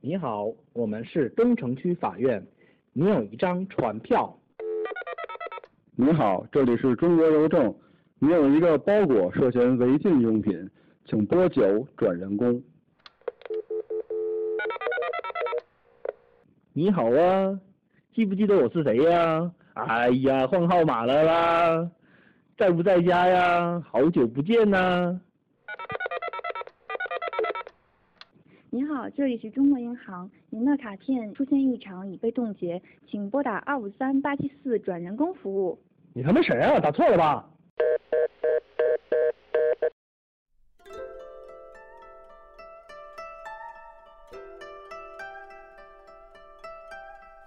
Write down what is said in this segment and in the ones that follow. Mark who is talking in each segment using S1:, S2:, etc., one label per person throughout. S1: 你好，我们是东城区法院，你有一张传票。
S2: 你好，这里是中国邮政，你有一个包裹涉嫌违禁用品，请拨九转人工。
S1: 你好啊，记不记得我是谁呀、哎呀，换号码了啦，在不在家呀？好久不见呐、
S3: 您好，这里是中国银行，您的卡片出现异常已被冻结，请拨打二五三八七四转人工服务。
S1: 你他妈谁啊？打错了吧？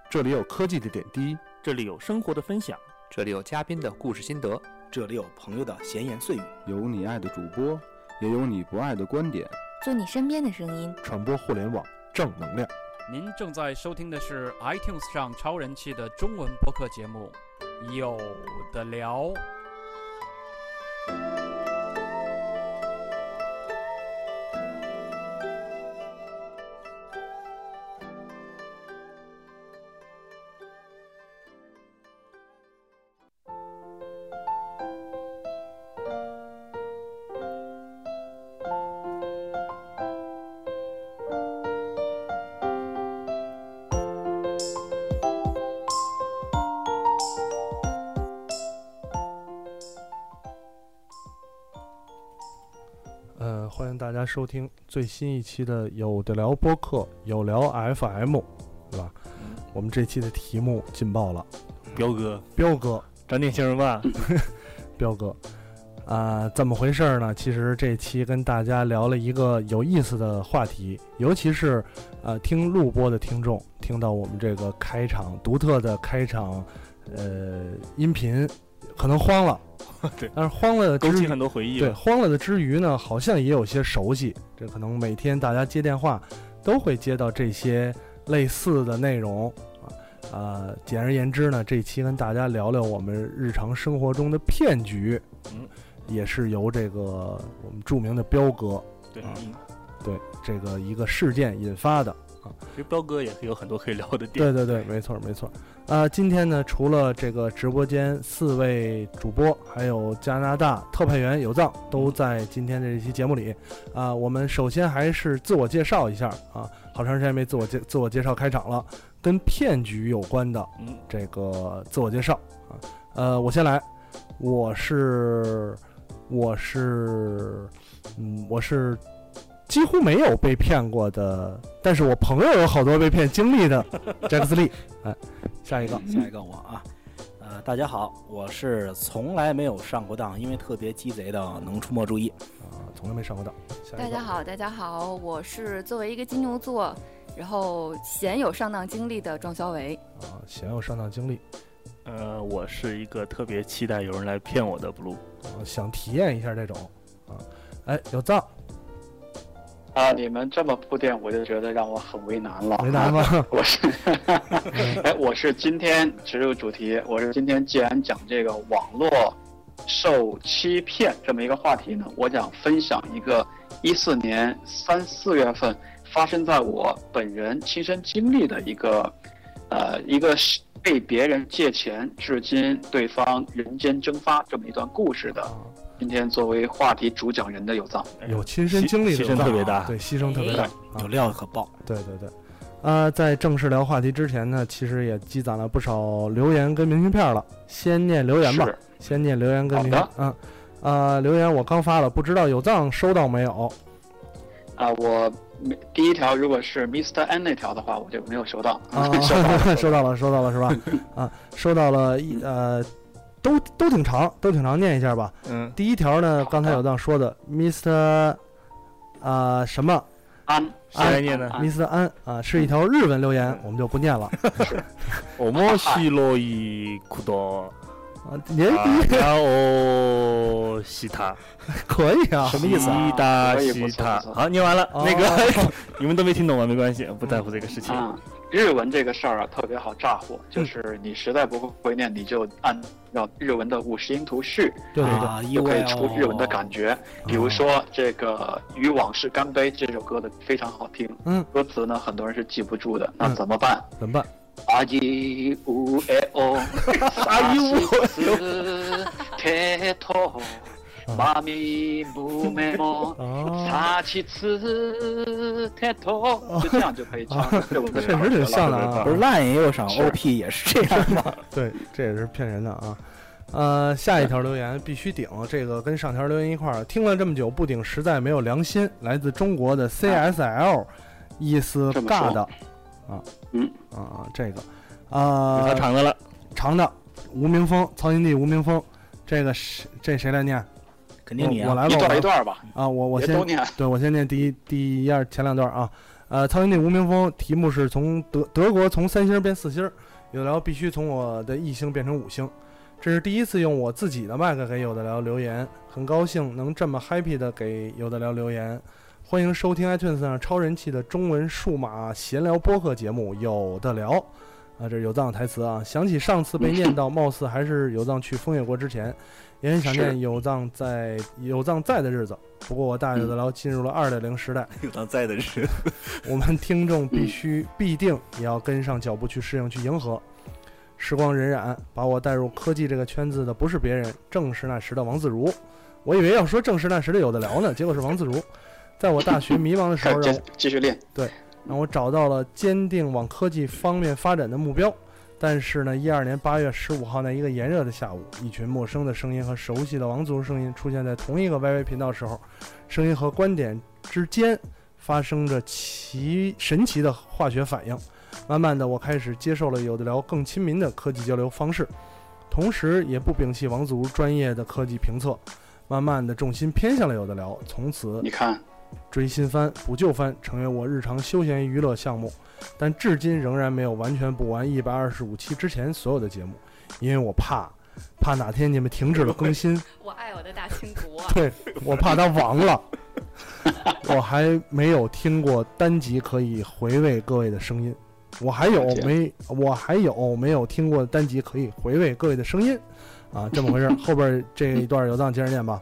S4: 这里有科技的点滴，
S5: 这里有生活的分享，
S6: 这里有嘉宾的故事心得，
S7: 这里有朋友的闲言碎语。
S2: 有你爱的主播，也有你不爱的观点。
S8: 做你身边的声音。
S4: 传播互联网正能量。
S9: 您正在收听的是 iTunes 上超人气的中文播客节目《有的聊》。
S10: 呃，欢迎大家收听最新一期的有的聊播客有聊 FM，对吧？我们这期的题目劲爆了，
S5: 彪哥，
S10: 彪哥，
S5: 长点心儿吧。，
S10: 彪哥，啊、怎么回事儿呢？其实这期跟大家聊了一个有意思的话题，尤其是呃听录播的听众听到我们这个开场独特的开场呃音频，可能慌了
S5: 对
S10: 但是慌了
S5: 勾
S10: 之
S5: 起
S10: 余
S5: 很多回忆
S10: 对，
S5: 了。
S10: 慌了的之余呢，好像也有些熟悉。这可能每天大家接电话都会接到这些类似的内容啊。呃，简而言之呢，这期跟大家聊聊我们日常生活中的骗局，
S5: 嗯，
S10: 也是由这个我们著名的彪哥
S5: 对，
S10: 啊
S5: 嗯
S10: 对这个一个事件引发的。
S5: 其实彪哥也有很多可以聊的点。
S10: 对对对，没错没错。呃，今天呢，除了这个直播间四位主播，还有加拿大特派员有藏都
S5: 嗯
S10: 在今天这期节目里。啊、我们首先还是自我介绍一下啊，好长时间没自我介自我介绍开场了，跟骗局有关的
S5: 嗯，
S10: 这个自我介绍啊。呃，我先来，我是我是嗯，我是几乎没有被骗过的，但是我朋友有好多被骗经历的杰克斯利。哎，下一个，
S1: 嗯
S7: 下一个我啊，呃，大家好，我是从来没有上过当，因为特别鸡贼的《能出没》注意。
S10: 啊，从来没上过当。下一个
S8: 大家，好，大家好，我是作为一个金牛座，然后鲜有上当经历的庄小伟。
S10: 啊，鲜有上当经历，
S5: 呃，我是一个特别期待有人来骗我的 blue。
S10: 啊想体验一下这种啊。哎，有藏
S11: 啊，你们这么铺垫，我就觉得让我很为难了。
S10: 为难？ 吗？
S11: 我是， 哎，我是今天植入主题，我是今天既然讲这个网络受欺骗这么一个话题呢，我想分享一个一四年三四月份发生在我本人亲身经历的一个，呃，一个是被别人借钱，至今对方人间蒸发这么一段故事的。
S10: 啊
S11: 今天作为话题主讲人的有藏。
S10: 有亲身经历的
S5: 哎牺牲
S10: 藏
S5: 特别大
S10: 对，牺牲特别大
S8: 哎。
S10: 啊
S7: 有料可爆，
S10: 对对对，呃，在正式聊话题之前呢，其实也积攒了不少留言跟明信片了。先念留言吧，
S11: 是
S10: 先念留言跟明信
S11: 好
S10: 片。嗯，呃，留言我刚发了，不知道有藏收到没有？
S11: 啊，我没第一条如果是 Mr. N 那条的话，我就没有收到。，
S10: 啊
S11: 收到了，
S10: 收
S11: 到了。
S10: 到了，收到了是吧？啊，收到了一呃，都都挺长，都挺长，念一下吧。
S5: 嗯，
S10: 第一条呢，
S11: 好
S10: 刚才有藏说的，Mr. 啊什么
S11: 安，
S5: 谁来念呢？
S11: 啊
S10: Mr. 安啊，是一条日文留言，我们就不念了。
S5: 我莫西洛伊库多，
S10: 啊，
S5: 哎
S10: 您
S5: 然后西塔，
S10: 可以啊，
S7: 什么意思啊
S5: 西达
S11: 可以
S5: 西
S11: 不错
S5: 塔，
S11: 不错
S5: 好，念完了。那个
S10: 哦
S5: 啊
S1: 嗯
S5: 你们都没听懂吗？没关系，不在乎这个事情。
S11: 啊，
S1: 日文这个事儿啊，特别好诈唬，就是你实在不会念，你就按照日文的五十音图序，
S2: 对对对啊
S1: 就可以出
S2: EYO
S1: 日文的感觉。比如说这个《与往事干杯》这首歌的非常好听，
S10: 嗯，
S1: 歌词呢很多人是记不住的，那怎么办？
S10: 怎么办？
S1: 阿吉乌诶哦，阿吉乌斯铁头，妈咪不美梦，哦
S10: 哦
S1: 撒起次铁头，就这样就可以 唱了。这我们
S10: 确实挺像的啊，
S2: 不是烂也有赏
S10: 是
S2: ，OP 也是这样吗？
S10: 对，这也是骗人的啊。呃，下一条留言必须顶，这个跟上条留言一块儿。听了这么久不顶，实在没有良心。来自中国
S1: 啊
S10: 的 CSL，意思
S12: 这么说
S10: 尬的啊，
S1: 嗯
S10: 啊，这个啊，
S5: 他
S10: 长
S5: 的了，
S10: 长的吴明峰，曹新弟吴明峰，这个谁这谁来念？
S2: 肯定你啊
S10: 我我来吧，
S2: 一段
S10: 我来
S2: 一段 吧
S10: 啊，我我
S2: 别
S10: 先
S2: 都念
S10: 对我先念第一第一二前两段啊。呃，曹云弟、吴明峰，题目是从德德国从三星变四星，有的聊必须从我的一星变成五星。这是第一次用我自己的麦克给有的聊留言，很高兴能这么 happy 的给有的聊留言。欢迎收听 iTunes 上超人气的中文数码闲聊播客节目《有的聊》。啊，这是有藏的台词啊。想起上次被念到，貌似还是有藏去枫叶国之前，也很想念
S2: 是
S10: 有藏在有藏在的日子。不过我大有的聊进入了二点零时代，
S2: 有当在的人，
S10: 我们听众必须必定也要跟上脚步去适应去迎合。时光荏苒，把我带入科技这个圈子的不是别人，正是那时的王自如。我以为要说正是那时的有的聊呢，结果是王自如。在我大学迷茫的 时候，
S1: 开
S10: 让
S1: 始
S10: 我
S1: 继继续练。
S10: 对，让我找到了坚定往科技方面发展的目标。但是呢，一二年八月十五号那一个炎热的下午，一群陌生的声音和熟悉的王族声音出现在同一个 YY 频道时候，声音和观点之间发生着奇神奇的化学反应。慢慢的，我开始接受了有的聊更亲民的科技交流方式，同时也不摒弃王族专业的科技评测。慢慢的，重心偏向了有的聊，从此
S1: 你看，
S10: 追新番、补旧番成为我日常休闲娱乐项目，但至今仍然没有完全补完一百二十五期之前所有的节目，因为我怕，怕哪天你们停止了更新，
S8: 我爱我的大 清国啊
S10: 对我怕它亡了。我还没有听过单集可以回味各位的声音，我还有
S12: 了解
S10: 没我还有没有听过单集可以回味各位的声音，啊，这么回事儿。后边这一段有藏接着念 吧。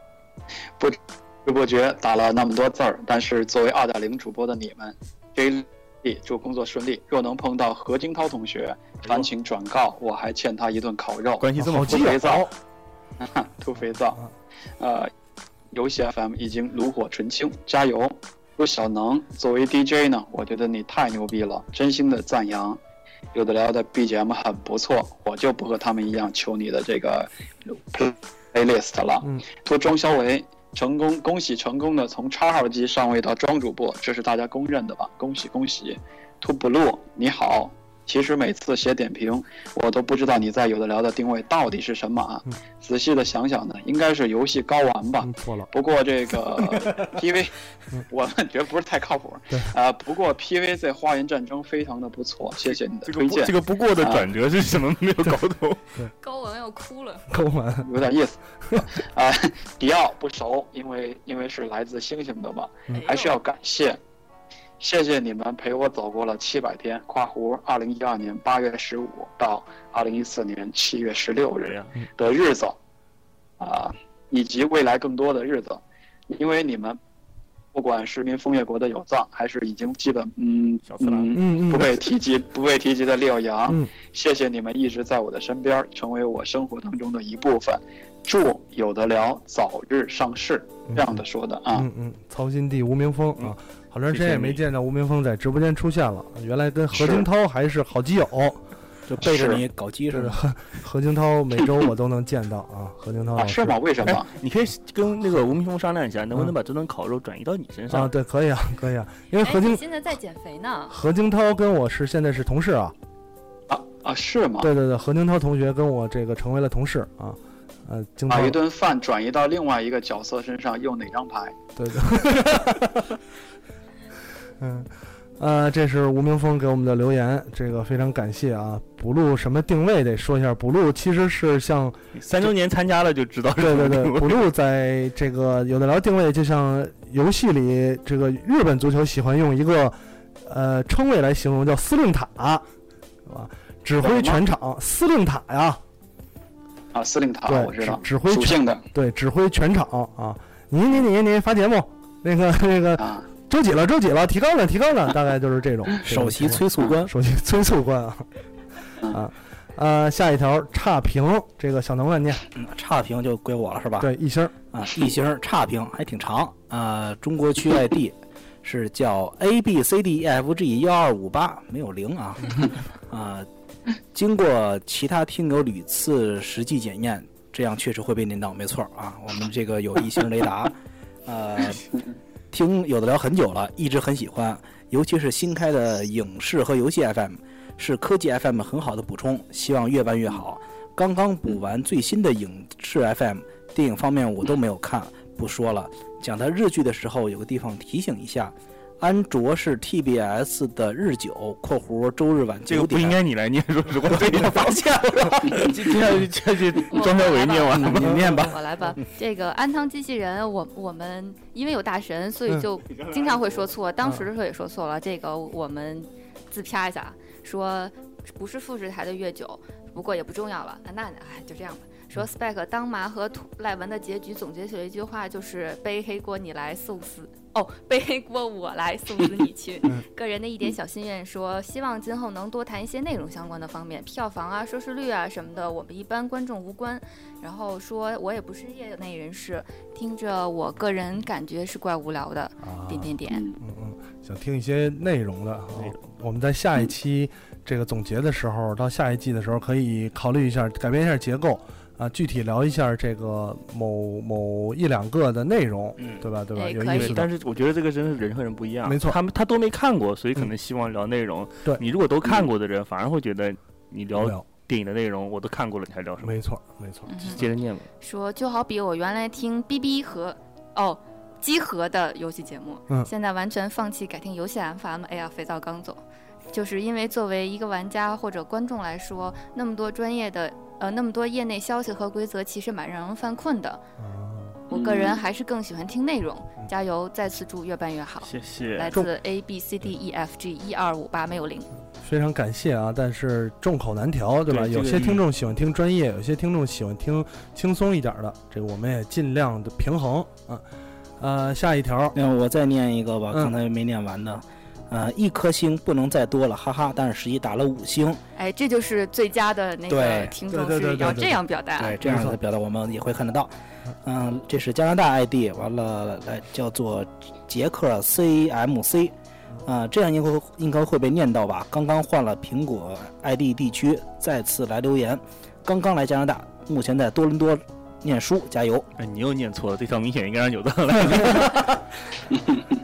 S1: 不知不觉打了那么多字儿，但是作为二点零主播的你们，J 力祝工作顺利。若能碰到何金涛同学，烦请转告，我还欠他一顿烤肉。
S10: 关系这么好
S1: 涂
S10: 记啊
S1: 肥皂，涂肥皂，呃，游戏 FM 已经炉火纯青，加油！如小能作为 DJ 呢，我觉得你太牛逼了，真心的赞扬。有的聊的 BGM 很不错，我就不和他们一样求你的这个 playlist 了。
S10: 嗯，
S1: 托庄小维成功，恭喜成功的从叉号机上位到庄主播，这是大家公认的吧？恭喜恭喜！To Blue，你好。其实每次写点评，我都不知道你在有的聊的定位到底是什么啊。
S5: 嗯
S1: 仔细的想想呢，应该是游戏高玩吧。
S10: 嗯错 了。
S1: 不过这个 PV，我们觉得不是太靠谱。啊，不过 PV 在花园战争非常的不错，谢谢你的
S5: 这
S1: 推
S5: 个不
S1: 荐。
S5: 这个不过的转折是什么？没有搞懂。
S8: 高文要哭了。
S10: 高玩
S1: 有点意思。啊，迪奥不熟，因为因为是来自星星的嘛，
S8: 哎
S1: 还是要感谢，谢谢你们陪我走过了七百天（括弧二零一二年八月十五到二零一四年七月十六日
S5: 嗯
S1: 的日子），啊，以及未来更多的日子，因为你们。不管是民枫叶国的有藏，还是已经基本嗯
S10: 嗯
S1: 不被提及不被提及的六阳，
S10: 嗯
S1: 谢谢你们一直在我的身边，成为我生活当中的一部分。祝有的聊早日上市，这样的说的啊。嗯
S10: 嗯嗯，曹新弟吴明峰啊，好长时间也没见到吴明峰在直播间出现了，原来跟何金涛还是好基友，
S2: 就背着你搞基是吧？
S10: 何何金涛每周我都能见到啊，何金涛老师
S5: 哎？你可以跟那个吴明峰商量一下，能不能把这顿烤肉转移到你身上？
S10: 啊，对，可以啊，可以啊，因为
S8: 哎，
S10: 何金
S8: 你现在在减肥 呢？
S10: 何金涛跟我是现在是同事啊，
S1: 啊，是吗？
S10: 对对对，何金涛同学跟我这个成为了同事啊，呃，经
S1: 把
S10: 常
S1: 一顿饭转移到另外一个角色身上，用哪张牌？
S10: 对对。 嗯，呃，这是吴明峰给我们的留言，这个非常感谢啊。补录什么定位得说一下，补录其实是像
S5: 三周年参加了就知道是
S10: 对
S5: 什
S10: 对
S5: 么
S10: 对
S5: 定，位
S10: 补录在这个有的聊定位就像游戏里这个日本足球喜欢用一个。呃称谓来形容，叫司令塔，是吧？指挥全场，司令塔呀，
S1: 啊，司令塔
S10: 对，
S1: 我知道，
S10: 指指挥
S1: 属
S10: 全
S1: 性的，
S10: 对，指挥全场啊！你你你你发节目，那个那个
S1: 啊
S10: 周几了？周几了？提纲了，提纲了，大概就是这种。这种
S5: 首席
S10: 情况
S5: 催促官
S10: 首席催促官啊
S1: 嗯
S10: 啊呃，下一条差评，这个小能乱念，
S5: 嗯差评就归我了是吧？
S10: 对，一星儿
S5: 啊，一星儿差评还挺长啊、中国区外地是叫 A B C D E F G 幺二五八，没有零啊 啊、经过其他听友屡次实际检验，这样确实会被念到，没错儿啊。我们这个有一星雷达，呃，听有的聊很久了，一直很喜欢，尤其是新开的影视和游戏 FM，是科技 FM 很好的补充，希望越办越好。刚刚补完最新的影视 FM，电影方面我都没有看，不说了。讲到日剧的时候，有个地方提醒一下，安卓是 TBS 的日九（括弧周日晚
S3: 这
S5: 九
S3: 个
S5: 点）。
S3: 不应该你来念，说实话，这个发现 了，今天这这庄小伟念完吧，
S5: 你念吧。
S8: 我来吧，这个安汤机器人，我我们因为有大神，所以就经常会说错。当时的时候也说错了，这个我们自啪一下，说不是富士台的月九，不过也不重要了。那哎，就这样吧。说 spec 当麻和土赖文的结局总结起来一句话就是背黑锅你来送死哦，背黑锅我来送死你去。个人的一点小心愿说，希望今后能多谈一些内容相关的方面，票房啊、收视率啊什么的，我们一般观众无关。然后说我也不是业内人士，听着我个人感觉是怪无聊的，
S10: 啊
S8: 点点点。
S10: 嗯想听一些内容的啊。我们在下一期这个总结的时候，到下一季的时候可以考虑一下，改变一下结构啊，具体聊一下这个某某一两个的内容，对吧？对吧？有意思的。
S3: 但是我觉得这个真是人和人不一样，
S10: 没错
S3: 他们他都没看过，所以可能希望聊内
S5: 嗯
S3: 容。
S10: 对
S3: 你如果都看过的人，反而会觉得你
S10: 无
S3: 聊
S10: 聊
S3: 电影的内容，我都看过了，你还聊什么？
S10: 没错，没
S5: 嗯
S10: 错。
S3: 接着念吧。
S8: 说就好比我原来听 B B 和哦集合的游戏节目，
S3: 嗯
S8: 现在完全放弃改听游戏 F M。哎呀，肥皂刚走，就是因为作为一个玩家或者观众来说，那么多专业的呃那么多业内消息和规则，其实蛮让人犯困的。
S10: 啊
S8: 我个
S5: 嗯
S8: 人还是更喜欢听内容，加油！再次祝越办越好。
S3: 谢谢
S8: 来
S10: 中
S8: 自 A B C D E F G 一二五八没有零。
S10: 非常感谢啊，但是众口难调，对吧？
S3: 对这
S10: 有
S3: 个
S10: 些听众喜欢听专业，有些听众喜欢听轻松一点的，这个我们也尽量的平衡啊。呃，下一条，
S5: 那我再念一个吧，
S10: 嗯
S5: 刚才没念完的。呃，一颗星不能再多了，哈哈！但是实际打了五星，
S8: 哎，这就是最佳的那个
S5: 对，
S8: 听众是要这样表达。
S5: 对，这样的表达我们也会看得到。嗯，这是加拿大 ID，完了来叫做杰克 CMC，啊、这样应该会应该会被念到吧？刚刚换了苹果 ID 地区，再次来留言，刚刚来加拿大，目前在多伦多念书，加油！
S3: 哎，你又念错了，这条明显应该让有藏来。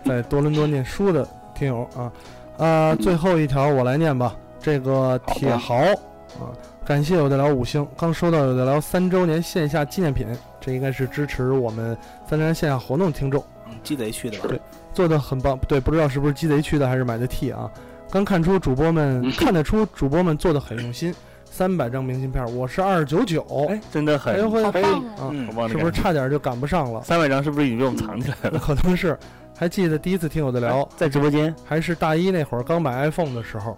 S10: 在多伦多念书的听友啊，呃，
S3: 嗯
S10: 最后一条我来念吧。这个铁豪啊，感谢有的聊五星，刚收到有的聊三周年线下纪念品，这应该是支持我们三周年线下活动的听众。
S5: 鸡贼嗯去的吧？
S10: 对，做的很棒。对，不知道是不是鸡贼区的还是买的 T 啊？刚看出主播们看得出主播们做的很用心，三百张明信片，我是二九九，哎，
S3: 真的很
S10: 哎呦呵，
S3: 好棒啊
S10: 啊
S3: 嗯好棒的
S10: 是不
S3: 感觉
S10: 是差点就赶不上了？
S3: 三百张是不是已经被我们藏起来了？
S10: 可能是。还记得第一次听我
S1: 哎
S10: 的聊，
S3: 在直播间，
S10: 还是大一那会儿刚买 iPhone 的时候，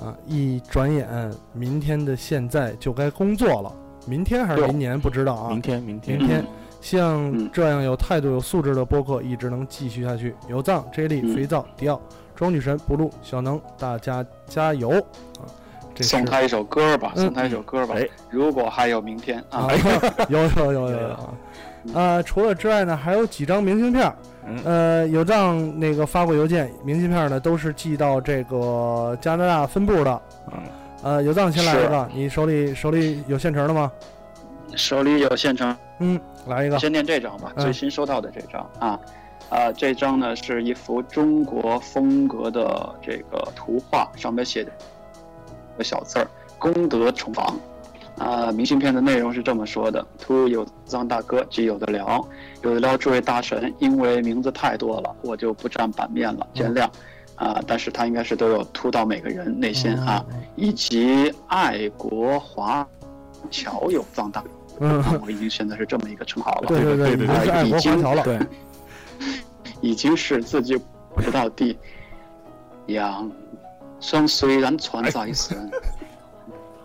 S10: 啊，一转眼明天的现在就该工作了，明天还是明年不知道啊，
S3: 明天，明天，
S1: 嗯
S10: 明天。像这样有态度、有素质的播客一直能继续下去。有藏、J
S1: 嗯
S10: 莉、肥皂、迪奥、庄女神、不露、小能，大家加油啊！这是
S1: 送他一首歌吧，
S10: 嗯
S1: 送他一首歌吧。
S5: 哎
S1: 如果还有明天啊
S10: 啊，，有有有有有啊！呃，除了之外呢，还有几张明信片儿。
S1: 嗯
S10: 呃，有藏那个发过邮件，明信片儿呢都是寄到这个加拿大分部的。
S1: 嗯
S10: 呃，有藏先来一个，你手里手里有现成的吗？
S1: 手里有现成，
S10: 嗯，来一个。
S1: 先念这张吧，
S10: 嗯
S1: 最新收到的这张啊，啊，这张呢是一幅中国风格的这个图画，上面写着个小字儿“功德重房”。啊，明信片的内容是这么说的：To 有藏大哥及有的聊，有的聊这位大神，因为名字太多了，我就不占版面了，见谅。啊，但是他应该是都有突到每个人内心啊，以及爱国华侨有藏大哥
S10: 嗯，
S1: 我已经现在是这么一个称号了，
S10: 对对
S1: 对
S10: 对已经是爱国华侨了
S1: 已经是自己不知道第
S11: 阳霜虽然传在身，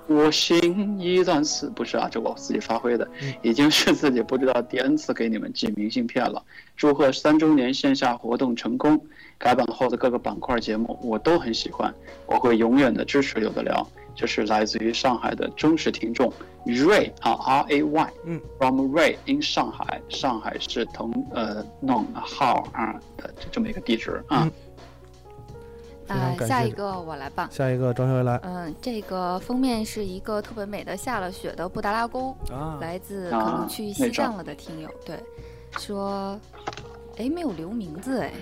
S11: 我心依然是不是啊？这我自己发挥的，
S8: 嗯
S11: 已经是自己不知道第 n 次给你们寄明信片了。祝贺三周年线下活动成功！改版后的各个板块节目我都很喜欢，我会永远的支持有的聊。这是来自于上海的忠实听众 Ray 啊，R A Y，
S10: 嗯
S11: ，From Ray in 上海，上海是腾呃弄号啊的这么一个地址啊。
S10: 非常
S8: 啊、
S10: 感
S8: 下
S10: 谢
S8: 一个我来吧。
S10: 下一个张学友来，
S8: 嗯，这个封面是一个特别美的下了雪的布达拉宫，
S10: 啊
S8: 来自可
S10: 啊
S8: 能去
S10: 那
S8: 西藏
S10: 张
S8: 了的听友，对，说，哎，没有留名字，哎，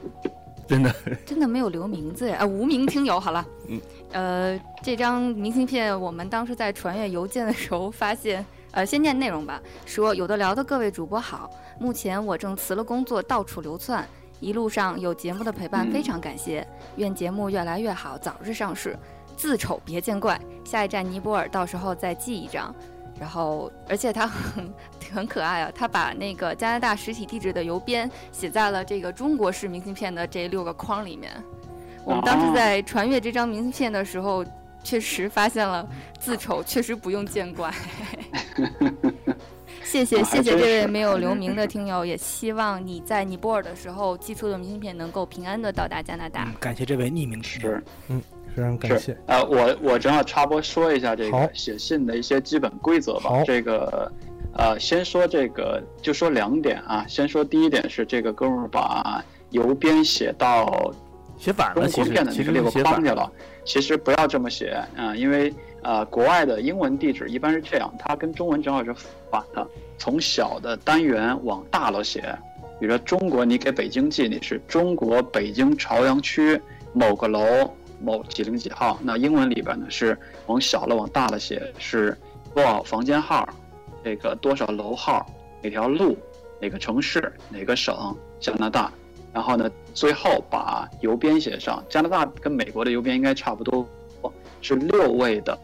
S5: 真的，
S8: 真的没有留名字，哎，啊，无名听友，好了，
S5: 嗯，
S8: 呃，这张明信片我们当时在传阅邮件的时候发现，呃，先念内容吧，说有的聊的各位主播好，目前我正辞了工作，到处流窜。一路上有节目的陪伴，非常感谢。愿节目越来越好，早日上市。自丑别见怪，下一站尼泊尔，到时候再寄一张。然后，而且他 很很可爱啊，他把那个加拿大实体地址的邮编写在了这个中国式明信片的这六个框里面。我们当时在传阅这张明信片的时候，确实发现了字丑确实不用见怪。 谢谢
S13: 啊
S8: 谢
S13: 还
S8: 谢
S13: 真
S8: 这位
S13: 是
S8: 没有留名的听友，也希望你在尼泊尔的时候寄出的明信片能够平安的到达加拿大。
S1: 嗯感谢这位匿名听
S11: 众。
S10: 嗯，非常感谢。
S11: 呃，我我正好插播说一下这
S10: 好
S11: 个写信的一些基本规则吧
S10: 好。
S11: 这个，呃，先说这个，就说两点啊。先说第一点是这个哥们儿把邮编写到
S5: 写反
S11: 中
S5: 了，
S11: 国
S5: 其实
S11: 变的
S5: 其
S11: 那个
S5: 实
S11: 六个
S5: 是写
S11: 框
S5: 反
S11: 去了。。其实不要这么写啊、呃因为呃，国外的英文地址一般是这样，它跟中文正好是反的，从小的单元往大了写。比如说中国，你给北京寄，你是中国北京朝阳区某个楼某几零几号。那英文里边呢是往小了往大了写，是多少房间号，这个多少楼号，哪条路，哪个城市，哪个省，加拿大。然后呢，最后把邮编写上。加拿大跟美国的邮编应该差不多，是六位的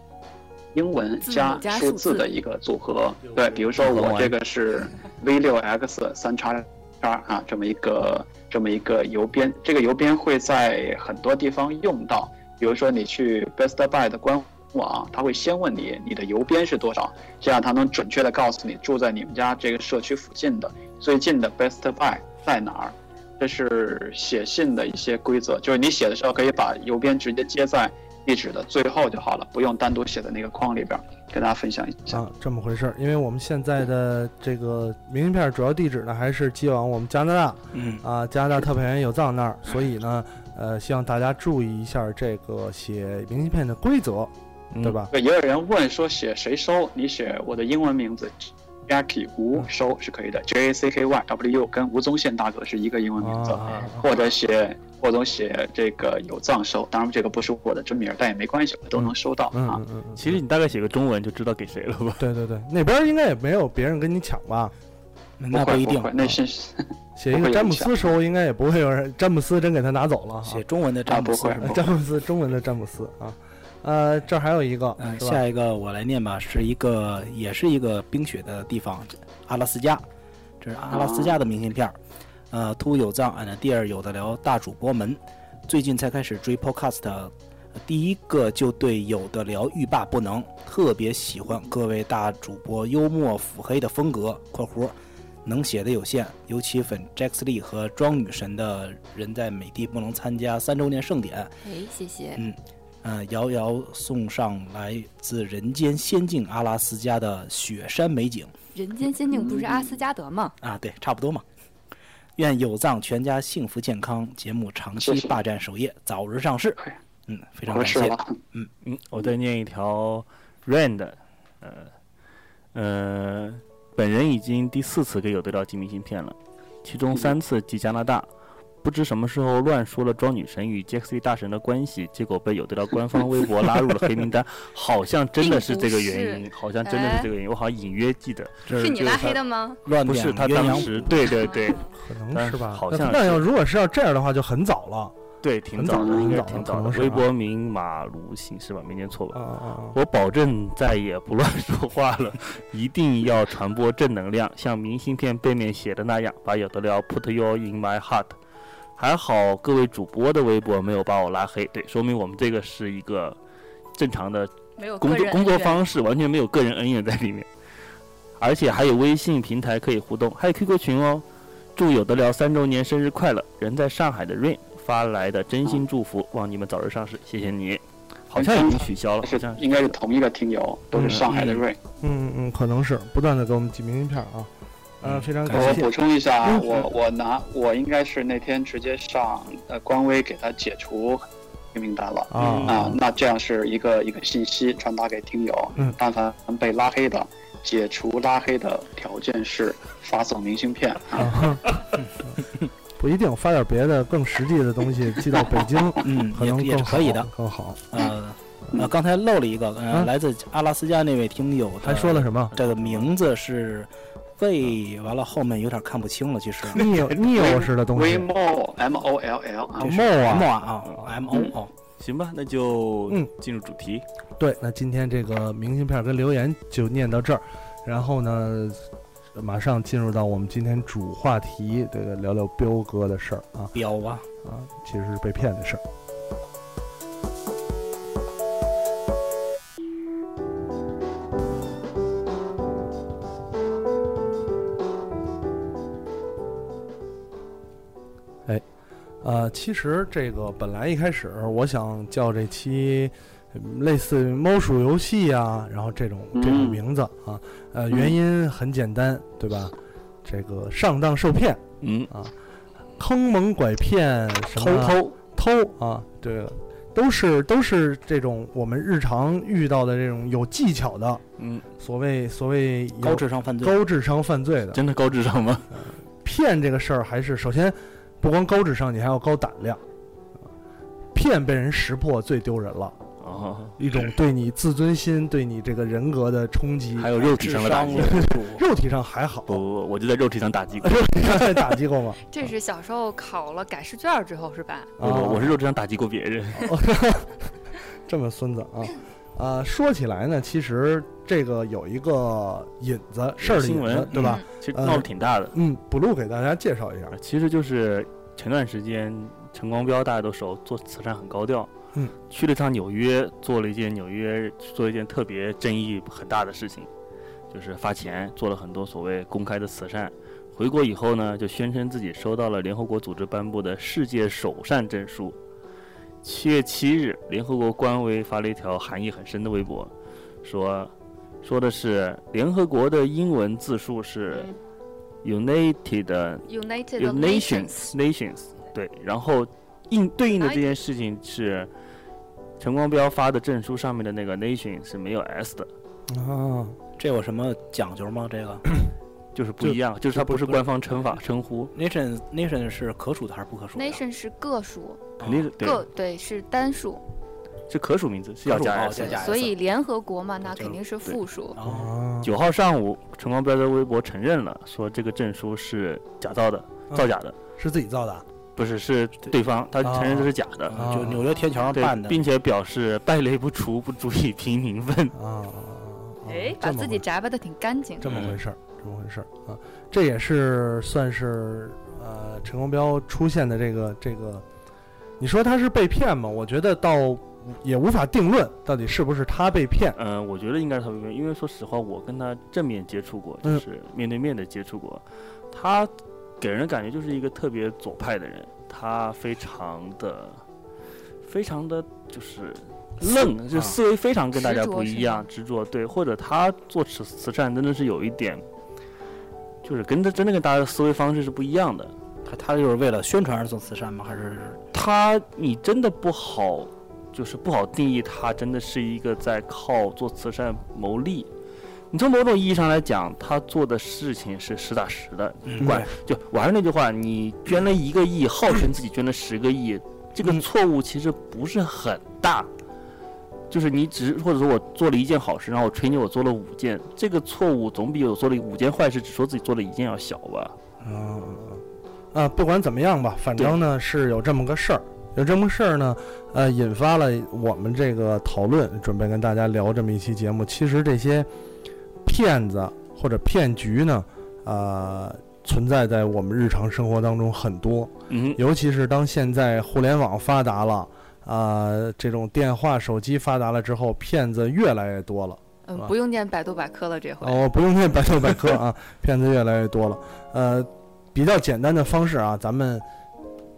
S11: 英文
S5: 字
S11: 嗯
S5: 母
S11: 加
S5: 加
S11: 数
S5: 数字
S11: 字的一个组合。对，比如说
S5: 很
S11: 我
S5: 完
S11: 这个是 V 六 X 三叉叉啊，这么一个这么一个邮编，这个邮编会在很多地方用到。比如说你去 Best Buy 的官网，他会先问你你的邮编是多少，这样他能准确的告诉你住在你们家这个社区附近的最近的 Best Buy 在哪儿。这是写信的一些规则，就是你写的时候可以把邮编直接接在地址的最后就好了，不用单独写在那个框里边儿。跟大家分享一下。
S10: 啊，这么回事儿。因为我们现在的这个明信片主要地址呢，还是寄往我们加拿大，
S1: 嗯
S10: 啊，加拿大特派员有藏那儿，所以呢，呃，希望大家注意一下这个写明信片的规则，
S11: 嗯
S10: 对吧？
S11: 对，也有人问说写谁收？你写我的英文名字 Jacky 吴收是可以的，J A C K Y W 跟吴宗宪大哥是一个英
S10: 啊
S11: 文名字，或者写或者写这个有藏收，当然这个不是我的真名，但也没关系，我都能收到
S10: 嗯
S11: 啊。
S5: 其实你大概写个中文就知道给谁了吧？
S10: 对对对，那边儿应该也没有别人跟你抢吧？
S1: 那不一定啊
S11: 会那是
S10: 写一个詹姆斯收，应该也不会有人，詹姆斯真给他拿走了。写
S1: 中 文的
S10: 詹
S1: 姆斯啊不会不会
S10: 詹姆斯中文的詹姆斯啊，呃，这儿还有一个，
S1: 嗯，
S10: 是吧
S1: 下一个我来念吧，是一个也是一个冰雪的地方，阿拉斯加，这是阿拉斯加的明信片儿。呃，兔有藏 and 第二有的聊大主播们，最近才开始追 podcast，呃第一个就对有的聊欲罢不能，特别喜欢各位大主播幽默腹黑的风格（括弧）。能写的有限，尤其粉 Jax Lee 和庄女神的人在美的不能参加三周年盛典，
S8: 哎，谢谢。
S1: 嗯，呃，遥遥送上来自人间仙境阿拉斯加的雪山美景
S8: 人间仙境不是阿斯加德吗？
S1: 啊，对，差不多嘛。愿有藏全家幸福健康，节目长期霸占首页，早日上市。嗯，非常感谢。
S5: 嗯嗯，我再念一条 Rand，的呃呃，本人已经第四次给有的聊寄明信片了，其中三次寄加拿大。不知什么时候乱说了庄女神与 j a x 大神的关系，结果被有的聊官方微博拉入了黑名单，好像真的是这个原因
S8: 并，不是
S5: 好像真的是这个原因，我好像隐约记得。
S8: 是你拉黑的吗
S5: 不是他当时，对对对，
S8: 啊
S10: 可能是吧？
S5: 好
S10: 那
S5: 像
S10: 那
S5: 是
S10: 要如果是要这样的话，就很早了。
S5: 对，挺
S10: 很
S5: 早
S10: 早
S5: 的，
S10: 了
S5: 应该
S10: 很
S5: 挺
S10: 早了
S5: 早
S10: 可能
S5: 的。
S10: 是
S5: 微
S10: 啊
S5: 博名马卢信是吧？没念错吧？我保证再也不乱说话了， 一定要传播正能量，像明信片背面写的那样，把有的聊 put you in my heart。还好各位主播的微博没有把我拉黑，对，说明我们这个是一个正常的
S8: 没有
S5: 工
S8: 个
S5: 作
S8: 人
S5: 工作
S8: 恩怨
S5: 方式，完全没有个人恩怨在里面，而且还有微信平台可以互动，还有 QQ 群哦。祝有的聊三周年生日快乐！人在上海的 Rain 发来的真心祝福，望你们早日上市，谢谢你。好像已经取消了，好像
S6: 应该是同一个听友，都是上海的瑞。
S10: 嗯嗯，可能是不断的给我们寄明信片啊，呃，非常感谢。
S6: 我补充一下
S2: 哎
S6: 啊，
S10: 嗯
S6: 我我拿我应该是那天直接上呃官微给他解除黑名单了
S10: 啊
S1: 嗯
S2: 嗯
S6: 那这样是一个一个信息传达给听友，
S10: 嗯
S6: 但凡被拉黑的，解除拉黑的条件是发送明信片。
S10: 啊， 不一定发点别的更实际的东西寄到北京，
S2: 嗯，
S10: 可能
S2: 也也
S10: 更
S2: 是
S10: 好
S2: 可以的，
S10: 更好。
S2: 呃，呃，刚才漏了一个，呃，
S10: 啊
S6: 嗯
S2: 来自阿拉斯加那位听友，
S10: 还说了什 么？
S2: 这个名字是魏，完了后面有点看不清了，其实。
S10: Neo- Neo 式的东西
S6: Mo M O L L 啊
S2: 这是
S10: Mo 啊
S2: Mo 啊哦，M O 哦，
S5: 行吧，那就
S10: 嗯
S5: 进入主题。
S10: 对，那今天这个明信片跟留言就念到这儿，然后呢，马上进入到我们今天主话题，这个聊聊彪哥的事儿啊。
S2: 彪啊
S10: 啊，其实是被骗的事儿。哎，呃，其实这个本来一开始我想叫这期嗯类似于猫鼠游戏啊，然后这种这种
S6: 嗯
S10: 名字啊，呃，
S5: 嗯
S10: 原因很简单，对吧？这个上当受骗，
S5: 嗯
S10: 啊，坑蒙拐骗，什么
S5: 偷
S10: 偷偷啊，对了，都是都是这种我们日常遇到的这种有技巧的，
S5: 嗯，
S10: 所谓所谓有
S2: 高智商犯罪
S10: 高智商犯罪的，
S5: 真的高智商吗？
S10: 骗这个事儿还是首先不光高智商，你还要高胆量，骗被人识破最丢人了。
S5: 哦，
S10: 一种对你自尊心、对你这个人格的冲击，
S5: 还有肉体上的打击，
S10: 肉体上还好，
S5: 不 不不，我就在肉体上打击过。
S10: 打击过吗？
S8: 这是小时候考了改试卷儿之后是吧？
S5: 不
S10: 啊
S5: 不，我是肉体上打击过别人。
S10: 这么孙子啊！呃，说起来呢，其实这个有一个引子事儿的
S5: 新
S10: 引
S5: 闻
S10: 子，对吧
S5: 嗯？其实
S10: 呃
S5: 闹得挺大的。
S10: 嗯，补录给大家介绍一下。
S5: 其实就是前段时间陈光标大家都熟，做慈善很高调。
S10: 嗯，
S5: 去了趟纽约，做了一件纽约做了一件特别争议很大的事情，就是发钱做了很多所谓公开的慈善。回国以后呢，就宣称自己收到了联合国组织颁布的世界首善证书。七月七日，联合国官微发了一条含义很深的微博，说说的是联合国的英文字数是 United
S8: 嗯 United
S5: U Nations Nations 对，然后应对应的这件事情是陈光标发的证书上面的那个 Nation 是没有 S 的，哦
S10: 啊，
S2: 这有什么讲究吗？这个
S5: 就是不一样，就是它不是官方称法称
S2: 哦
S5: 呼，
S2: nation nation 是可数的还是不可数的？
S8: Nation 是个数，
S5: 肯定是对
S8: 个对是单数，
S5: 是可数名字哦是要加 S 的。
S8: 所以联合国嘛，那肯定是复数。
S10: 啊
S5: 九号上午，陈光标在微博承认了，说这个证书是假造的，造假的，
S10: 是自己造的，啊
S5: 不是是对方，他承认这是假的，
S2: 啊就纽约天桥上
S5: 对
S2: 办的，
S5: 并且表示败类不除，不足以平民愤。
S10: 啊，
S8: 哎，把
S10: 么
S8: 自己宅吧的挺干净。嗯
S10: 这么回事儿，这么回事儿啊。这也是算是呃陈光标出现的这个这个，你说他是被骗吗？我觉得倒也无法定论，到底是不是他被骗。
S5: 嗯、我觉得应该是他被骗，因为说实话，我跟他正面接触过，
S10: 嗯
S5: 就是面对面的接触过，他给人的感觉就是一个特别左派的人，他非常的、非常的就是愣，就
S10: 啊
S5: 思维非常跟大家
S10: 执着
S5: 不
S10: 是
S5: 一
S10: 吗
S5: 样，执着对，或者他做慈慈善真的是有一点，就是跟他真的跟大家的思维方式是不一样的。
S2: 他他就是为了宣传而做慈善吗？还是
S5: 他你真的不好，就是不好定义他真的是一个在靠做慈善谋利。你从某种意义上来讲，他做的事情是实打实的。
S2: 嗯
S5: 不管就我还是那句话，你捐了一个亿，号称自己捐了十个
S10: 嗯
S5: 亿，这个错误其实不是很大。就是你只或者说我做了一件好事，然后我吹牛我做了五件，这个错误总比我做了五件坏事只说自己做了一件要小吧？
S10: 啊啊，不管怎么样吧，反正呢是有这么个事儿，有这么个事儿呢，呃，引发了我们这个讨论，准备跟大家聊这么一期节目。其实这些骗子或者骗局呢，呃，存在在我们日常生活当中很多，
S5: 嗯，
S10: 尤其是当现在互联网发达了，啊、这种电话、手机发达了之后，骗子越来越多了。
S8: 嗯
S10: 是，吧
S8: 不用念百度百科了，这回。
S10: 哦，不用念百度百科啊，骗子越来越多了。呃，比较简单的方式啊，咱们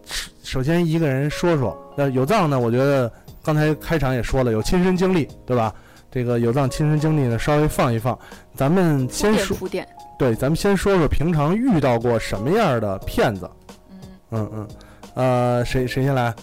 S10: 首首先一个人说说。那有藏呢，我觉得刚才开场也说了，有亲身经历，对吧？这个有藏亲身经历呢，稍微放一放。咱们先
S8: 铺垫
S10: 说，
S8: 铺垫。
S10: 对，咱们先说说平常遇到过什么样的骗子。嗯嗯呃，谁谁先来？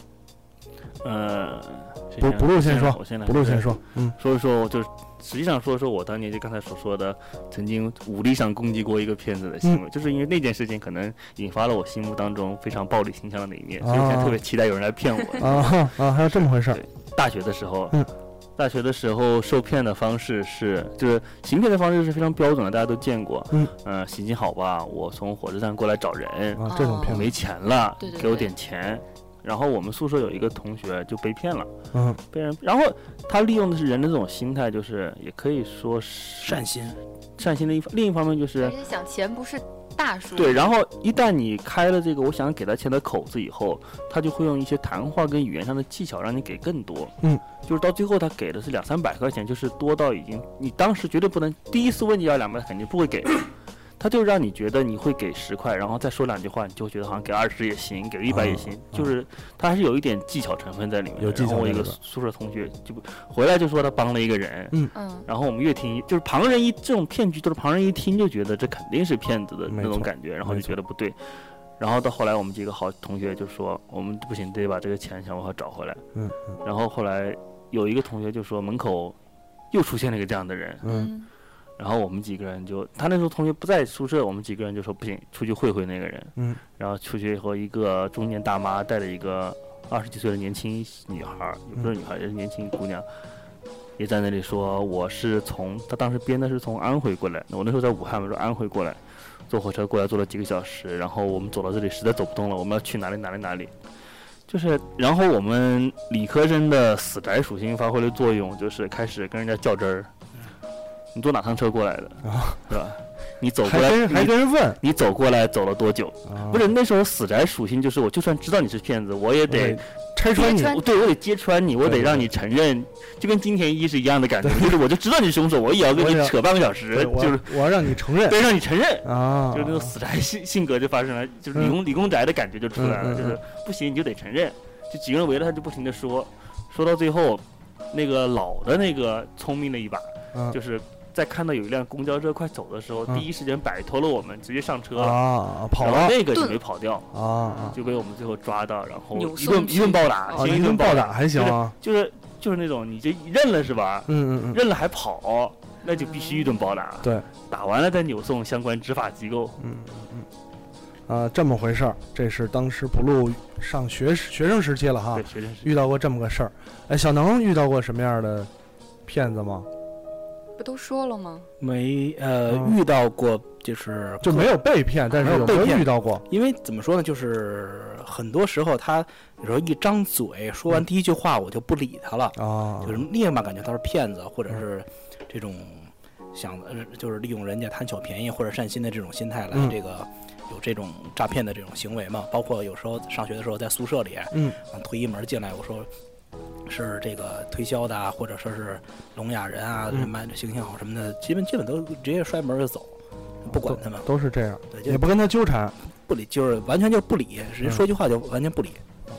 S5: 呃，谁
S10: 不
S5: 先
S10: 不录
S5: 我
S10: 先
S5: 来
S10: 说
S5: 我先来，
S10: 不录先
S5: 对
S10: 说嗯，
S5: 说一说我就是实际上说一说我当年就刚才所说的，曾经武力上攻击过一个骗子的行
S10: 嗯
S5: 为，就是因为那件事情可能引发了我心目当中非常暴力倾向的那一面，
S10: 哦
S5: 所以我现在特别期待有人来骗我。
S10: 啊哈啊，还有这么回事儿。
S5: 大学的时候，
S10: 嗯
S5: 大学的时候受骗的方式是，就是行骗的方式是非常标准的，大家都见过。
S10: 嗯，
S5: 呃，行行好吧，我从火车站过来找人，
S10: 啊
S8: 哦
S10: 这种骗子
S5: 我没钱了，
S10: 对对
S5: 给我
S10: 对
S5: 点钱。然后我们宿舍有一个同学就被骗了，
S10: 嗯，
S5: 被人，然后他利用的是人的这种心态，就是也可以说是善
S2: 心，
S5: 善心的一方另一方面就是
S8: 而且想钱不是大数。
S5: 对，然后一旦你开了这个我想给他钱的口子以后，他就会用一些谈话跟语言上的技巧让你给更多。
S10: 嗯，
S5: 就是到最后他给的是两三百块钱，就是多到已经你当时绝对不能第一次问你要两百，肯定不会给。他就让你觉得你会给十块，然后再说两句话，你就觉得好像给二十也行，给一百也行，就是他还是有一点技巧成分在里面的。
S10: 嗯有技巧
S5: 然后我一
S10: 在
S5: 个
S10: 里边
S5: 宿舍同学就不回来就说他帮了一个人，
S10: 嗯
S8: 嗯，
S5: 然后我们越听就是旁人一这种骗局，都是旁人一听就觉得这肯定是骗子的那种
S10: 错
S5: 感觉，然后就觉得不对。然后到后来，我们几个好同学就说，我们不行，得把这个钱想办法找回来。
S10: 嗯
S5: 然后后来有一个同学就说，门口又出现了一个这样的人。
S10: 嗯。
S5: 然后我们几个人就，他那时候同学不在宿舍，我们几个人就说不行，出去会会那个人。
S10: 嗯。
S5: 然后出去以后，一个中年大妈带着一个二十几岁的年轻女孩儿，也不
S10: 嗯
S5: 是女孩儿，也是年轻姑娘，也在那里说我是从她当时编的是从安徽过来，我那时候在武汉，我说安徽过来，坐火车过来坐了几个小时，然后我们走到这里实在走不动了，我们要去哪里哪里哪里。就是，然后我们理科生的死宅属性发挥了作用，就是开始跟人家较真儿。
S10: 嗯
S5: 你坐哪趟车过来的？对吧？你走过来，
S10: 哦还跟人还跟人问
S5: 你走过来走了多久？
S10: 啊
S5: 不是那时候死宅属性就是，我就算知道你是骗子，我也得
S10: 得拆穿你揭穿你
S5: 对我得揭穿你，我
S10: 对
S5: 得
S10: 对
S5: 让你承认，就跟金田一是一样的感觉，就是我就知道你是凶手，我也要跟
S10: 我
S5: 你
S10: 要
S5: 扯半个小时
S10: 对，我
S5: 就是
S10: 我要让你承认，
S5: 对，让你承认
S10: 啊，嗯
S5: 就是那种死宅性性格就发生了，就是理工、理工宅的感觉就出来了，
S10: 嗯嗯嗯
S5: 就是不行你就得承认，就几个人围着他就不停的说，说到最后，那个老的那个聪明了一把，
S10: 嗯
S5: 就是在看到有一辆公交车快走的时候，
S10: 嗯
S5: 第一时间摆脱了我们，直接上车
S10: 啊跑了
S5: 然后那个就没跑掉
S10: 啊啊
S5: 就被我们最后抓到，然后
S10: 扭
S5: 一
S10: 送
S5: 顿一顿暴打，
S10: 啊
S5: 先
S10: 一
S5: 一
S10: 顿
S5: 顿
S10: 暴打
S5: 打
S10: 还行啊
S5: 就是就是就是那种你就认了是吧？
S10: 嗯嗯嗯
S5: 认了还跑，那就必须一顿暴打。
S10: 对，
S5: 打完了再扭送相关执法机构。
S10: 嗯嗯啊，这么回事儿，这是当时不录上学时学生时期了哈，
S5: 对学生时
S10: 遇到过这么个事儿。哎，小能遇到过什么样的骗子吗？
S8: 不都说了吗？
S2: 没呃、
S10: 嗯
S2: 遇到过，就是
S10: 就
S2: 各
S10: 没有被骗但是
S2: 没
S10: 有
S2: 有被
S10: 没有
S2: 骗
S10: 遇到过？
S2: 因为怎么说呢，就是很多时候他有时候一张嘴说
S10: 嗯
S2: 完第一句话，我就不理他了
S10: 啊，
S2: 就是立马感觉他是骗子，或者是这种想呃就是利用人家贪小便宜或者善心的这种心态来
S10: 嗯
S2: 这个。有这种诈骗的这种行为嘛？包括有时候上学的时候在宿舍里，
S10: 嗯
S2: 啊，推一门进来，我说是这个推销的啊，或者说是聋哑人啊，
S10: 嗯
S2: 什么形象好什么的，基本基本都直接摔门就走，不管他们，
S10: 都是这样，
S2: 对就
S10: 也不跟他纠缠。
S2: 不理，就是完全就不理，
S10: 嗯
S2: 人说句话就完全不理。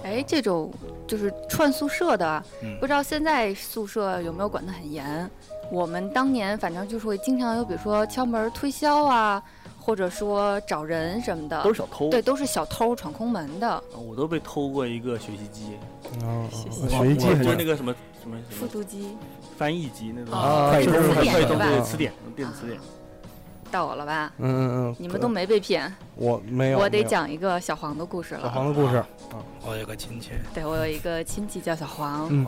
S8: 哎，这种就是串宿舍的，啊
S2: 嗯
S8: 不知道现在宿舍有没有管得很严。我们当年反正就是会经常有，比如说敲门推销啊，或者说找人什么的，
S5: 都是小偷啊
S8: 对，都是小偷闯空门的。
S5: 我都被偷过一个学习机，
S10: 啊，
S5: 我
S10: 学习机
S5: 我
S10: 还
S5: 就是
S10: 行
S5: 那个什么什么什
S8: 复
S5: 么
S8: 读机
S5: 翻译机那种
S10: 啊
S5: 快
S10: 就
S5: 通
S10: 是
S5: 快
S10: 词典
S5: 通
S10: 是吧
S5: 对词典电子词
S10: 啊
S5: 典。
S8: 到我了吧？
S10: 嗯嗯嗯，
S8: 你们都没被骗，
S10: 我没有，
S8: 我得
S10: 没有
S8: 讲一个小黄的故事了。
S10: 小黄的故事。
S2: 我有个亲戚，
S8: 对我有一个亲戚叫小黄，
S10: 嗯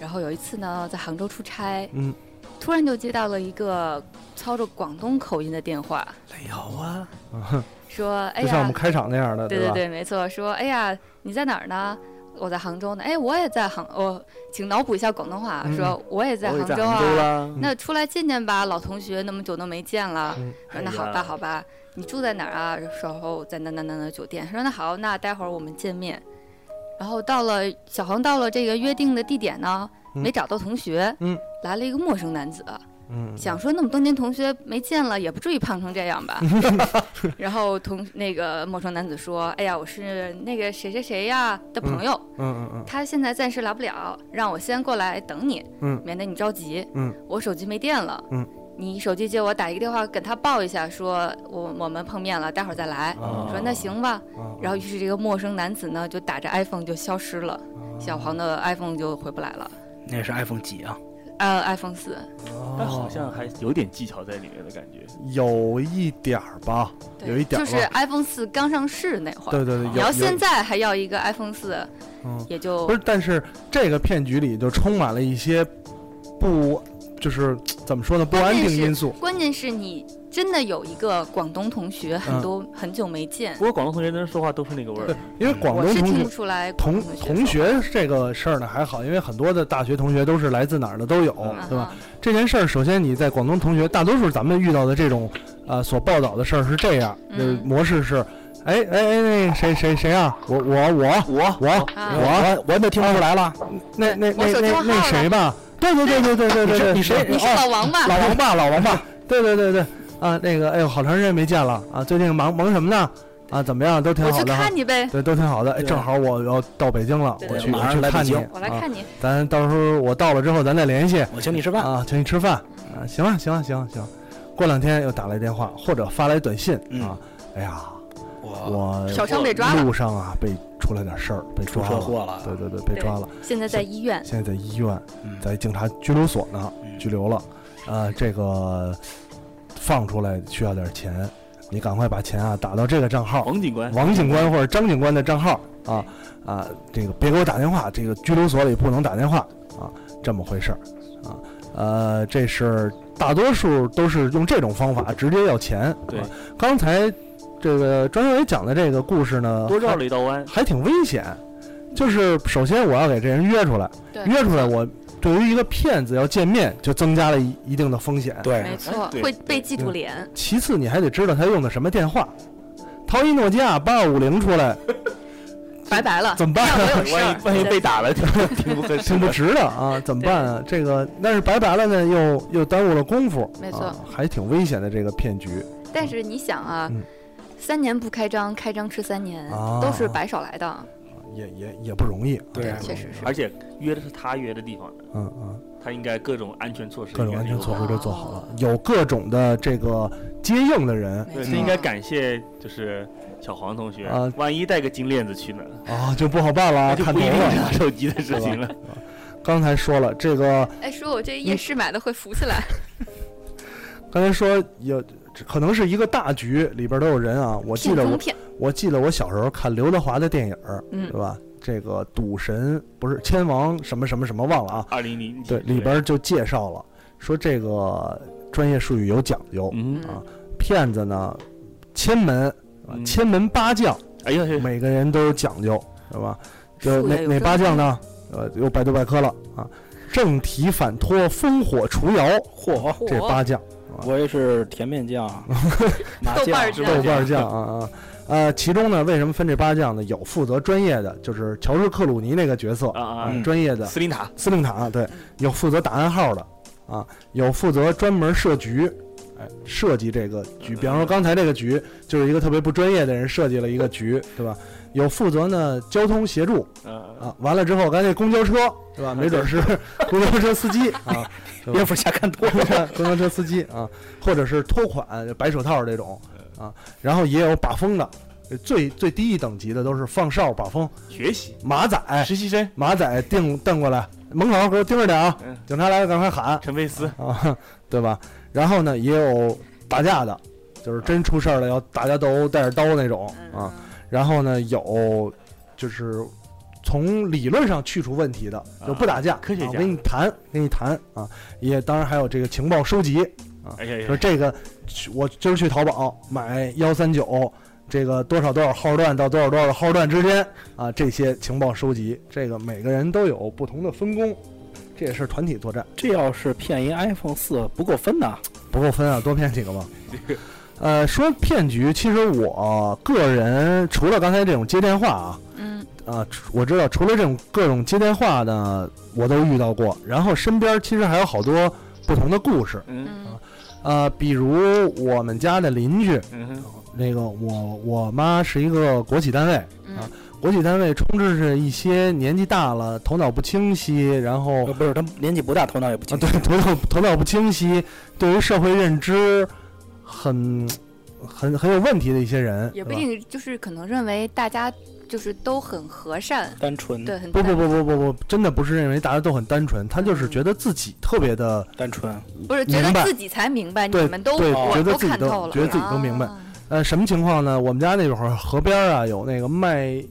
S8: 然后有一次呢，在杭州出差，
S10: 嗯，
S8: 突然就接到了一个操着广东口音的电话，
S2: 有啊，
S8: 说：“哎
S10: 就像我
S8: 呀
S10: 们，开场那样的，
S8: 对
S10: 吧？
S8: 对，没错，说哎呀，你在哪儿呢？我在杭州呢。哎，我也在杭，哦，请脑补一下广东话，啊
S10: 嗯
S8: 说我也在
S5: 我也
S8: 杭
S5: 在
S8: 州
S5: 杭州
S8: 啊
S5: 啦。
S8: 那出来见见吧，老同学，那么久都没见了。
S5: 嗯
S8: 说那
S5: 哎
S8: 好
S5: 呀
S8: 吧，好吧，你住在哪儿啊？时候在哪哪哪哪酒店。他说那好，那待会儿我们见面。然后到了小恒到了这个约定的地点呢，
S10: 嗯
S8: 没找到同学，
S10: 嗯，
S8: 来了一个陌生男子，
S10: 嗯，
S8: 想说那么多年同学没见了，也不至于胖成这 样吧。然后同那个陌生男子说：“哎呀，我是那个谁谁谁呀的朋友，
S10: 嗯嗯
S8: 他现在暂时来不了，让我先过来等你，
S10: 嗯
S8: 免得你着急。
S10: 嗯
S8: 我手机没电了，
S10: 嗯
S8: 你手机借我打一个电话，跟他报一下，说我我们碰面了，待会儿再来。
S10: 哦
S8: 我说那行吧。
S10: 哦
S8: 然后于是这个陌生男子呢，就打着 iPhone 就消失了，
S10: 嗯
S8: 小黄的 iPhone 就回不来了。
S2: 那是 iPhone 几啊？
S8: 呃，iPhone 四，
S10: 嗯
S5: 但哎好像
S10: 啊
S5: 还有点技巧在里面的感觉。
S10: 哦有一点儿吧，有一点
S8: 就
S10: 儿
S8: 是
S10: 吧。
S8: iPhone 四刚上市那会儿。
S10: 对对对有
S8: 你要
S10: 有
S8: 现在还要一个 iPhone 四，
S10: 嗯，
S8: 也就
S10: 不是，但是这个骗局里就充满了一些不，就是怎么说呢，不安定因素。
S8: 关键是你真的有一个广东同学，很多、很久没见
S5: 不，过广东同学真说话都是那个味儿
S10: 对，，因为广
S8: 我
S10: 东
S8: 是
S10: 同
S8: 听
S10: 学
S8: 不出来广
S10: 同
S8: 东同学
S10: 同学这个事儿呢还好，因为很多的大学同学都是来自哪儿的都有，
S8: 嗯
S10: 对吧？这件事儿，首先你在广东同学，大多数咱们遇到的这种，呃，所报道的事儿是这样，呃，
S8: 嗯
S10: 模式是，哎哎哎，那谁谁谁啊，我我我我我我我都听不出来了，那那那那那谁吧，对对对对对对对对，
S2: 你是你是
S10: 哦
S2: 老王吧
S10: 老王吧，老王 吧，对对对对，啊，那个，哎呦，好长时间没见了啊，最近忙忙什么呢？啊，怎么样？都挺好的。
S8: 我去看你呗
S10: 对，都挺好的。哎，
S8: 对
S10: 正好我要到北京了，
S8: 对
S10: 我
S8: 对
S10: 去
S8: 马
S10: 我
S8: 上
S10: 去
S8: 来北
S10: 看你
S8: 京，我来看你
S10: 啊咱到时候我到了之后，咱再联系。
S2: 我请你吃饭
S10: 啊，请你吃饭啊，行啊，行啊，行啊，行啊。过两天又打来电话，或者发来短信啊。哎呀，
S1: 啊
S10: 我
S8: 小张被抓了
S10: 路上啊被出了点事儿，被
S2: 出
S10: 抓
S2: 车祸了
S10: 对对对，被抓了。
S8: 现在在医院，
S10: 现在在医院，在警察拘留所呢，拘留了。呃，这个放出来需要点钱，你赶快把钱啊打到这个账号，
S5: 王警官
S10: 王警官或者张警官的账号啊啊，这个别给我打电话，这个拘留所里不能打电话啊，这么回事儿啊。呃，这是大多数都是用这种方法直接要钱。
S5: 对
S10: 啊刚才这个庄小伟讲的这个故事呢，
S5: 多绕了一道弯。
S10: 还挺危险。就是首先我要给这人约出来，约出来我对于一个骗子要见面就增加了一一定的风险。
S2: 对
S8: 没错，会被记
S10: 嗯
S8: 住脸。
S10: 其次你还得知道他用的什么电话，掏一诺基亚八二五零出来，
S8: 拜拜了，
S10: 怎么办、
S8: 那我
S10: 啊
S8: 有？事儿
S5: 打了，挺
S10: 挺不挺不值的 啊！怎么办啊？这个但是白白了呢，又又耽误了功夫，
S8: 没错
S10: 啊还挺危险的这个骗局。
S8: 但是你想啊，三年不开张，开张吃三年，
S10: 嗯啊
S8: 都是白少来的。
S10: 也也也不容易。啊
S5: 对啊
S8: 确实是
S5: 而且约的是他约的地方的，
S10: 嗯嗯，
S5: 他应该各种安全措施，
S10: 各种安全措施
S5: 应该
S10: 都做好了，有各种的这个接应的人，
S5: 是有的。对，这应该感谢就是小黄同学
S10: 啊，
S5: 万一带个金链子去呢？
S10: 啊就不好办了，
S5: 就
S10: 看
S5: 不
S10: 头
S5: 一定是拿
S10: 了。
S5: 手机的事情了。
S10: 刚才说了这个，
S8: 哎，说我这夜市买的会浮起来，
S10: 刚才说有可能是一个大局里边都有人啊， 我记得
S8: 品中
S10: 我
S8: 片
S10: 我记得我小时候看刘德华的电影，
S8: 嗯
S10: 对吧？这个赌神不是千王什么什么什么忘了啊，
S5: 二零零
S10: 对，里边就介绍了，说这个专业术语有讲究、
S2: 嗯
S8: 嗯
S1: 嗯
S10: 啊，骗子呢，千门，
S2: 嗯
S10: 啊千门八将，
S5: 哎呀，
S10: 每个人都有讲究，是吧？就
S5: 术业
S10: 哪
S5: 有
S10: 哪
S5: 专
S10: 八将呢？呃，有百度百科了啊，正体反托、烽火除窑，
S2: 嚯
S10: 这八将，
S2: 我也是甜面 酱、麻
S10: 豆
S2: 酱、
S10: 瓣儿酱啊啊。呃，其中呢，为什么分这八将呢？有负责专业的，就是乔治克鲁尼那个角色
S5: 啊
S10: 啊
S5: 嗯，
S10: 专业的
S5: 司令塔
S10: 司令塔对，有负责打暗号的啊，有负责专门设局，哎，设计这个
S5: 嗯
S10: 局。比方说刚才这个局就是一个特别不专业的人设计了一个局，对吧？有负责呢交通协助
S1: 呃
S10: 啊，完了之后，刚才公交车对吧？没准是 公交车司机 啊，蝙蝠侠看多了， 公交车司机啊，或者是托款、白手套这种啊，然后也有把风的。最最低一等级的都是放哨、把风、
S5: 学习
S10: 马仔、
S5: 实习生、
S10: 马仔定瞪过来，门口给我盯着点啊！
S5: 嗯
S10: 警察来了，赶快喊！
S5: 陈佩斯
S10: 啊，对吧？然后呢，也有打架的，就是真出事儿了要打架斗殴，带着刀那种
S8: 嗯
S10: 啊。然后呢，有就是从理论上去除问题的，就不打架，科
S5: 学家
S10: 给你谈，给你谈啊。也当然还有这个情报收集啊
S5: 哎呀呀，
S10: 说这个去我今儿去淘宝买幺三九。这个多少多少号段到多少多少号段之间啊，这些情报收集，这个每个人都有不同的分工，这也是团体作战。
S2: 这要是骗一 iPhone 四不够分呐，
S10: 不够分啊，多骗几个吧。呃，说骗局，其实我个人除了刚才这种接电话啊，
S8: 嗯，
S10: 啊，除我知道除了这种各种接电话呢，我都遇到过。然后身边其实还有好多不同的故事，
S1: 嗯，
S10: 呃，比如我们家的邻居，
S1: 嗯哼，
S10: 那个我我妈是一个国企单位
S8: 嗯
S10: 啊，国企单位充斥着一些年纪大了、头脑不清晰，然后
S2: 呃不是他年纪不大，头脑也不
S10: 清晰，对，头脑头脑不清晰，对于社会认知很很很有问题的一些人，
S8: 也不
S10: 是
S8: 一
S10: 吧
S8: 定就是可能认为大家就是都很和善，
S2: 单 纯
S8: 对，很
S10: 嗯不不
S8: 单
S10: 不不不不，真的不是认为大家都很单纯，他就是觉得自己特别的
S2: 单纯，
S8: 不是觉得自己才明白，你
S10: 对
S8: 们都
S10: 对，
S8: 我
S10: 觉得
S8: 都
S10: 自己
S8: 看
S10: 都
S8: 透了，啊
S10: 觉得自己都明白。呃，什么情况呢？我们家那会儿河边儿啊有那个卖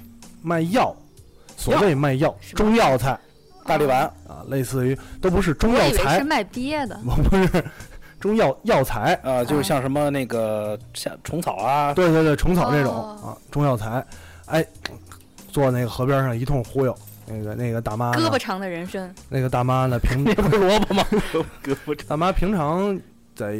S10: 卖药，所谓卖药，中药材，
S2: 大力丸
S10: 啊，类似于都不是中
S8: 我
S10: 药
S8: 以为
S10: 材
S8: 是，卖鳖的，
S10: 我不是中药药材
S2: 啊，就是像什么那个像虫草啊，
S10: 对对对，虫草这种、
S8: 哦
S10: 啊，中药材，哎，坐那个河边儿上一通忽悠，那个那个大妈呢
S8: 胳膊长的人参，
S10: 那个大妈呢， 平
S2: 那不是萝卜吗？
S10: 大妈平常在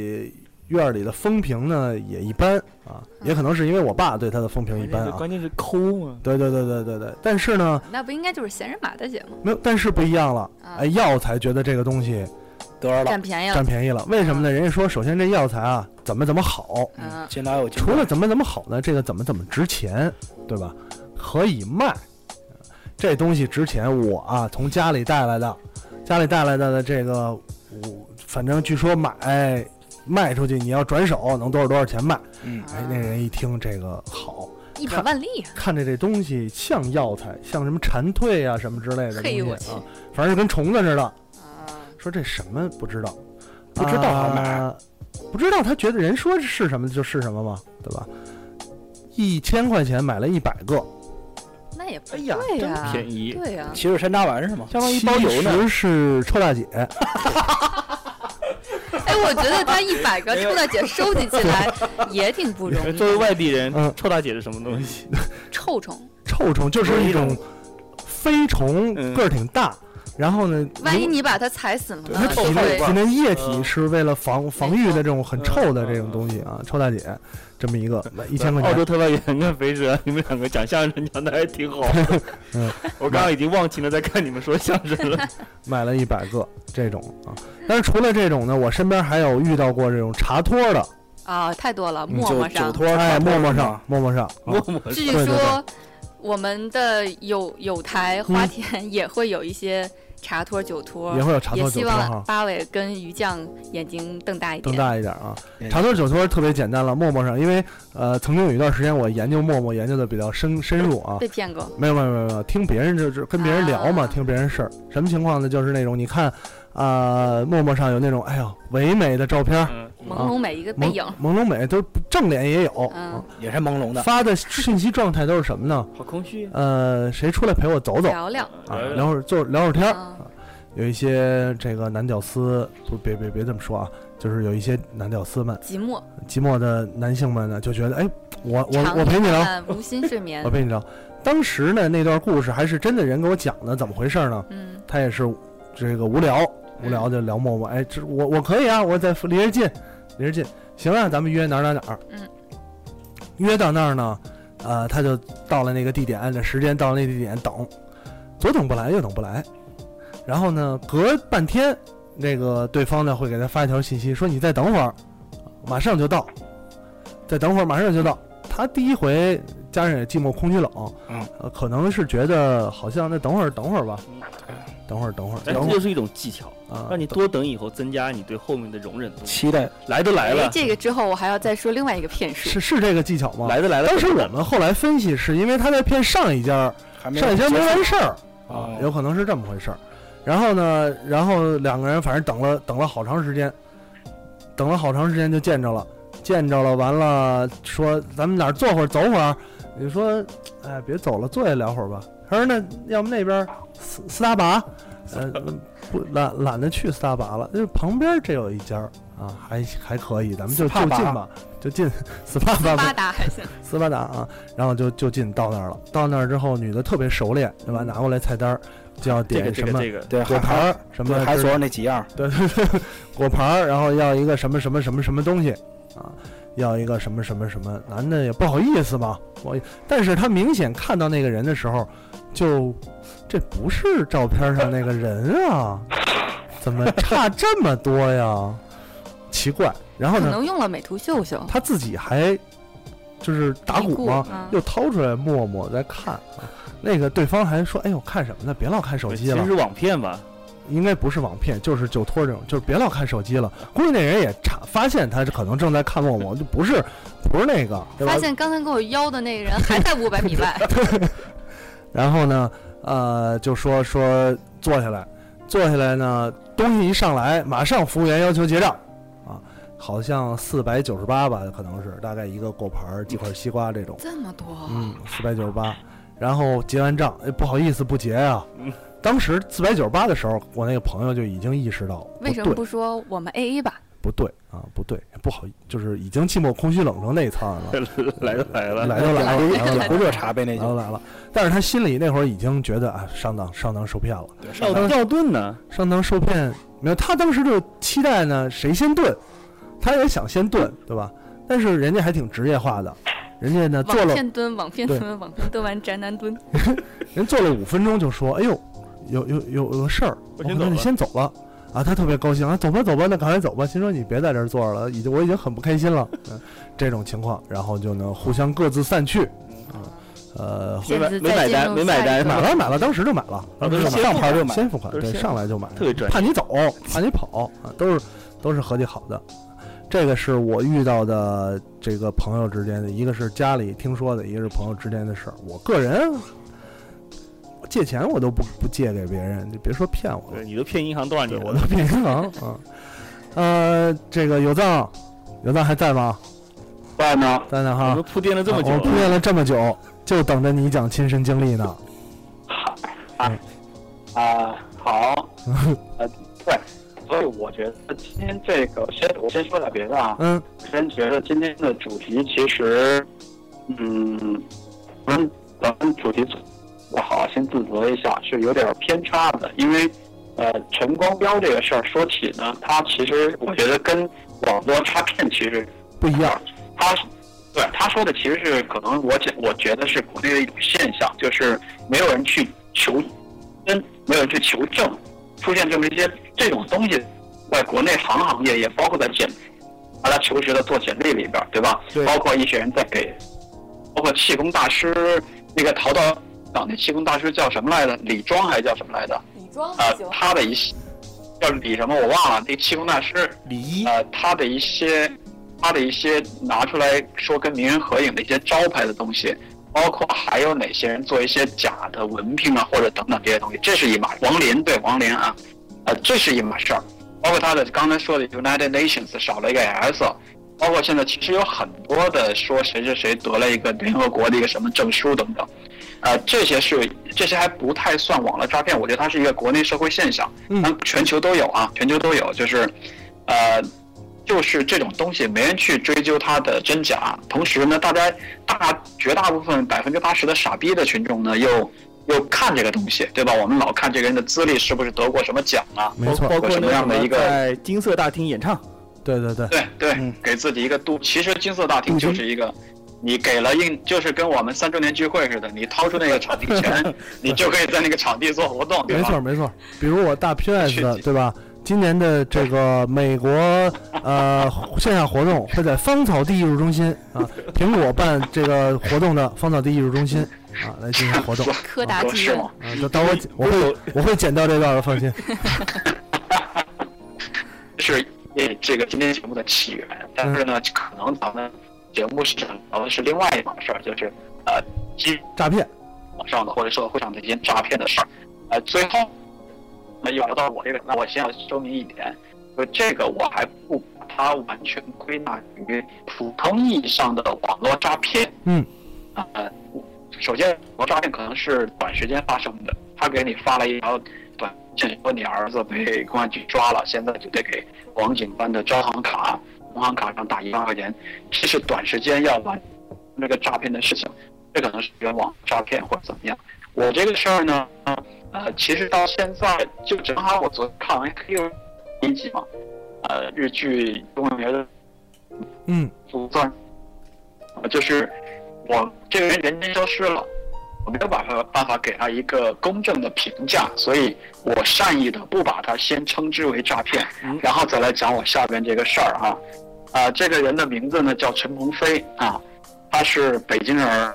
S10: 院儿里的风评呢也一般啊，也可能是因为我爸对她的风评一般啊。
S1: 关键是抠嘛，
S10: 对对对对对对，但是呢，
S8: 啊那不应该就是闲人马大姐吗？
S10: 没有，但是不一样了，
S8: 啊
S10: 哎，药材觉得这个东西
S2: 得了
S8: 占便宜了
S10: 占便宜了。为
S8: 啊
S10: 什么呢？人家说，首先这药材啊，怎么怎么好，
S8: 嗯，
S2: 先拿有
S10: 除了怎么怎么好呢，这个怎么怎么值钱，对吧？可以卖，这东西值钱。我啊，从家里带来的，家里带来的这个，我反正据说买卖出去，你要转手能多少多少钱卖。
S2: 嗯，
S10: 哎，那人一听这个好，
S8: 啊一本万利啊，
S10: 看着这东西像药材，像什么蝉蜕啊什么之类的东
S8: 嘿
S10: 西
S8: 我啊
S10: 啊，反正就跟虫子似的。说这什么不知道，
S2: 不知道还买
S10: 啊不知道他觉得人说是什么就是什么嘛，对吧？一千块钱买了一百个，
S8: 那也不贵呀，
S2: 啊
S8: 对啊呀，
S2: 骑着山楂丸是吗？
S10: 相当于包邮呢。是臭大姐，
S8: 哎，我觉得他一百个臭大姐收集起 来也挺不容易，
S1: 作为外地人，
S10: 嗯
S1: 臭大姐是什么东西？
S8: 臭虫，
S10: 臭虫就是一种嗯飞虫，个儿挺大，然后呢，
S8: 万一
S10: 如
S8: 你啊把它踩死了呢，
S10: 它体
S8: 就
S10: 内
S8: 会
S10: 体内液体是为了防防御的这种很臭的这种东西啊，臭大姐这么一个一千块
S1: 澳洲
S10: 钱，
S1: 特派员跟肥蛇，你们两个讲相声讲的还挺好。
S10: 嗯，
S1: 我刚刚已经忘情的在看你们说相声了。
S10: 买了一百个这种啊。但是除了这种呢，我身边还有遇到过这种茶托的，
S8: 啊，太多
S10: 嗯
S8: 了，陌陌上，
S10: 哎，陌陌上，陌陌上，啊陌
S1: 陌上
S8: 据说我们的有有台花田也会有一些茶托酒托，
S10: 嗯也会有茶托
S8: 也
S10: 酒托
S8: 希
S10: 哈
S8: 望八尾跟鱼酱眼睛瞪大一
S10: 更
S8: 点，
S10: 大一点啊
S2: 对。
S10: 茶托酒托特别简单了，陌陌上，因为呃，曾经有一段时间我研究陌陌研究的比较深深入啊。
S8: 被骗过，
S10: 没有没有没有没有，听别人就是跟别人聊
S8: 啊
S10: 嘛，听别人事儿。什么情况呢？就是那种你看，啊、陌陌上有那种哎呦唯美的照片儿，
S8: 朦
S10: 啊哦
S8: 胧美一个背
S10: 朦
S8: 影，
S10: 朦胧美都正脸也有，啊
S8: 嗯，
S2: 也是朦胧的。
S10: 发的信息状态都是什么呢？
S1: 好空虚。
S10: 呃，谁出来陪我走走？
S8: 聊聊
S10: 啊，聊会儿就是聊会儿天儿、
S8: 嗯
S10: 啊有一些这个男屌丝，不，别别别这么说啊，就是有一些男屌丝们，
S8: 寂寞，
S10: 寂寞的男性们呢，就觉得哎，我我
S8: 长
S10: 我陪你
S8: 夜
S10: 聊，
S8: 漫无心睡 眠
S10: 我，陪你聊。当时呢，那段故事还是真的人给我讲的，怎么回事呢？
S8: 嗯，
S10: 他也是这个无聊，无聊就聊陌陌，哎，这我我可以啊，我在离着近，离着近，行啊，咱们约哪儿哪儿哪儿，
S8: 嗯，
S10: 约到那儿呢，呃，他就到了那个地点，按照时间到了那地点等，左等不来，右等不来，然后呢，隔半天，那个对方呢会给他发一条信息，说你再等会儿，马上就到，再等会儿马上就到。他第一回加上也寂寞空虚冷，
S2: 嗯、
S10: 呃，可能是觉得好像那等会儿等会儿吧，等会儿等会儿，
S1: 哎，这
S10: 等会儿
S1: 就是一种技巧
S10: 啊，
S1: 让你多等以后增加你对后面的容忍度。
S2: 期待
S1: 来都来
S8: 哎
S1: 了，，
S8: 这个之后我还要再说另外一个骗
S10: 啊
S8: 术，
S10: 是是这个技巧吗？
S1: 来都来了
S10: 当时我们后来分析，是因为他在骗上一家，
S2: 没有
S10: 上一家没完事儿
S2: 哦
S10: 啊，有可能是这么回事儿。然后呢，然后两个人反正等了等了好长时间，等了好长时间就见着了，见着了，完了说咱们哪儿坐会儿走会儿，你说哎别走了，坐下聊会儿吧。他说那要不那边儿斯斯大拔，呃不懒懒得去斯大拔了，就是旁边这有一家儿啊，还还可以，咱们就
S2: 斯帕
S10: 就
S2: 拔
S10: 近吧，就近斯巴达
S8: 八达还行，
S10: 斯巴达啊，然后就就近到那儿了。到那儿之后，女的特别熟练，对吧？拿过来菜单儿，就要
S2: 这
S10: 点什
S2: 个这个
S10: 么
S2: 这个对
S10: 果
S2: 还
S10: 盘儿
S2: 还
S10: 什么
S2: 对还
S10: 之
S2: 昨儿那几样儿
S10: 对对对，果盘儿，然后要一个什么什么什么什么东西啊。要一个什么什么什么，男的也不好意思吧，我，但是他明显看到那个人的时候，就这不是照片上那个人啊，怎么差这么多呀？奇怪。然后
S8: 可
S10: 呢，
S8: 能用了美图秀秀。
S10: 他自己还就是打鼓嘛
S8: 嘀咕嗯，
S10: 又掏出来默默在看。那个对方还说：“哎呦，看什么呢？别老看手机了。”
S5: 其实是网骗吧？。
S10: 应该不是网骗，就是酒托这种，就是别老看手机了。估计那人也察发现他可能正在看 陌陌，就不是不是那个，对吧
S8: 发？现刚才跟我邀的那个人还在五百米 外，
S10: 然后呢，呃，就说说坐下来，坐下来呢，东西一上来，马上服务员要求结账，啊，好像四百九十八吧，可能是大概一个果盘儿几块西瓜这种，
S8: 这么多，
S10: 嗯，四百九十八，然后结完账，哎，不好意思不结啊，当时四百九十八的时候，我那个朋友就已经意识到，
S8: 为什
S10: 对
S8: 么不说我们 A A 吧？
S10: 不对啊，不对，不好意，就是已经寂寞、空虚、冷成那一趟了
S5: 来都来了
S10: 来都
S2: 哎
S10: 来了，来都来
S2: 壶
S10: 了
S2: 热茶杯那
S10: 来
S2: 就
S10: 都来了。但是他心里那会儿已经觉得啊，上当上当受骗了，
S5: 上当要盾呢？
S10: 上当受骗没有？他当时就期待呢，谁先炖，他也想先炖，对吧？但是人家还挺职业化的，人家呢做
S8: 网
S10: 了
S8: 骗蹲，网骗
S10: 对
S8: 蹲，网骗蹲完宅男蹲，
S10: 人坐了五分钟就说：“哎呦，有有有有个事儿，我
S5: 我
S10: 可
S5: 先
S10: 能
S5: 走
S10: 你
S5: 了
S10: 先走了。”啊，他特别高兴啊，走吧走吧，那赶快走吧。心说你别在这儿坐着了，已经我已经很不开心了。嗯，这种情况，然后就能互相各自散去。嗯呃，
S5: 没买没买单，没买单，
S10: 买了买了，当时就买了，
S5: 啊
S10: 当
S5: 都
S10: 时就
S5: 是先付款就买
S10: 先付款，
S5: 都是
S10: 对，
S5: 先
S10: 上来就买，
S5: 特别专业
S10: 怕你走，怕你跑啊，都是都是合计好的。这个是我遇到的这个朋友之间的，一个是家里听说的，一个是朋友之间的事儿。我个人借钱我都不不借给别人，就别说骗我了，
S5: 对你都骗银行多少年？我都
S10: 骗银行啊。呃，这个有藏，有藏还在吗？
S1: 在呢，
S10: 在呢哈。
S5: 我们铺垫了这么久
S10: 啊
S5: 了
S10: 我铺垫了这么久，就等着你讲亲身经历呢。
S1: 啊，好，呃，对，所以我觉得今天这个，先我先说点别的啊。
S10: 嗯，
S1: 我先觉得今天的主题其实，嗯，咱们咱们主题不好，先自责一下，是有点偏差的，因为。呃，陈光标这个事儿说起呢，它其实我觉得跟网络诈骗其实
S10: 不一样。
S1: 他对他说的其实是可能我觉我觉得是国内的一种现象，就是没有人去求真，没有人去求证，出现这么一些这种东西，在国内行行业也包括在简，把它求实的做简历里边儿，对吧？包括一些人在给，包括气功大师那个逃到港那气功大师叫什么来着？李庄还是叫什么来着？
S8: 李庄
S1: 呃，他的一些叫李什么我忘了，那个气功大师
S5: 李一，
S1: 呃，他的一些他的一些拿出来说跟名人合影的一些招牌的东西，包括还有哪些人做一些假的文凭啊或者等等这些东西，这是一码。王林对王林啊，呃，这是一码事儿。包括他的刚才说的 United Nations 少了一个 S，包括现在其实有很多的说谁谁谁得了一个联合国的一个什么证书等等，呃，这些是这些还不太算网络诈骗，我觉得它是一个国内社会现象，嗯，全球都有啊，全球都有，就是，呃，就是这种东西没人去追究它的真假，同时呢，大家大绝大部分百分之八十的傻逼的群众呢又。又看这个东西，对吧？我们老看这个人的资历是不是得过什么奖啊，
S5: 包
S1: 或
S5: 括
S1: 者什么
S5: 那
S1: 样的一个
S5: 在金色大厅演唱，
S10: 对对对，
S1: 对对，给自己一个镀。其实金色大厅就是一个，你给了应，就是跟我们三周年聚会似的，你掏出那个场地钱，你就可以在那个场地做活动，对
S10: 没
S1: 吧？
S10: 错没错，比如我大 PS 的，对吧？今年的这个美国呃线下活动会在芳草地艺术中心啊，苹果办这个活动的芳草地艺术中心啊来进行活动。
S8: 柯达剧院，
S10: 啊，就当我我会我会剪掉这段的，放 心。
S1: 是也这个今天节目的起源，但是呢，可能咱们节目是聊的是另外一码事儿，就是呃，基
S10: 诈骗
S1: 网上的或者社会上的一些诈骗的事儿。呃，最后那又聊到我这个，那我先要说明一点，就这个我还不把它完全归纳于普通意义上的网络诈骗。
S10: 嗯，
S1: 呃，首先，网络诈骗可能是短时间发生的，他给你发了一条短信，说你儿子被公安局抓了，现在就得给网警办的招行卡，工行卡上打一万块钱，这是短时间要完那个诈骗的事情，这可能是冤枉诈骗或者怎么样。我这个事儿呢，呃，其实到现在就正好我昨天看完《黑》一集嘛，呃，日剧《中文名的
S10: 嗯，
S1: 不算，呃就是我这个人人间消失了，我没有办法办法给他一个公正的评价，所以我善意的不把他先称之为诈骗，
S5: 嗯
S1: 然后再来讲我下边这个事儿啊，啊、这个人的名字呢叫陈鹏飞啊，他是北京人儿，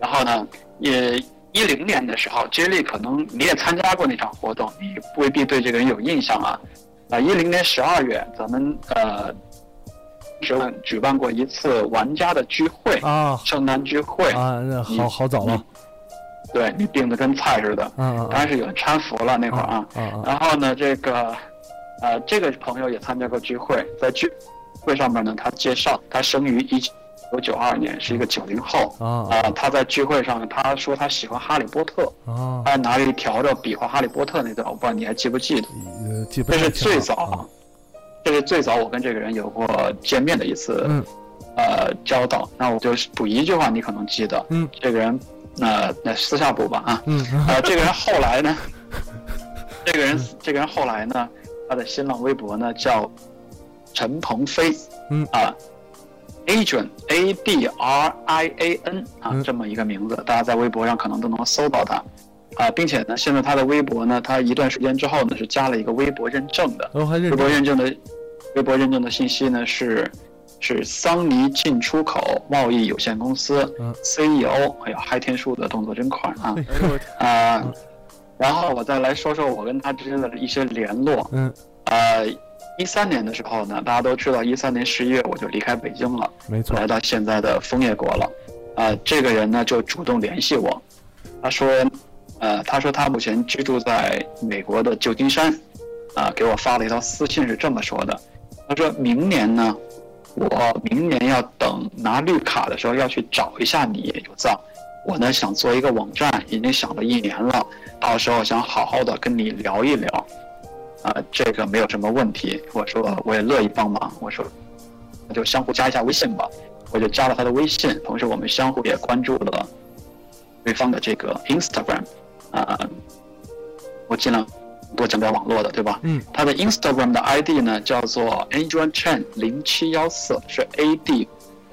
S1: 然后呢，也一零年的时候接力可能你也参加过那场活动，你未必对这个人有印象啊。啊，一零年十二月，咱们呃，举办举办过一次玩家的聚会
S10: 啊，
S1: 圣诞聚会
S10: 啊，那好好早了，
S1: 对你病得跟菜似的，
S10: 嗯嗯
S1: 当然是有人搀扶了那会儿
S5: 嗯
S1: 啊。
S10: 啊啊
S1: 然后呢，这个呃，这个朋友也参加过聚会，在聚会上面呢，他介绍他生于一九九二年，是一个九零后。
S10: 啊
S1: 啊、他在聚会上呢，他说他喜欢《哈利波特》，
S10: 啊，
S1: 他还拿了一条的比划《哈利波特》那段，我不知道你还记不记得。
S10: 呃，记不
S1: 这
S10: 太
S1: 是
S10: 清
S1: 最
S10: 了
S1: 早，这是最早我跟这个人有过见面的一次，
S10: 嗯
S1: 呃，交道。那我就是补一句话，你可能记得，
S10: 嗯，
S1: 这个人，呃，那私下补吧啊，
S10: 嗯
S1: 呃，这个人后来呢，这个人，这个人后来呢，他的新浪微博呢叫陈鹏飞，
S10: 嗯
S1: 啊。Adrian A D R I A N 啊，这么一个名字，大家在微博上可能都能搜到他。啊，并且呢，现在他的微博呢，他一段时间之后呢，是加了一个微博认证的。
S10: 哦还认
S1: 微
S10: 证
S1: 博认证的，微博认证的信息呢是是桑尼进出口贸易有限公司、CEO。哎呀，嗨天数的动作真快啊！啊、然后我再来说说我跟他之间的一些联络。
S10: 嗯，
S1: 呃，一三年的时候呢，大家都知道，一三年十一月我就离开北京了，
S10: 没错
S1: 来到现在的枫叶国了。啊、这个人呢就主动联系我，他说，呃，他说他目前居住在美国的旧金山，啊、给我发了一条私信是这么说的，他说明年呢，我明年要等拿绿卡的时候要去找一下你，有藏。我呢想做一个网站，已经想了一年了，到时候想好好的跟你聊一聊，啊、这个没有什么问题。我说我也乐意帮忙，我说那就相互加一下微信吧，我就加了他的微信，同时我们相互也关注了对方的这个 Instagram，啊、我尽量多讲点网络的，对吧？
S10: 嗯，
S1: 他的 Instagram 的 ID 呢叫做 Adrian Chen 零七幺四，是 A D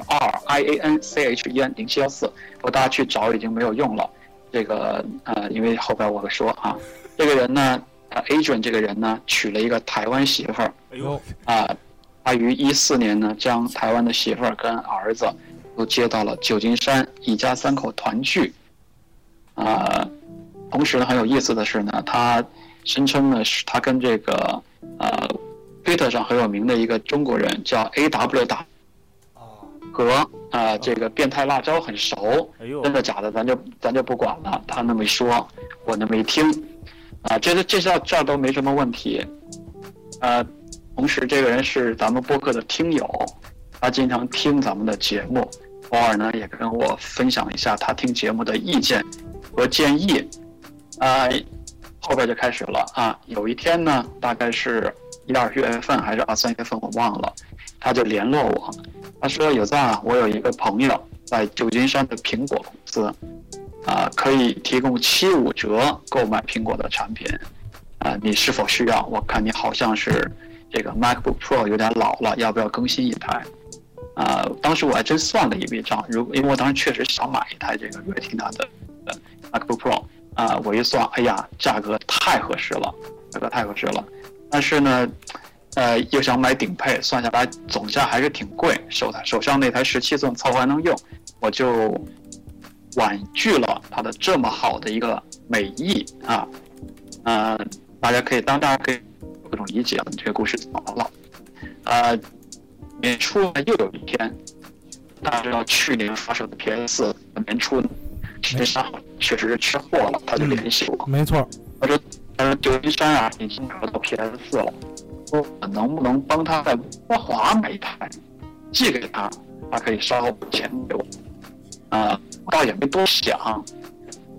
S1: R I A N C H E N 零七幺四，不过大家去找已经没有用了。这个呃，因为后边我会说啊，这个人呢，呃，Adrian 这个人呢，娶了一个台湾媳妇儿，
S10: 哎呦，
S1: 啊、他于一四年呢，将台湾的媳妇儿跟儿子都接到了旧金山，一家三口团聚。啊、同时呢，很有意思的是呢，他声称呢是他跟这个呃推特上很有名的一个中国人叫 A W 大，和啊、呃这个变态辣椒很熟，真的假的咱就咱就不管了。他那么一说，我那么一听，啊、这这这这这儿都没什么问题，呃，同时这个人是咱们播客的听友，他经常听咱们的节目，偶尔呢也跟我分享一下他听节目的意见和建议。啊、后边就开始了啊。有一天呢，大概是一二月份还是二三月份，我忘了，他就联络我，他说有赞啊，我有一个朋友在旧金山的苹果公司，啊、可以提供七五折购买苹果的产品，啊、你是否需要？我看你好像是这个 MacBook Pro 有点老了，要不要更新一台？啊、当时我还真算了一笔账，如因为我当时确实想买一台这个 Retina 的呃 MacBook Pro，啊、我一算，哎呀，价格太合适了，价格太合适了。但是呢，呃，又想买顶配，算下来总价还是挺贵。手手上那台十七寸凑合还能用，我就婉拒了它的这么好的一个美意啊。呃，大家可以当大家可以有各种理解了，这个故事怎么了？呃，年初呢又有一天，大家知道去年发售的 PS 年初十三号确实是缺货了，他就联系我。
S10: 没错，
S1: 他说：“他说旧金山啊，已经拿到 PS 四了，说我能不能帮他在温华买一台，寄给他，他可以稍后把钱给我。”啊，我倒也没多想，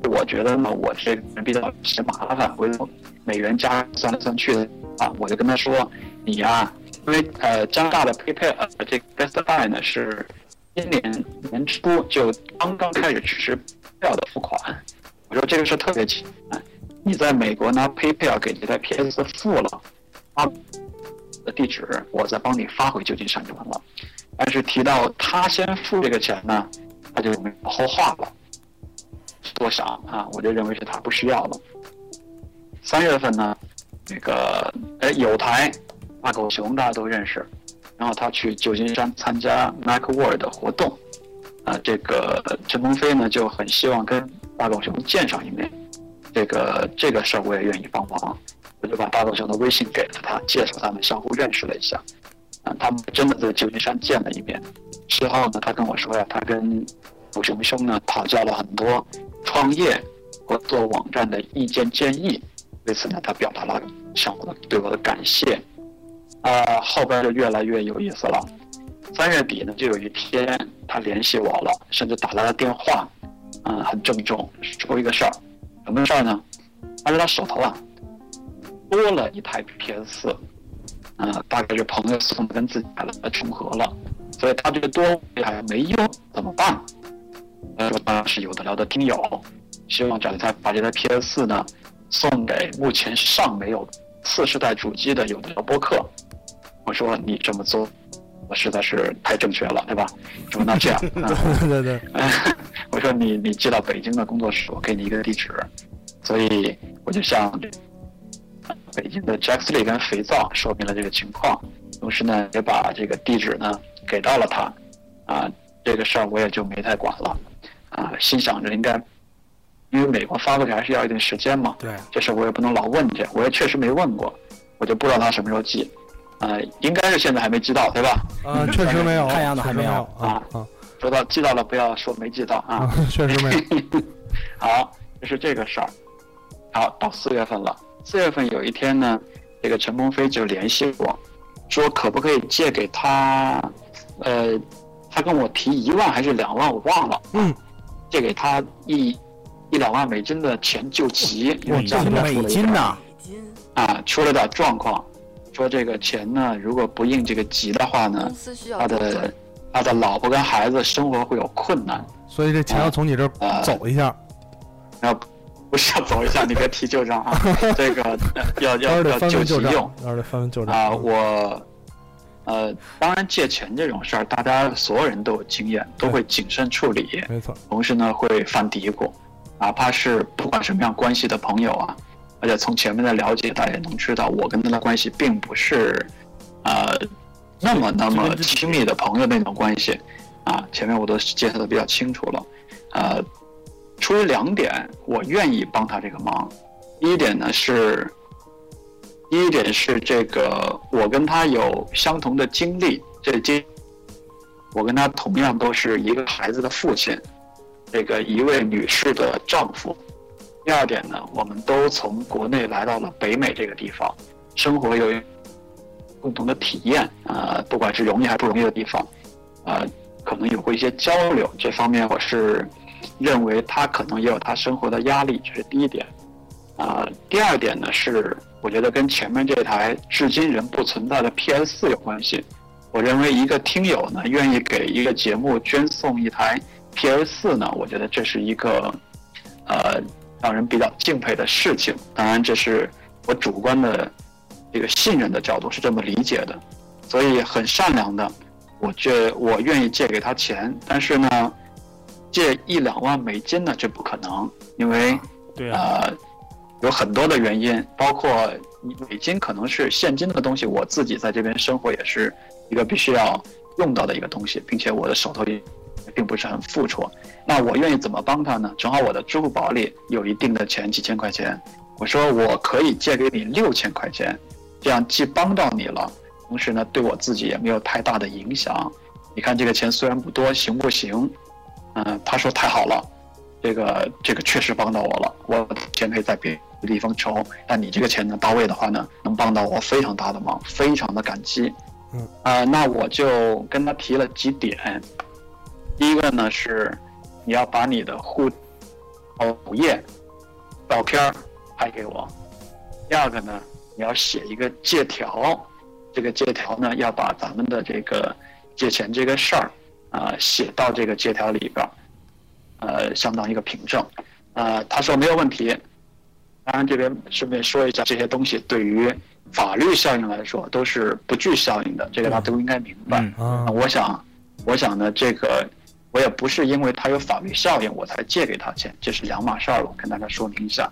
S1: 我觉得呢，我这个人比较嫌麻烦，回头美元加算来算去的啊，我就跟他说：“你呀、因为呃加拿大的 PayPal 呃这个 Best Buy 呢是今年年初就刚刚开始支持票的付款，我说这个事特别简单，你在美国拿 PayPal 给这台 PS 付了，发的地址，我再帮你发回旧金山就完了。但是提到他先付这个钱呢，他就没有后话了。多想啊，我就认为是他不需要了。三月份呢，那个哎有台大狗熊大家都认识，然后他去旧金山参加 Mac World 的活动，啊，这个陈鹏飞呢就很希望跟大狗熊见上一面，这个这个事儿我也愿意帮忙，我就把大狗熊的微信给了他，介绍他们相互认识了一下，啊，他们真的在旧金山见了一面，事后呢他跟我说呀，他跟狗熊兄呢讨教了很多创业和做网站的意见建议，为此呢他表达了向我的对我的感谢。啊，后边就越来越有意思了。三月底呢，就有一天他联系我了，甚至打来了电话，嗯，很郑重说一个事儿，什么事儿呢？他说他手头啊多了一台 PS 四，嗯，大概是朋友送的跟自己买的重合了，所以他这个多一台没用怎么办？他说当然是有的聊的听友，希望找他把这台 PS 四呢送给目前尚没有次世代主机的有的聊播客。我说你这么做，我实在是太正确了，对吧？说那这样，嗯、
S10: 对对对，
S1: 我说你你寄到北京的工作室，我给你一个地址，所以我就向北京的 Jack Lee 跟肥皂说明了这个情况，同时呢也把这个地址呢给到了他，啊，这个事儿我也就没太管了，啊，心想着应该。因为美国发过去还是要一定时间嘛，
S2: 对，
S1: 这事儿我也不能老问去，我也确实没问过，我就不知道他什么时候寄，呃，应该是现在还没寄到，对吧？
S10: 啊，确实没有，
S2: 看样子还没有
S10: 啊啊，
S1: 说到寄到了，不要说没寄到啊，
S10: 确实没 有。
S1: 好，这是这个事儿。好，到四月份了，四月份有一天呢，这个陈鹏飞就联系我，说可不可以借给他，呃，他跟我提一万还是两万，我忘了，
S10: 嗯，
S1: 借给他一一两万美金的钱救急，因
S2: 哇
S1: 为家里面出了一
S2: 美金
S1: 点
S2: 呐，
S1: 啊，出了点状况，说这个钱呢，如果不应这个急的话呢
S8: 公司需，要
S1: 他
S8: 多做
S1: 的他的老婆跟孩子生活会有困难。
S10: 所以这钱要从你这
S1: 啊
S10: 儿走一下，
S1: 然后不是要走一下，你别提旧账 啊，这个呃要
S10: 到时
S1: 要
S10: 候得
S1: 要
S10: 翻
S1: 救
S10: 翻
S1: 急
S10: 旧账
S1: 用，
S10: 到时候得翻翻旧账嗯
S1: 啊。我呃，当然借钱这种事儿，大家所有人都有经验，都会谨慎处理。
S10: 没错，
S1: 同时呢会犯嘀咕，哪怕是不管什么样关系的朋友啊，而且从前面的了解，大家也能知道，我跟他的关系并不是，呃，那么那么亲密的朋友那种关系，啊，前面我都介绍的比较清楚了，呃，出于两点，我愿意帮他这个忙，第一点呢是。第一点是这个，我跟他有相同的经历，这经，我跟他同样都是一个孩子的父亲，这个一位女士的丈夫。第二点呢，我们都从国内来到了北美这个地方，生活有共同的体验啊、呃不管是容易还不容易的地方，呃，可能有过一些交流。这方面我是认为他可能也有他生活的压力，这是第一点。啊、第二点呢是，我觉得跟前面这台哎至今仍不存在的 PS 四有关系。我认为一个听友呢，愿意给一个节目捐送一台 PS 四呢，我觉得这是一个呃让人比较敬佩的事情。当然，这是我主观的这个信任的角度是这么理解的，所以很善良的，我借我愿意借给他钱，但是呢，借一两万美金呢，这不可能，因为
S11: 对
S1: 啊、呃有很多的原因，包括美金可能是现金的东西，我自己在这边生活也是一个必须要用到的一个东西，并且我的手头也并不是很富绰。那我愿意怎么帮他呢？正好我的支付宝里有一定的钱，几千块钱，我说我可以借给你六千块钱，这样既帮到你了，同时呢对我自己也没有太大的影响。你看这个钱虽然不多，行不行？嗯、他说太好了，这个这个确实帮到我了，我的钱可以在别的地方筹，但你这个钱呢到位的话呢，能帮到我非常大的忙，非常的感激。
S10: 嗯，
S1: 啊，那我就跟他提了几点，第一个呢是你要把你的户哦主页照片儿拍给我，第二个呢你要写一个借条，这个借条呢要把咱们的这个借钱这个事儿啊、
S6: 呃
S1: 写到这个借条里边儿。呃，相当一个凭证。呃，他说没有问题。当然，这边顺便说一下，这些东西对于
S6: 法律效应来说都是不具效应的，这个大家都应该明白。
S1: 嗯
S10: 啊
S6: 那我想，我想呢，这个我也不是因为它有法律效应我才借给他钱，这是两码事儿。我跟大家说明一下，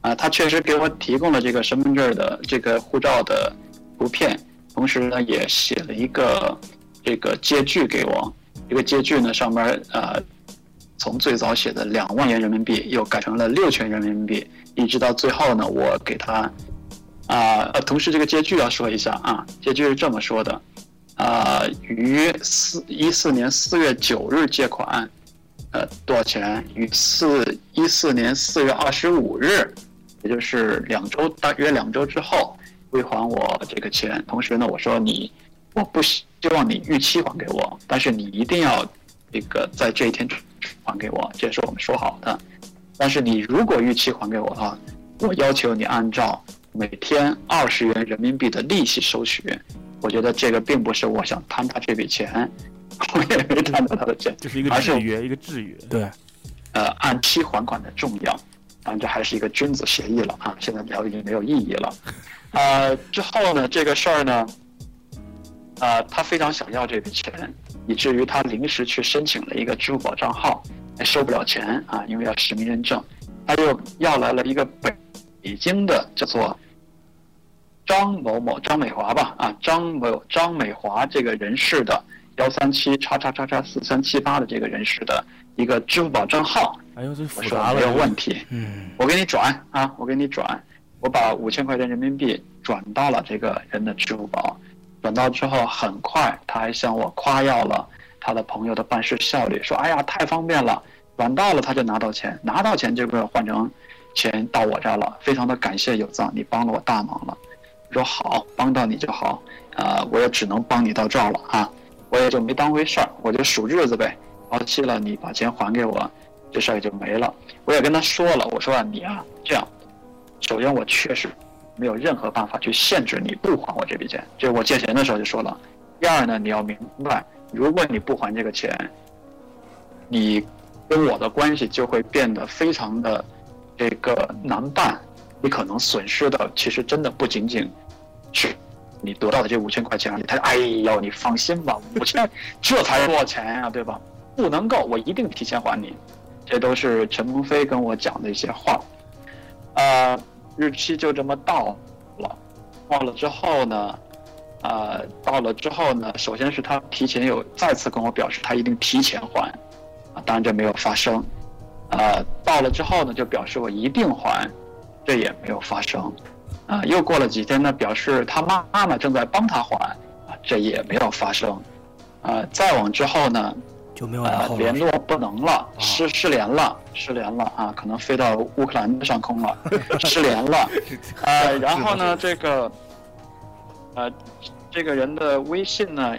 S6: 啊、他确实给我提供了这个身份证的这个护照的图片，同时呢也写了一个这个借据给我，这个借据呢上面呃。从最早写的两万元人民币，又改成了六千人民币，一直到最后呢，我给他，啊、呃，同时这个借据要说一下啊，借据是这么说的，啊、于四一四年四月九日借款，呃，多少钱？于四一四年四月二十五日，也就是两周，大约两周之后归还我这个钱。同时呢，我说你，我不希望你逾期还给我，但是你一定要这个在这一天还给我，这也是我们说好的。但是你如果逾期还给我的话，我要求你按照每天二十元人民币的利息收取。我觉得这个并不是我想贪他这笔钱，我也没贪到他 的钱，
S5: 这是一个
S6: 而是
S5: 制约，一个制约。
S2: 对，
S6: 呃，按期还款的重要。当然，这还是一个君子协议了啊，现在聊已经没有意义了。 呃，之后呢，这个事儿呢，呃，他非常想要这笔钱，以至于他临时去申请了一个支付宝账号，还收不了钱啊，因为要实名认证。他又要来了一个北北京的叫做张某某张美华吧啊，张某张美华这个人士的幺三七叉叉叉叉四三七八的这个人士的一个支付宝账号，
S5: 哎呦，这
S6: 我
S5: 复
S6: 说
S5: 杂了，
S6: 没有问题，
S2: 嗯，
S6: 我给你转啊，我给你转，我把五千块钱人民币转到了这个人的支付宝，转到之后很快他还向我夸耀了他的朋友的办事效率，说哎呀太方便了，转到了他就拿到钱，拿到钱就给我换成钱到我这儿了，非常的感谢有藏，你帮了我大忙了。我说好，帮到你就好，啊、我也只能帮你到这儿了啊，我也就没当回事儿，我就数日子呗，到期了你把钱还给我，这事儿也就没了。我也跟他说了，我说啊，你啊这样，首先我确实没有任何办法去限制你不还我这笔钱，就是我借钱的时候就说了。第二呢，你要明白，如果你不还这个钱，你跟我的关系就会变得非常的这个难办，你可能损失的其实真的不仅仅是你得到的这五千块钱而已。他说：“哎呦，你放心吧，五千这才多少钱呀、对吧？不能够，我一定提前还你。”这都是陈鹏飞跟我讲的一些话。呃，日期就这么到了，到了之后呢，呃，到了之后呢，首先是他提前有再次跟我表示他一定提前还，啊，当然这没有发生。呃，到了之后呢，就表示我一定还，这也没有发生。啊、又过了几天呢，表示他妈妈正在帮他还，啊，这也没有发生。啊、再往之后呢，
S2: 就没有然
S6: 呃
S2: 后，了
S6: 联。络不能了，失失联了，失联了啊，可能飞到乌克兰上空了，失联了，呃，然后呢，这个，呃，这个人的微信呢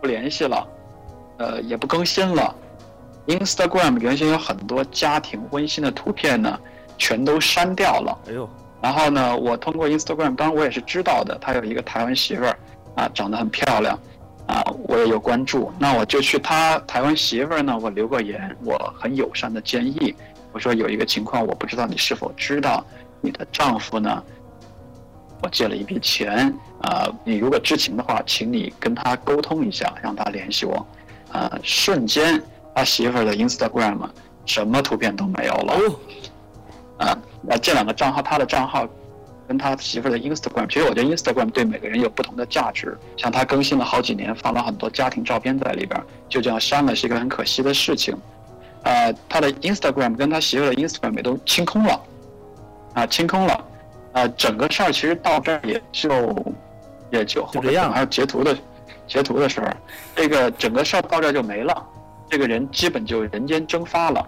S6: 不联系了，呃，也不更新了，Instagram 原先有很多家庭温馨的图片呢，全都删掉了。
S5: 哎呦，
S6: 然后呢，我通过 Instagram，当然我也是知道的，她有一个台湾媳妇儿，啊，长得很漂亮，啊，我也有关注。那我就去她台湾媳妇儿呢，我留个言，我很友善的建议，我说有一个情况，我不知道你是否知道，你的丈夫呢，我借了一笔钱，啊，你如果知情的话，请你跟他沟通一下，让他联系我。啊，瞬间他媳妇儿的 Instagram 啊什么图片都没有了。啊，那这两个账号，他的账号跟他媳妇儿的 Instagram，其实我觉得 Instagram 对每个人有不同的价值。像他更新了好几年，放了很多家庭照片在里边儿，就这样删了是一个很可惜的事情。呃，他的 Instagram 跟他媳妇儿的 Instagram 也都清空了，啊、清空了。呃，整个事儿其实到这儿也就也就
S5: 就这样
S6: 还有截图的截图的事儿，这个整个事儿到这儿就没了。这个人基本就人间蒸发了。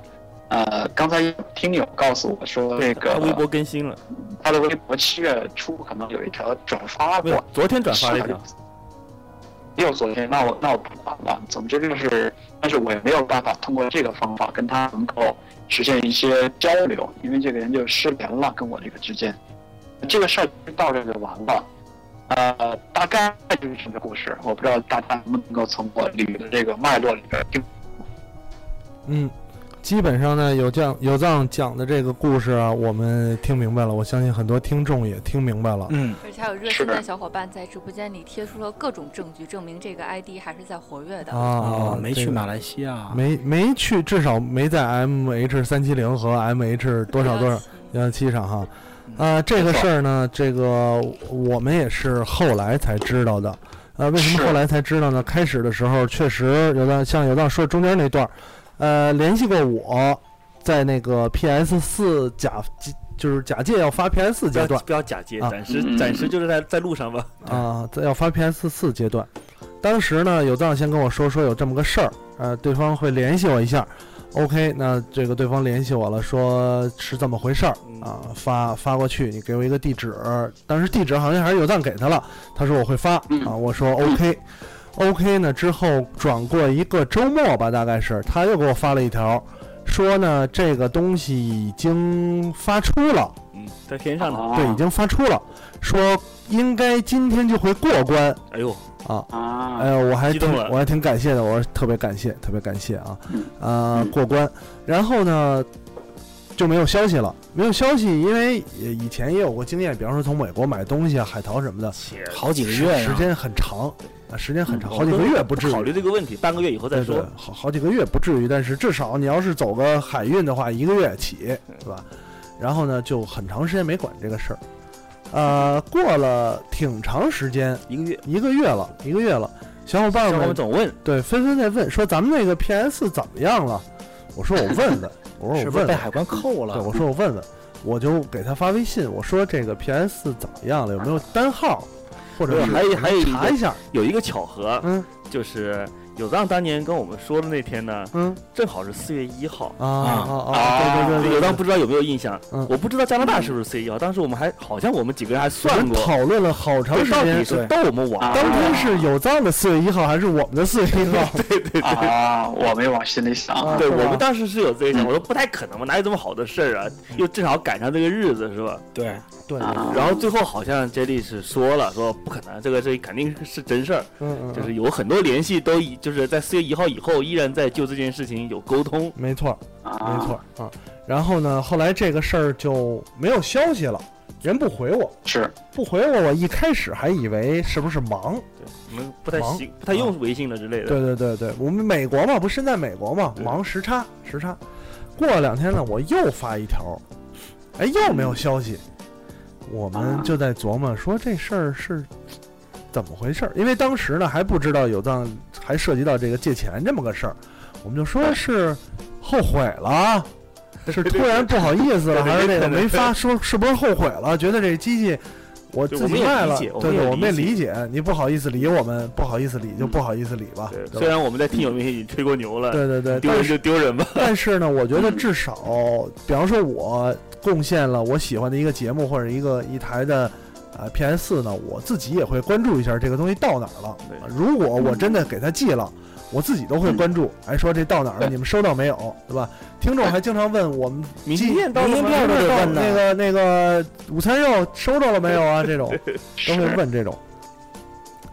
S6: 呃，刚才听友告诉我说，这个
S5: 他微博更新了，
S6: 他的微博七月初可能有一条转发
S5: 没有
S6: 过，
S5: 昨 天转
S10: 啊
S5: 发了一条，
S6: 又昨天，那我那我不管了。总之就是，但是我也没有办法通过这个方法跟他能够实现一些交流，因为这个人就失联了，跟我这个之间，这个事儿就到这就完了。呃，大概就是这么个故事，我不知道大家能不能够从我捋的这个脉络里边听
S10: 嗯，基本上呢，有讲有藏讲的这个故事啊，我们听明白了，我相信很多听众也听明白了。
S2: 嗯，
S8: 而且还有热心的小伙伴在直播间里贴出了各种证据，证明这个 ID 还是在活跃的。
S10: 啊，
S2: 哦没
S10: 这
S2: 去
S10: 个
S2: 马来西亚，
S10: 没没去，至少没在 M H 三七零和 M H 多少多少幺幺七上哈。呃，这个事儿呢，这个我们也是后来才知道的。呃，为什么后来才知道呢？开始的时候确实有的，像有的说中间那段儿，呃，联系过我，在那个 P S 四假就是假借要发 P S 四
S1: 不
S10: 阶
S1: 要
S10: 段，
S1: 不要假借，
S10: 啊
S1: 暂时暂时就是在在路上吧。
S10: 啊，在要发 PS 四阶段。当时呢，有藏先跟我说说有这么个事儿，呃，对方会联系我一下。OK，那这个对方联系我了，说是这么回事儿啊，发发过去，你给我一个地址。当时地址好像还是有藏给他了，他说我会发啊，我说 OK。OK 呢，之后转过一个周末吧，大概是他又给我发了一条，说呢这个东西已经发出了，
S1: 嗯，在天
S6: 啊
S1: 上呢。
S10: 对，已经发出了，说应该今天就会过关。
S1: 哎呦，
S10: 啊
S6: 啊
S10: 哎呦，我还
S1: 激
S10: 挺
S1: 动了嗯
S10: 我还挺感谢的，我特别感谢，特别感谢啊，呃，过关。然后呢，就没有消息了，没有消息，因为也以前也有过经验，比方说从美国买东西啊、海淘什么的，
S2: 好几个月呀
S10: 时间很长啊，时间很长，
S1: 嗯我
S10: 好几个
S1: 们
S10: 月不至于。
S1: 考虑这个问题，半个月以后再
S10: 对对
S1: 说。，
S10: 好好几个月不至于，但是至少你要是走个海运的话，一个月起，对吧？然后呢，就很长时间没管这个事儿。呃，过了挺长时间，
S1: 一个月，
S10: 一个月了，一个月了。小伙伴
S1: 小伙
S10: 们
S1: 伴总问，
S10: 对，纷纷在问说咱们那个 PS 怎么样了？我说我问问，我说我
S2: 是不
S10: 问
S2: 是
S10: 问
S2: 被海关扣了
S10: 对，我说我问问，我就给他发微信，我说这个 PS 怎么样了？有没有单号？或者
S1: 对
S10: 是
S1: 还有还有个
S10: 查一下，
S1: 有一个巧合，
S10: 嗯，
S1: 就是有藏当年跟我们说的那天呢，
S10: 嗯，
S1: 正好是四月一号
S10: 啊啊啊对对对对
S1: 有藏不知道有没有印象
S10: 嗯，
S1: 我不知道加拿大是不是四月一号，啊当时我们还好像我们几个人还
S10: 我
S1: 算
S10: 们
S1: 过，
S10: 讨论了好长时
S1: 对到
S10: 间，啊
S1: 底是逗我们玩儿
S10: 当天是有藏的四月一号，还是我们的四月一号？
S1: 对对对
S6: 啊，我没往心里想。
S10: 啊
S1: 对我们当时是有这个
S10: 嗯
S1: 想法，我说不太可能嘛，哪有这么好的事儿啊？又正好赶上这个日子，是吧？
S2: 对
S10: 对
S6: 啊
S1: 然后最后好像 j e l 是说了，说不可能，这个这肯定是真事儿，
S10: 嗯嗯
S1: 就是有很多联系都已就是在四月一号以后依然在就这件事情有沟通，
S10: 没错儿，没错儿啊。然后呢，后来这个事儿就没有消息了，人不回我，
S6: 是
S10: 不回我。我一开始还以为是不是忙，
S1: 我们不太
S10: 忙嗯
S1: 习不太用微信了之类的。
S10: 对对对对，我们美国嘛，不是身在美国嘛，忙时差时差。过了两天呢，我又发一条，哎，又没有消息。我们就在琢磨说这事儿是怎么回事儿，因为当时呢还不知道有藏，还涉及到这个借钱这么个事儿，我们就说是后悔 了。是突然不好意思
S1: 对对对
S10: 了，还是这
S1: 有
S10: 个
S1: 可能
S10: 没发？说是不是后悔了？觉得这机器我
S1: 对
S10: 自
S1: 我们
S10: 己
S1: 也
S10: 卖
S1: 理
S10: 了，
S1: 解我
S10: 对
S1: 们
S10: 对，
S1: 也
S10: 我们也
S1: 理解
S10: 理解。你不好意思理我们，不好意思理就不好意思理吧。对吧
S1: 虽然我们在听友面前已经吹过牛了，
S10: 对对对
S1: 丢
S10: 但
S1: 人就
S10: 是
S1: 丢人吧。
S10: 但是呢，我觉得至少，比方说我贡献了我喜欢的一个节目或者一个一台的呃 PS 四呢，我自己也会关注一下这个东西到哪儿了。如果我真的给它寄了。我自己都会 关注，哎，说这到哪儿了？你们收到没有？对吧？听众还经常问我们寄，
S1: 明信片到了吗
S10: 明信片都得问
S1: 明
S10: 那
S1: 信
S10: 个那个午餐肉收到了没有啊？这种都会问这种。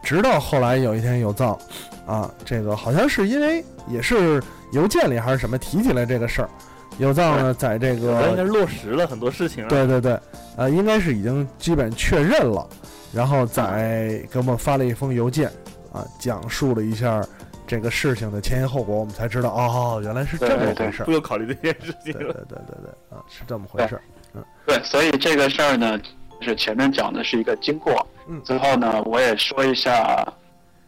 S10: 直到后来有一天有藏，啊，这个好像是因为也是邮件里还是什么提起来这个事儿，有藏呢在这
S1: 咱应该
S10: 个
S1: 落实了很多事情啊。
S10: 对对对，呃，应该是已经基本确认了，然后再给我们发了一封邮件，啊，讲述了一下这个事情的前因后果，我们才知道哦，原来是这么回事儿
S1: 不，用考虑这件事情了。
S10: 对对对对，啊，是这么回事儿，
S6: 对，所以这个事儿呢，就是前面讲的是一个经过，
S10: 嗯
S6: 最后呢，我也说一下，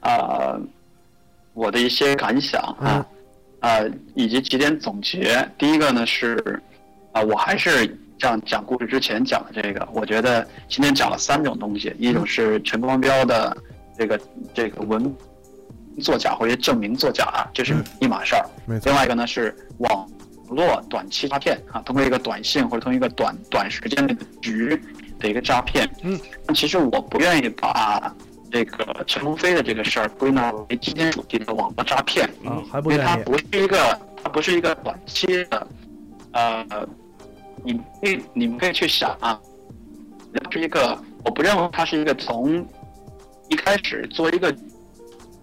S6: 啊、我的一些感想啊，啊、以及几点总结。第一个呢是，啊、我还是像讲故事之前讲的这个，我觉得今天讲了三种东西，一种是陈光标的这个这个文作假或者证明作假，这是一码事儿。
S10: 没错
S6: 另外一个呢是网络短期诈骗啊，通过一个短信或者通过一个短短时间的局的一个诈骗。
S10: 嗯，
S6: 其实我不愿意把这个陈鸿飞的这个事儿归纳为今天主题的网络诈骗
S10: 啊还不
S6: 因为
S10: 愿
S6: 它
S10: 意
S6: 不是一个它不是一个短期的，呃，你可以你们可以去想啊，它是一个我不认为它是一个从一开始做一个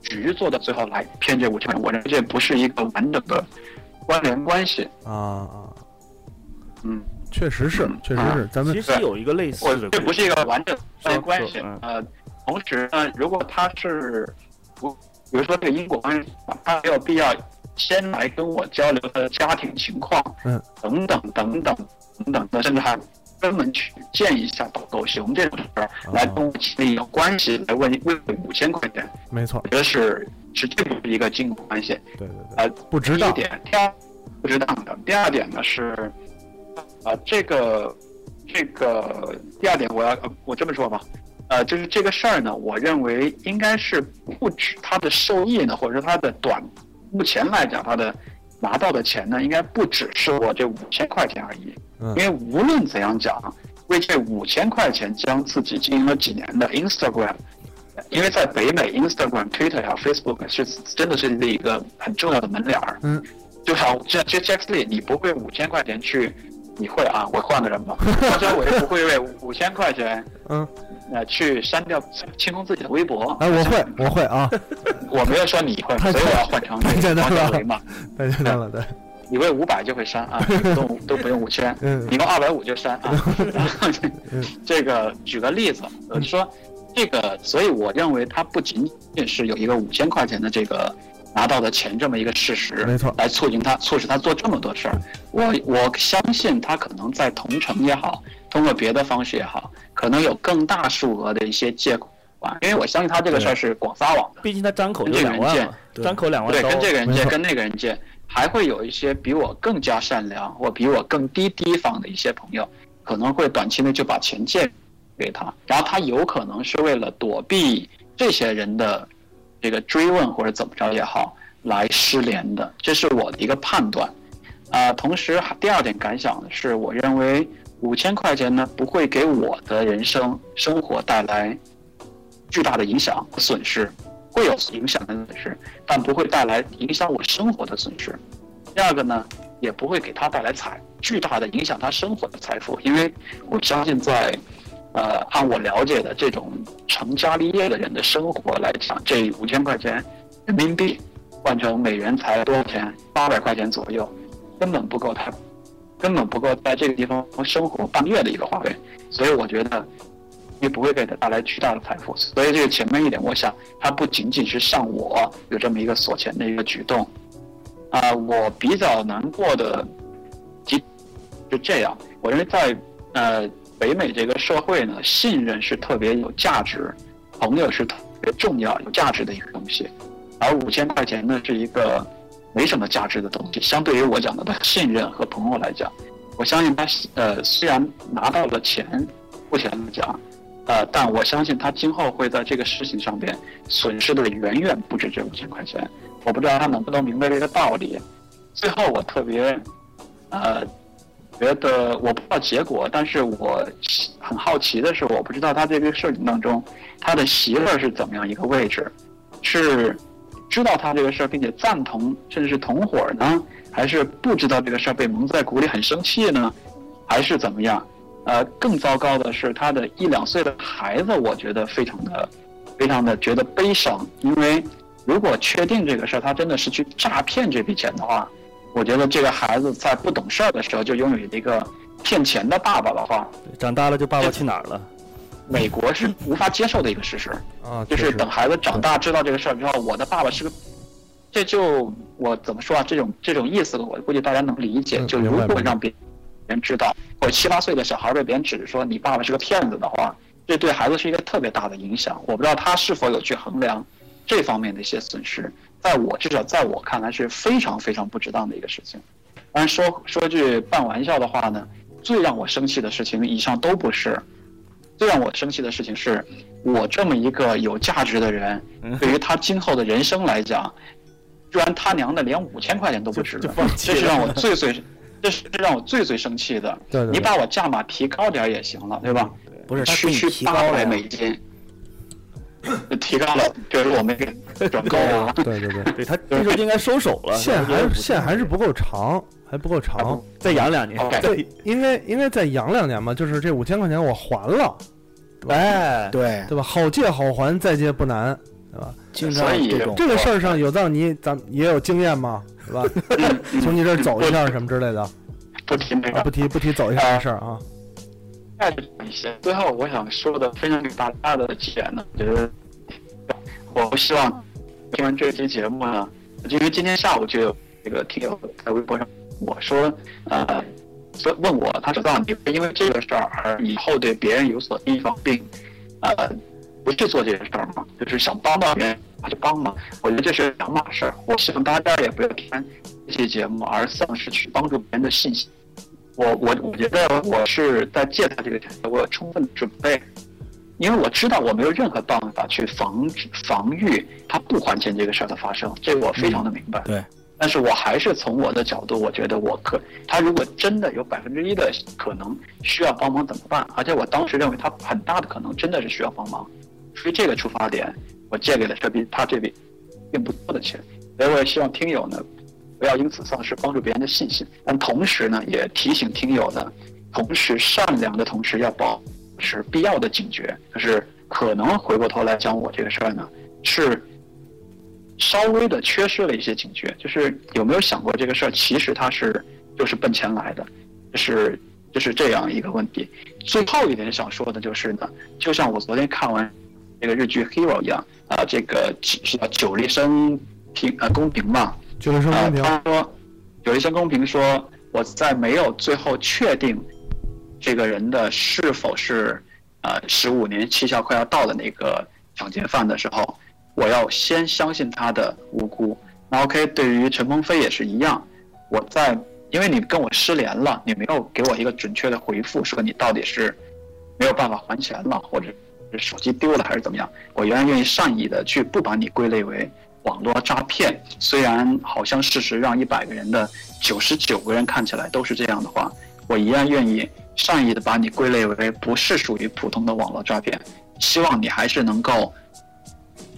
S6: 局做到最后来骗这五千人，我认为这不是一个完整的关联关系。
S10: 啊啊，
S6: 嗯，
S10: 确实是，确实是，咱们
S6: 其实有一
S1: 个类
S6: 我这不是一个完整的关联关系。呃，同时呢，如果它是不，比如说这个因果关系，它没有必要先来跟我交流他的家庭情况，
S10: 嗯，
S6: 等等等等等等的，甚至还专门去见一下导狗熊这种事儿，
S10: 啊
S6: 来跟我建立一个关系，来问问五千块钱，
S10: 没错
S6: 我，觉得是是这不是一个因果关系。
S10: 对对
S6: 呃，
S10: 不值当
S6: 第一点，第二不值当的。第二点呢是，呃，这个这个第二点，我要呃我这么说吧，呃，就是这个事儿呢，我认为应该是不止他的受益呢，或者说他的短，目前来讲他的拿到的钱呢，应该不只是我这五千块钱而已，因为无论怎样讲，为这五千块钱将自己经营了几年的 Instagram。因为在北美，Instagram、Twitter 呀、Facebook 是真的是一个很重要的门脸儿。
S10: 嗯，
S6: 就像这这 Jack Lee，你不会五千块钱去，你会啊？我换个人 吧。大张伟不会为五千块钱，
S10: 嗯，
S6: 呃，去删掉清空自己的微博。
S10: 哎，我会，我会啊，
S6: 我没有说你会，所以我要换成
S10: 太简单
S6: 王
S10: 了
S6: 小雷嘛。，
S10: 太简单了，对，
S6: 你为五百就会删啊，都都不用五千
S10: 嗯，
S6: 你用二百五就删啊。 然后这这个举个例子，我就说这个，所以我认为它不仅仅是有一个五千块钱的这个拿到的钱这么一个事实，
S10: 没错
S6: 来促进他促使他做这么多事儿。我我相信他可能在同城也好，通过别的方式也好，可能有更大数额的一些借款，因为我相信他这个事儿是广撒网的。
S1: 毕竟他张口
S6: 跟
S1: 就
S6: 这个
S1: 两
S6: 人
S1: 万
S6: 借
S1: 嘛，，张口两万
S6: 对，
S1: 刀，
S6: 跟这个人借，跟
S1: 那
S6: 那个人借，还会有一些比我更加善良或比我更低提防的一些朋友，可能会短期内就把钱借给他，然后他有可能是为了躲避这些人的这个追问或者怎么着也好，来失联的，这是我的一个判断。啊、同时还第二点感想的是，我认为五千块钱呢不会给我的人生生活带来巨大的影响损失，会有影响的损失，但不会带来影响我生活的损失。第二个呢，也不会给他带来财巨大的影响他生活的财富，因为我相信在，呃，按我了解的这种成家立业的人的生活来讲，这五千块钱人民币换成美元才多少钱？八百块钱左右，根本不够他，根本不够在这个地方生活半个月的一个花费。所以我觉得也不会给他带来巨大的财富。所以这个前面一点，我想他不仅仅是像我有这么一个索钱的一个举动，啊、我比较难过的，就就这样。我认为在呃北美这个社会呢，信任是特别有价值，朋友是特别重要、有价值的一个东西，而五千块钱呢是一个没什么价值的东西，相对于我讲的信任和朋友来讲。我相信他，呃，虽然拿到了钱，目前来讲，呃，但我相信他今后会在这个事情上边损失的远远不止这五千块钱。我不知道他能不能明白这个道理。最后，我特别，呃，觉得我不知道结果，但是我很好奇的是，我不知道他这个事情当中，他的媳妇儿是怎么样一个位置，是知道他这个事儿，并且赞同，甚至是同伙儿呢，还是不知道这个事儿被蒙在鼓里很生气呢，还是怎么样？呃，更糟糕的是，他的一两岁的孩子，我觉得非常的、非常的觉得悲伤，因为如果确定这个事儿，他真的是去诈骗这笔钱的话，我觉得这个孩子在不懂事儿的时候就拥有一个骗钱的爸爸的话，
S1: 长大了就爸爸去哪儿了？
S2: 嗯
S6: 美国是无法接受的一个事实。
S10: 啊，
S6: 就是等孩子长大知道这个事儿之后，我的爸爸是个，这就我怎么说啊？这种这种意思，我估计大家能理解。就如果让别人知道，或者七八岁的小孩被别人指着说你爸爸是个骗子的话，这对孩子是一个特别大的影响。我不知道他是否有去衡量这方面的一些损失，在我至少在我看来是非常非常不值当的一个事情。当然说说句半玩笑的话呢，最让我生气的事情，以上都不是。最让我生气的事情是，我这么一个有价值的人，对于他今后的人生来讲，居然他娘的连五千块钱都不值
S1: 就放，弃
S6: 这
S1: 了
S6: 是让我最最，这是让我最最生气的。
S10: 对对对
S6: 你把我价码提高点儿也行了，对吧？
S2: 不是
S6: 区
S2: 是你
S6: 区
S2: 提高
S6: 八
S2: 了
S6: 百
S2: 呀
S6: 美金，提高了，就是我没给转
S2: 啊
S6: 高了。
S10: 对对对，
S1: 对他那时候就应该收手了，
S10: 线还
S1: 是
S10: 是线还是不够长，还不够长，
S1: 再养两年，OK
S10: 对，因为因为再养两年嘛，就是这五千块钱我还了，
S1: 哎，
S2: 对
S10: 对吧？好借好还，再借不难，对吧？
S2: 经
S6: 常有这种
S10: 这个事儿上有道你咱们也有经验吗？是吧？从你这儿走一下什么之类的，
S6: 嗯不提那个
S10: 啊不提不提走一下的事儿啊。
S6: 再讲一些。最后我想说的，分享给大家的几点呢，我觉得我不希望听完这期节目呢，因为今天下午就有这个听友在微博上我说，呃，说问我，他说到你会因为这个事儿而以后对别人有所提防，并呃不去做这件事儿吗？就是想帮到别人他就帮嘛。我觉得这是两码事儿。我希望大家也不要听完这期节目而丧失去帮助别人的信心。我我我觉得我是在借他这个钱，我有充分的准备，因为我知道我没有任何办法去防止防御他不还钱这个事儿的发生，这个我非常的明白。
S2: 对，
S6: 但是我还是从我的角度，我觉得我可他如果真的有百分之一的可能需要帮忙怎么办？而且我当时认为他很大的可能真的是需要帮忙，出于这个出发点，我借给了这笔他这笔并不多的钱，所以我也希望听友呢不要因此丧失帮助别人的信心，但同时呢也提醒听友呢，同时善良的同时要保持必要的警觉，就是可能回过头来讲我这个事儿呢是稍微的缺失了一些警觉，就是有没有想过这个事儿，其实它是就是奔钱来的，就是就是这样一个问题。最后一点想说的就是呢，就像我昨天看完这个日剧《Hero》一样，啊、这个是叫久立生平呃公平嘛，
S10: 九黎生公平，
S6: 呃他说久立生公平说我在没有最后确定这个人的是否是呃十五年期效快要到的那个抢劫犯的时候，我要先相信他的无辜。那 OK，对于陈鹏飞也是一样，我在因为你跟我失联了，你没有给我一个准确的回复，说你到底是没有办法还钱了，或者是手机丢了还是怎么样，我仍然愿意善意的去不把你归类为网络诈骗。虽然好像事实让一百个人的九十九个人看起来都是这样的话，我依然愿意善意的把你归类为不是属于普通的网络诈骗。希望你还是能够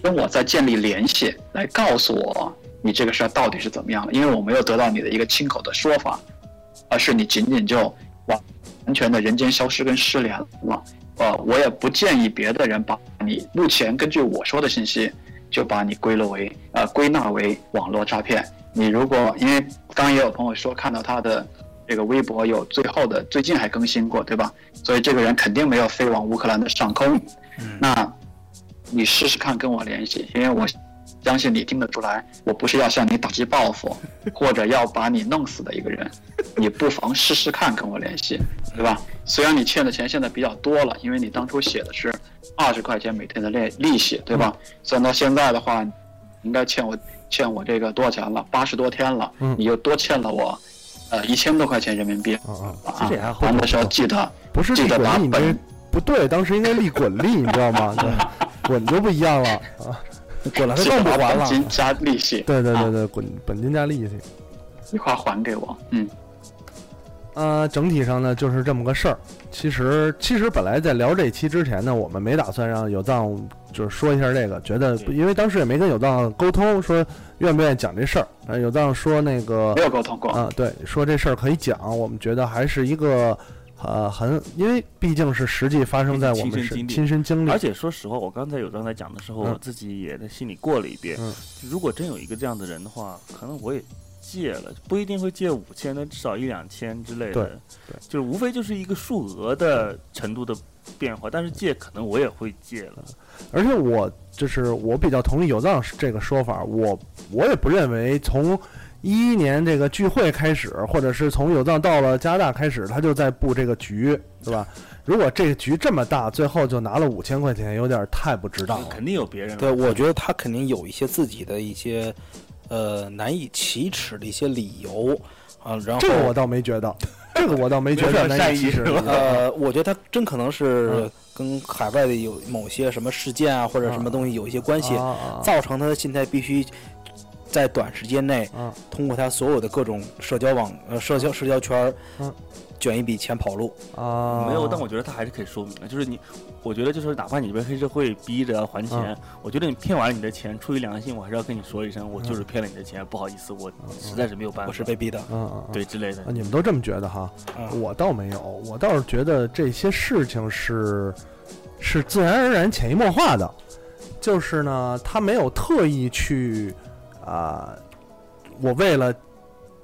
S6: 跟我再建立联系，来告诉我你这个事儿到底是怎么样的，因为我没有得到你的一个亲口的说法，而是你仅仅就完完全的人间消失跟失联了。呃，我也不建议别的人把你目前根据我说的信息，就把你归类为呃归纳为网络诈骗。你如果因为刚刚也有朋友说看到他的这个微博有最后的最近还更新过，对吧？所以这个人肯定没有飞往乌克兰的上空。
S10: 嗯
S6: 那你试试看跟我联系，因为我相信你听得出来，我不是要向你打击报 复，或者要把你弄死的一个人，你不妨试试看跟我联系，对吧？虽然你欠的钱现在比较多了，因为你当初写的是二十块钱每天的利利息，对
S10: 嗯
S6: 吧？算到现在的话，你应该欠我欠我这个多少钱了？八十多天了，
S10: 嗯
S6: 你又多欠了我，呃，一千多块钱人民币
S10: 啊
S6: 啊
S10: 这也还！好
S6: 还的时候记得
S10: 不是
S6: 记
S10: 利
S6: 得把
S10: 滚利，你
S6: 本
S10: 这不对，当时应该立滚利，你知道吗？对，滚就不一样了啊， 滚了他
S6: 记
S10: 更
S6: 得
S10: 不
S6: 把
S10: 还
S6: 本
S10: 了。啊
S6: 金加利息
S10: 对对对对，滚本金加利息。
S6: 一块儿还给我，嗯。
S10: 呃，整体上呢就是这么个事儿。其实，其实本来在聊这期之前呢，我们没打算让有藏就是说一下这个，觉
S5: 嗯
S10: 得因为当时也没跟有藏沟通，说愿不愿意讲这事儿。呃，有藏说那个
S6: 没有沟通过
S10: 啊、对，说这事儿可以讲，我们觉得还是一个呃很，因为毕竟是实际发生在我们
S5: 亲身
S10: 身
S5: 经历，
S10: 亲身经历，
S5: 而且说实话，我刚才有刚才讲的时候，
S10: 嗯
S5: 我自己也在心里过了一遍。
S10: 嗯
S5: 如果真有一个这样的人的话，可能我也借了，不一定会借五千，但至少一两千之类
S10: 对
S5: 的。就是无非就是一个数额的程度的变化，但是借可能我也会借了。
S2: 嗯
S10: 而且我就是我比较同意有藏这个说法，我我也不认为从一一年这个聚会开始，或者是从有藏到了加拿大开始，他就在布这个局，对吧？如果这个局这么大，最后就拿了五千块钱，有点太不值当了。
S5: 肯定有别人
S10: 了
S2: 对，我觉得他肯定有一些自己的一些，呃，难以启齿的一些理由啊。然后
S10: 这个我倒没觉 得，这个我倒没觉得难以启齿。
S2: 呃，我觉得他真可能
S10: 嗯
S2: 是跟海外的有某些什么事件啊，或者什么东西有一些关系
S10: 啊啊啊，
S2: 造成他的心态必须在短时间内
S10: 啊，
S2: 通过他所有的各种社交网呃社交社交圈儿
S10: 嗯
S2: 卷一笔钱跑路
S10: 啊
S5: 没有，但我觉得他还是可以说明的，就是你，我觉得就是哪怕你被黑社会逼着还钱，
S10: 嗯
S5: 我觉得你骗完你的钱，出于良心，我还是要跟你说一声，我
S10: 嗯
S5: 就是骗了你的钱，不好意思，我实在是没有办法，
S2: 我是被逼的，
S10: 啊嗯嗯，嗯
S5: 对之类的
S10: 啊，。你们都这么觉得哈？我倒没有，我倒是觉得这些事情是是自然而然、潜移默化的，就是呢，他没有特意去啊、我为了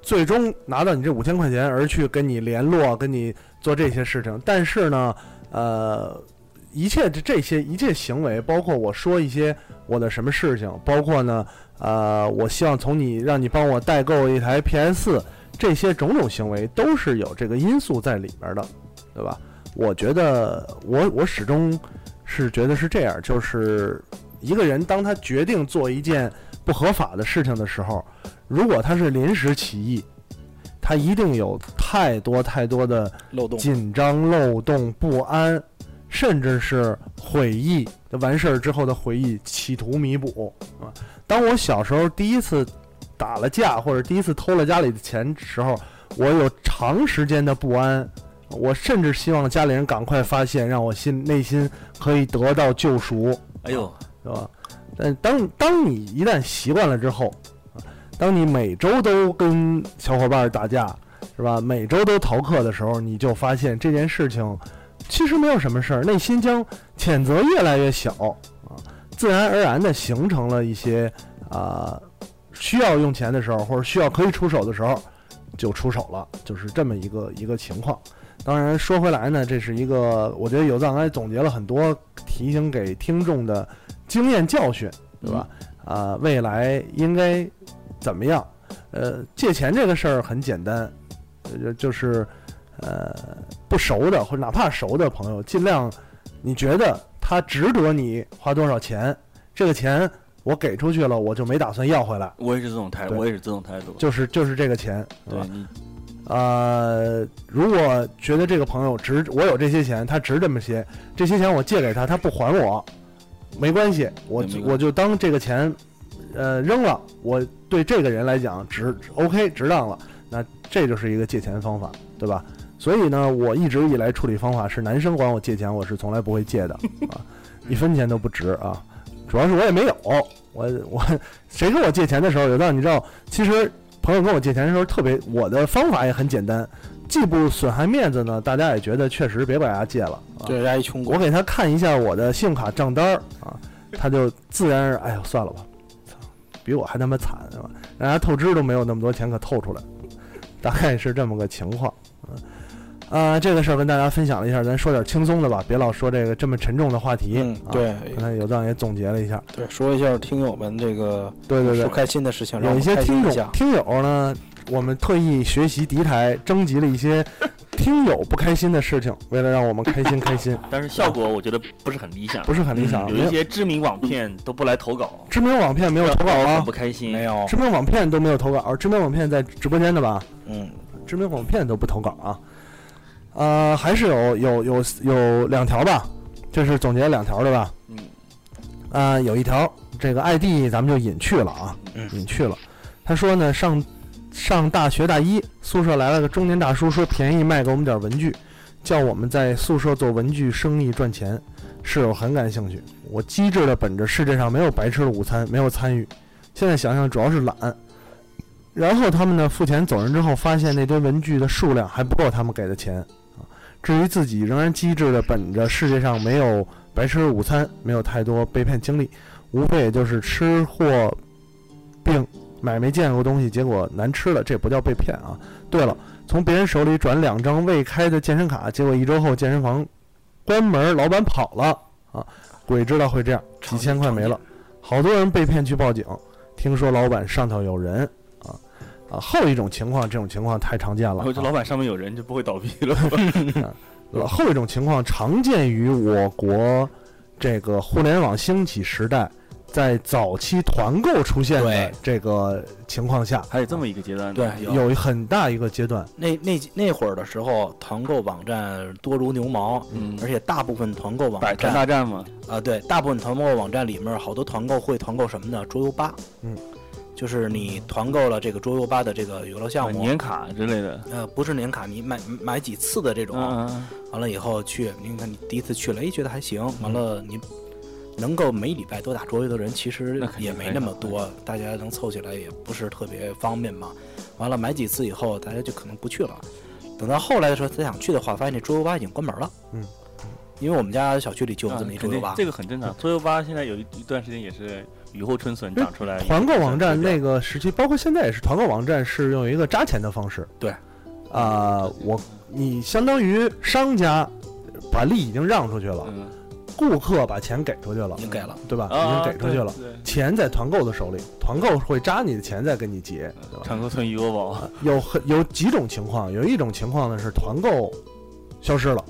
S10: 最终拿到你这五千块钱而去跟你联络，跟你做这些事情。但是呢，呃，一切这这些一切行为，包括我说一些我的什么事情，包括呢，呃，我希望从你让你帮我代购一台 PS 四，这些种种行为都是有这个因素在里面的，对吧？我觉得我我始终是觉得是这样，就是一个人当他决定做一件不合法的事情的时候，如果他是临时起意，他一定有太多太多的
S2: 漏洞
S10: 紧张、漏洞、不安，甚至是悔意。完事儿之后的悔意，企图弥补啊。当我小时候第一次打了架，或者第一次偷了家里的钱的时候，我有长时间的不安，我甚至希望家里人赶快发现，让我心内心可以得到救赎。啊
S1: 哎呦，
S10: 是吧？但当当你一旦习惯了之后，啊当你每周都跟小伙伴打架，是吧？每周都逃课的时候，你就发现这件事情其实没有什么事儿，内心将谴责越来越小啊，自然而然的形成了一些啊、需要用钱的时候，或者需要可以出手的时候，就出手了，就是这么一个一个情况。当然说回来呢，这是一个我觉得有藏刚才总结了很多提醒给听众的经验教训，对吧？啊、未来应该怎么样？呃，借钱这个事儿很简单，呃就就是呃不熟的或者哪怕熟的朋友，尽量你觉得他值得你花多少钱，这个钱我给出去了，我就没打算要回来。
S1: 我也是这种态，
S10: 对
S1: 我也是这种态度。
S10: 就是就是这个钱，是
S1: 对
S10: 吧？
S1: 你，
S10: 呃，如果觉得这个朋友值，我有这些钱，他值这么些，这些钱我借给他，他不还我，没关系，我
S1: 对没关系
S10: 我就当这个钱，呃，扔了。我对这个人来讲值 OK 值当了，那这就是一个借钱方法，对吧？所以呢，我一直以来处理方法是，男生管我借钱，我是从来不会借的啊，一分钱都不值啊。主要是我也没有，我我谁跟我借钱的时候，有道你知道，其实朋友跟我借钱的时候，特别我的方法也很简单，既不损害面子呢，大家也觉得确实别管人家借了，啊、
S2: 对，大家一穷
S10: 我给他看一下我的信用卡账单儿啊，他就自然而哎呦算了吧，操，比我还他妈惨是吧？人家透支都没有那么多钱可透出来，大概是这么个情况。嗯啊、这个事儿跟大家分享了一下，咱说点轻松的吧，别老说这个这么沉重的话题。
S2: 嗯
S10: 啊
S2: 对
S10: 刚才有藏也总结了一下，
S2: 对，说一下听友们这个
S10: 对对对
S2: 不开心的事情，让我
S10: 有一
S2: 们
S10: 些
S2: 开心
S10: 听
S2: 一
S10: 众
S2: 下
S10: 听友呢，我们特意学习敌台，征集了一些听友不开心的事情，为了让我们开心开心。
S1: 但是效果我觉得不是很理想，
S10: 不是很理想
S2: 嗯
S1: 有
S10: 啊没有
S1: 一些知名网片都不来投稿，
S10: 知名网片没有投稿
S1: 让我很
S10: 啊
S1: 不，开心。没
S2: 哦
S1: 有
S10: 知名网片都没有投稿，知名网片在直播间的吧？
S2: 嗯，
S10: 知名网片都不投稿啊。呃，还是有有有有两条吧，这是总结两条的吧？
S1: 嗯。
S10: 啊，有一条这个 ID 咱们就隐去了啊，隐去了。他说呢，上上大学大一，宿舍来了个中年大叔，说便宜卖给我们点文具，叫我们在宿舍做文具生意赚钱。室友很感兴趣，我机智的本着世界上没有白吃的午餐，没有参与。现在想想主要是懒。然后他们呢付钱走人之后，发现那堆文具的数量还不够他们给的钱啊。至于自己，仍然机智的本着世界上没有白吃的午餐，没有太多被骗经历，无非也就是吃货病，买没见过东西，结果难吃了，这不叫被骗啊。对了，从别人手里转两张未开的健身卡，结果一周后健身房关门，老板跑了啊！鬼知道会这样，几千块没了，好多人被骗去报警，听说老板上头有人啊啊！后一种情况，这种情况太常见了
S1: 然后这
S10: 啊。
S1: 老板上面有人就不会倒闭了。
S10: 呃后一种情况常见于我国这个互联网兴起时代，在早期团购出现的这个情况下，
S1: 还有这么一个阶段，
S10: 对有很大一个阶段，
S2: 那那那会儿的时候，团购网站多如牛毛，
S1: 嗯，
S2: 而且大部分团购网
S1: 百
S2: 站
S1: 团大战嘛，
S2: 啊，对，大部分团购网站里面好多团购会团购什么呢？桌游吧，
S10: 嗯，
S2: 就是你团购了这个桌游吧的这个娱乐项目，
S1: 年卡之类的。
S2: 呃，不是年卡，你买买几次的这种，
S10: 啊
S1: 嗯嗯
S2: 完了以后去，你看你第一次去了，哎，觉得还行，完了你能够每礼拜都打桌游的人其实也没那么多，大家能凑起来也不是特别方便嘛。完了买几次以后，大家就可能不去了。等到后来的时候再想去的话，发现这桌游吧已经关门了。
S10: 嗯，
S2: 因为我们家小区里就有这么一
S1: 啊
S2: 桌游吧，
S1: 肯定这个很正常。桌游吧现在有一一段时间也是
S5: 雨后春笋长出来。
S10: 哎团购网站那个时期，包括现在也是，团购网站是用一个扎钱的方式。
S2: 对，
S10: 啊，我你相当于商家把利已经让出去了，
S1: 嗯
S10: 顾客把钱给出去了，已经
S2: 给了，
S10: 对吧？
S5: 嗯啊
S10: 已经给出去了
S5: 对对，
S10: 钱在团购的手里，团购会扎你的钱再跟你结，对吧？
S5: 产哥村余额宝，
S10: 有很有几种情况，有一种情况呢是团购消失了，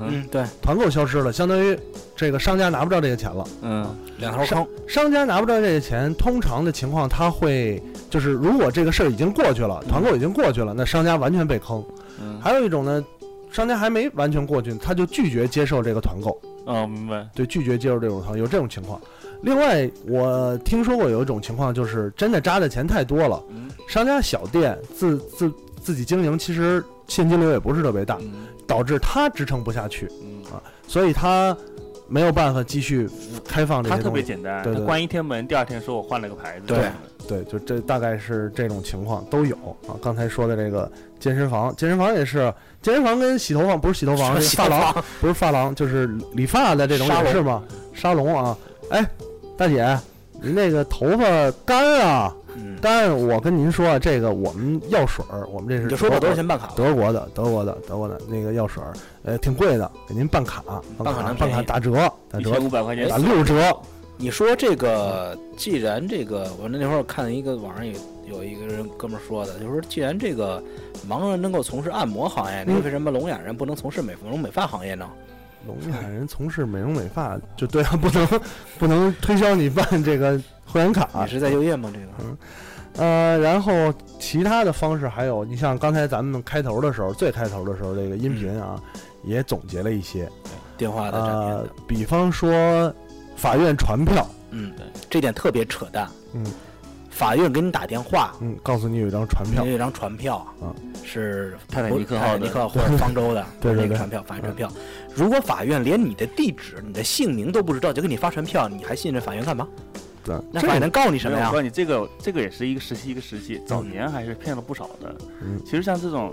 S5: 嗯，
S2: 对，
S10: 团购消失了，相当于这个商家拿不着这个钱了。
S5: 嗯，
S2: 两头
S10: 商商家拿不着这个钱，通常的情况他会就是，如果这个事儿已经过去了，团购已经过去了，那商家完全被坑。
S5: 嗯
S10: 还有一种呢，商家还没完全过去，他就拒绝接受这个团购，
S1: 嗯
S5: 哦，明白，
S10: 对，拒绝接受这种团购，有这种情况。另外，我听说过有一种情况，就是真的扎的钱太多了，
S2: 嗯
S10: 商家小店自自自己经营，其实现金流也不是特别大，
S2: 嗯
S10: 导致他支撑不下去啊，所以他没有办法继续开放这
S5: 它
S10: 些东西。
S5: 特别简单，
S10: 对
S5: 它
S10: 对
S5: 关一天门，第二天说我换了个牌子，
S10: 对对，就这大概是这种情况都有啊。刚才说的这个健身房，健身房也是，健身房跟洗头房不是洗头房，是
S2: 洗头
S10: 发廊
S2: 房，
S10: 不是发廊就是理发的这种
S2: 沙
S10: 也
S2: 龙
S10: 是吗？沙龙啊，哎，大姐，您那个头发干啊。
S2: 嗯
S10: 干，我跟您说啊，这个我们药水儿，我们这是
S2: 你就说吧
S10: 德国
S2: 多少钱办卡吧
S10: 德国的，德国的，德国的那个药水儿，呃，挺贵的，给您办卡，办
S2: 办卡能
S10: 办
S2: 便
S10: 卡
S2: 宜
S10: 打折，打折，打
S2: 哎
S10: 六折，
S2: 你说这个，既然这个，我那会儿看一个网上有有一个人哥们儿说的，就是说，既然这个盲人能够从事按摩行业，
S10: 嗯
S2: 你为什么聋哑人不能从事美容美发行业呢？
S10: 聋哑人从事美容美发，就对啊，不能不能推销你办这个会员卡。
S2: 你是在就业吗？这个
S10: 嗯，呃，然后其他的方式还有，你像刚才咱们开头的时候，最开头的时候，这个音频啊，也总结了一些
S2: 电话的诈骗
S10: 呃，比方说法院传票，
S2: 嗯，这点特别扯淡。
S10: 嗯
S2: 法院给你打电话，
S10: 嗯，告诉你有一张传票
S2: 有一张船票
S10: 啊，
S2: 是
S5: 泰坦尼克
S2: 泰
S5: 号的
S2: 坦尼克或者方舟的
S10: 对对对
S2: 那个船票，法院船票。如果法院连你的地址、你的姓名都不知道，就给你发传票，你还信任法院干嘛？
S10: 对，
S2: 那法院能告你什么
S5: 没有
S2: 呀
S5: 我告？诉你，这个这个也是一个时期一个时期，早年还是骗了不少的。
S10: 嗯
S5: 其实像这种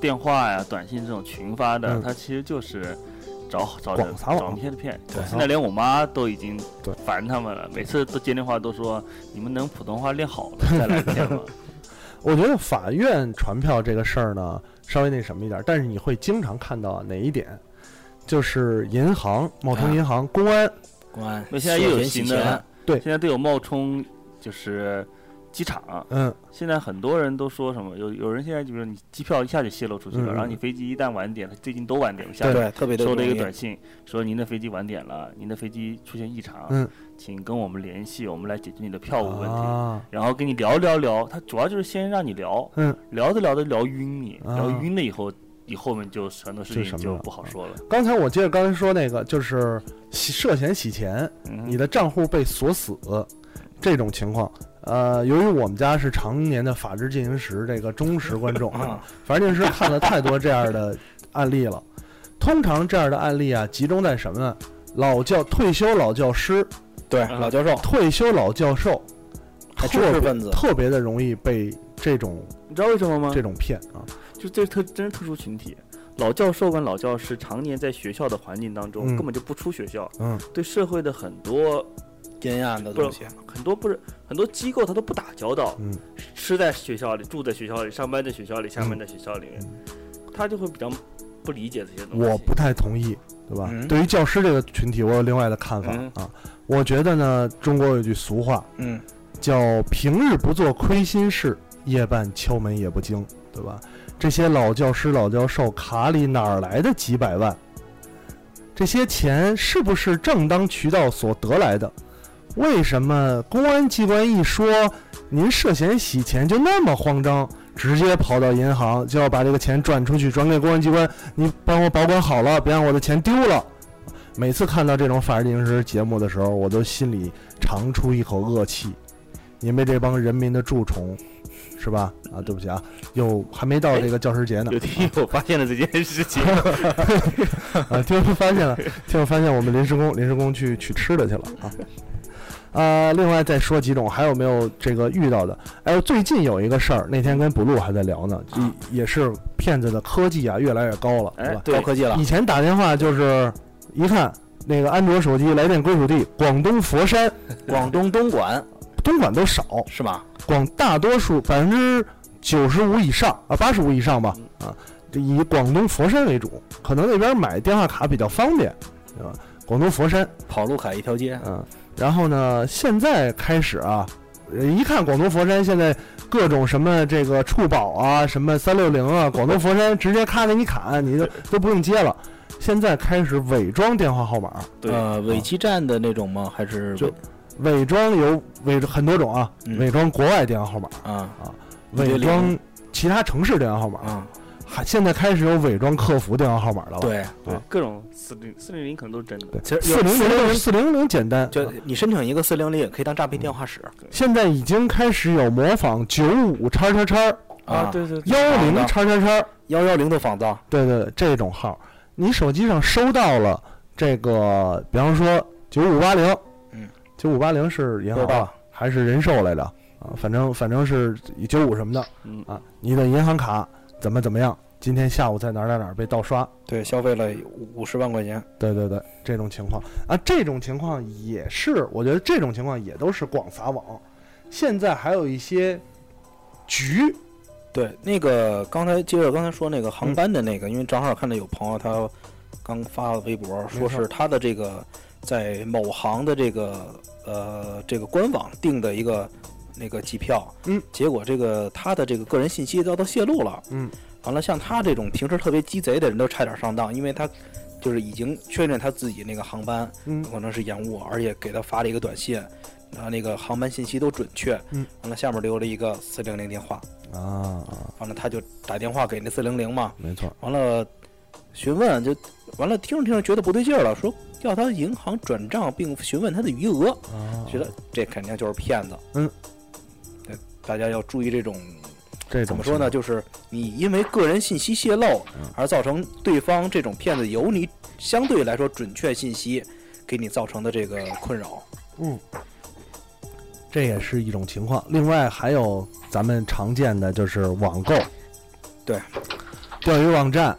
S5: 电话呀、短信这种群发的，
S10: 嗯
S5: 它其实就是找找
S10: 广哦
S5: 人
S10: 撒网
S5: 找骗的骗。
S10: 对
S5: 现在连我妈都已经烦他们了，每次都接电话都说：“你们能普通话练好了再来骗吗
S10: 我觉得法院传票这个事儿呢，稍微那什么一点，但是你会经常看到哪一点，就是银行、冒充银行、公安，
S2: 公安？”
S5: 那现在又有新的，
S10: 对，
S5: 现在都有冒充就是机场，
S10: 嗯，
S5: 现在很多人都说什么，有有人现在就是你机票一下就泄露出去了，
S10: 嗯
S5: 然后你飞机一旦晚点，他最近都晚点了，下
S2: 对
S5: 午
S2: 特别多
S5: 收了一
S2: 原
S5: 个
S2: 因
S5: 短信说您的飞机晚点了，您的飞机出现异常，
S10: 嗯
S5: 请跟我们联系，我们来解决你的票务问题，
S10: 啊
S5: 然后跟你聊聊聊，他主要就是先让你聊，
S10: 嗯
S5: 聊着聊着聊晕你，
S10: 啊
S5: 聊晕了以后，你后面就很多事
S10: 就什么
S5: 情就
S10: 了啊
S5: 不好说了，
S10: 刚才我接着刚才说那个，就是洗涉嫌洗钱，你的账户被锁死这种情况。呃，由于我们家是常年的《法制进行时》这个忠实观众，啊《
S2: 啊
S10: 法制进行时》看了太多这样的案例了。通常这样的案例啊，集中在什么呢？老教退休老教师，
S2: 对老教授，
S10: 退休老教授，
S2: 还
S10: 特
S2: 知识
S10: 别
S2: 分子
S10: 特别的容易被这种
S5: 你知道为什么吗？
S10: 这种骗啊。
S5: 就这特真是特殊群体。老教授跟老教师常年在学校的环境当中，
S10: 嗯
S5: 根本就不出学校，
S10: 嗯
S5: 对社会的很多
S2: 阴暗的
S5: 不
S2: 东
S5: 是
S2: 西，
S5: 很多不是很多机构他都不打交道，
S10: 嗯
S5: 吃在学校里，住在学校里，上班在学校里，下班在学校里面，
S1: 嗯
S5: 他就会比较不理解这些东西。
S10: 我不太同意，对吧？对于教师这个群体，我有另外的看法、
S5: 嗯
S10: 啊。我觉得呢，中国有句俗话，
S2: 嗯，
S10: 叫“平日不做亏心事，夜半敲门也不惊”，对吧？这些老教师、老教授卡里哪儿来的几百万？这些钱是不是正当渠道所得来的？为什么公安机关一说您涉嫌洗钱就那么慌张，直接跑到银行就要把这个钱转出去，转给公安机关？你帮我保管好了，别让我的钱丢了。每次看到这种法制进行时节目的时候，我都心里长出一口恶气。你们这帮人民的蛀虫，是吧？啊，对不起啊，又还没到这个教师节呢。
S5: 有听友发现了这件事情，
S10: 啊，听说发现了，听说发现我们临时工临时工去取吃的去了啊。啊，另外再说几种，还有没有这个遇到的？哎，最近有一个事儿，那天跟补录还在聊呢，也也是骗子的科技啊越来越高了，
S5: 嗯哎
S10: 对吧？
S5: 对高科技了
S10: 以前打电话就是一看那个安卓手机来电归属地广东佛山、
S2: 广东东莞、
S10: 东莞都少
S2: 是吧？
S10: 广大多数百分之九十五以上啊，八十五以上吧啊，这以广东佛山为主，可能那边买电话卡比较方便，对吧？广东佛山
S2: 跑路卡一条街，
S10: 嗯，然后呢，现在开始啊，呃一看广东佛山现在各种什么这个触宝啊，什么三六零啊，广东佛山直接咔给你砍，你就都不用接了。现在开始伪装电话号码，
S2: 呃，伪基站的那种吗？还是
S10: 就伪装有伪很多种啊，伪装国外电话号码
S2: 啊
S10: 啊，伪装其他城市电话号码
S2: 啊，
S10: 还现在开始有伪装客服电话号码了吧？
S2: 对
S10: 对，
S1: 各种四零四零零可能都是真的。
S2: 其实
S10: 四零零四零零简单，
S2: 就你申请一个四零零也可以当诈骗电话使。
S10: 现在已经开始有模仿九五叉叉叉
S2: 啊对对对
S10: 幺零叉叉叉
S2: 幺幺零的仿造，
S10: 对对对这种号，你手机上收到了这个，比方说九五八零，
S2: 嗯，
S10: 九五八零是银行
S2: 国
S10: 吧
S2: 道
S10: 还是人寿来着？啊，反正反正是九五什么的，
S2: 嗯
S10: 啊，你的银行卡怎么怎么样？今天下午在哪儿哪儿哪儿被盗刷？
S2: 对，消费了五十万块钱。
S10: 对对对，这种情况啊，这种情况也是，我觉得这种情况也都是广撒网。现在还有一些局，
S2: 对，那个刚才接着刚才说那个航班的那个，因为正好看到有朋友他刚发了微博，
S10: 错
S2: 说是他的这个在某航的这个呃这个官网订的一个那个机票，
S10: 嗯，
S2: 结果这个他的这个个人信息遭到泄露了，
S10: 嗯，
S2: 完了像他这种平时特别鸡贼的人都差点上当，因为他。就是已经确认他自己那个航班
S10: 嗯
S2: 可能是延误，而且给他发了一个短信，啊，那个航班信息都准确，
S10: 嗯，
S2: 完了下面留了一个四零零电话，
S10: 啊，
S2: 完了他就打电话给那四零零嘛，
S10: 没错，
S2: 完了询问就完了，听着听着觉得不对劲儿了，说要他银行转账并询问他的余额，
S10: 啊
S2: 觉得这肯定就是骗子。
S10: 嗯，
S2: 对，大家要注意这种
S10: 这种嗯
S2: 怎么说呢？就是你因为个人信息泄露而造成对方这种骗子有你相对来说准确信息给你造成的这个困扰。
S10: 嗯，这也是一种情况。另外还有咱们常见的就是网购，
S2: 对，
S10: 钓鱼网站，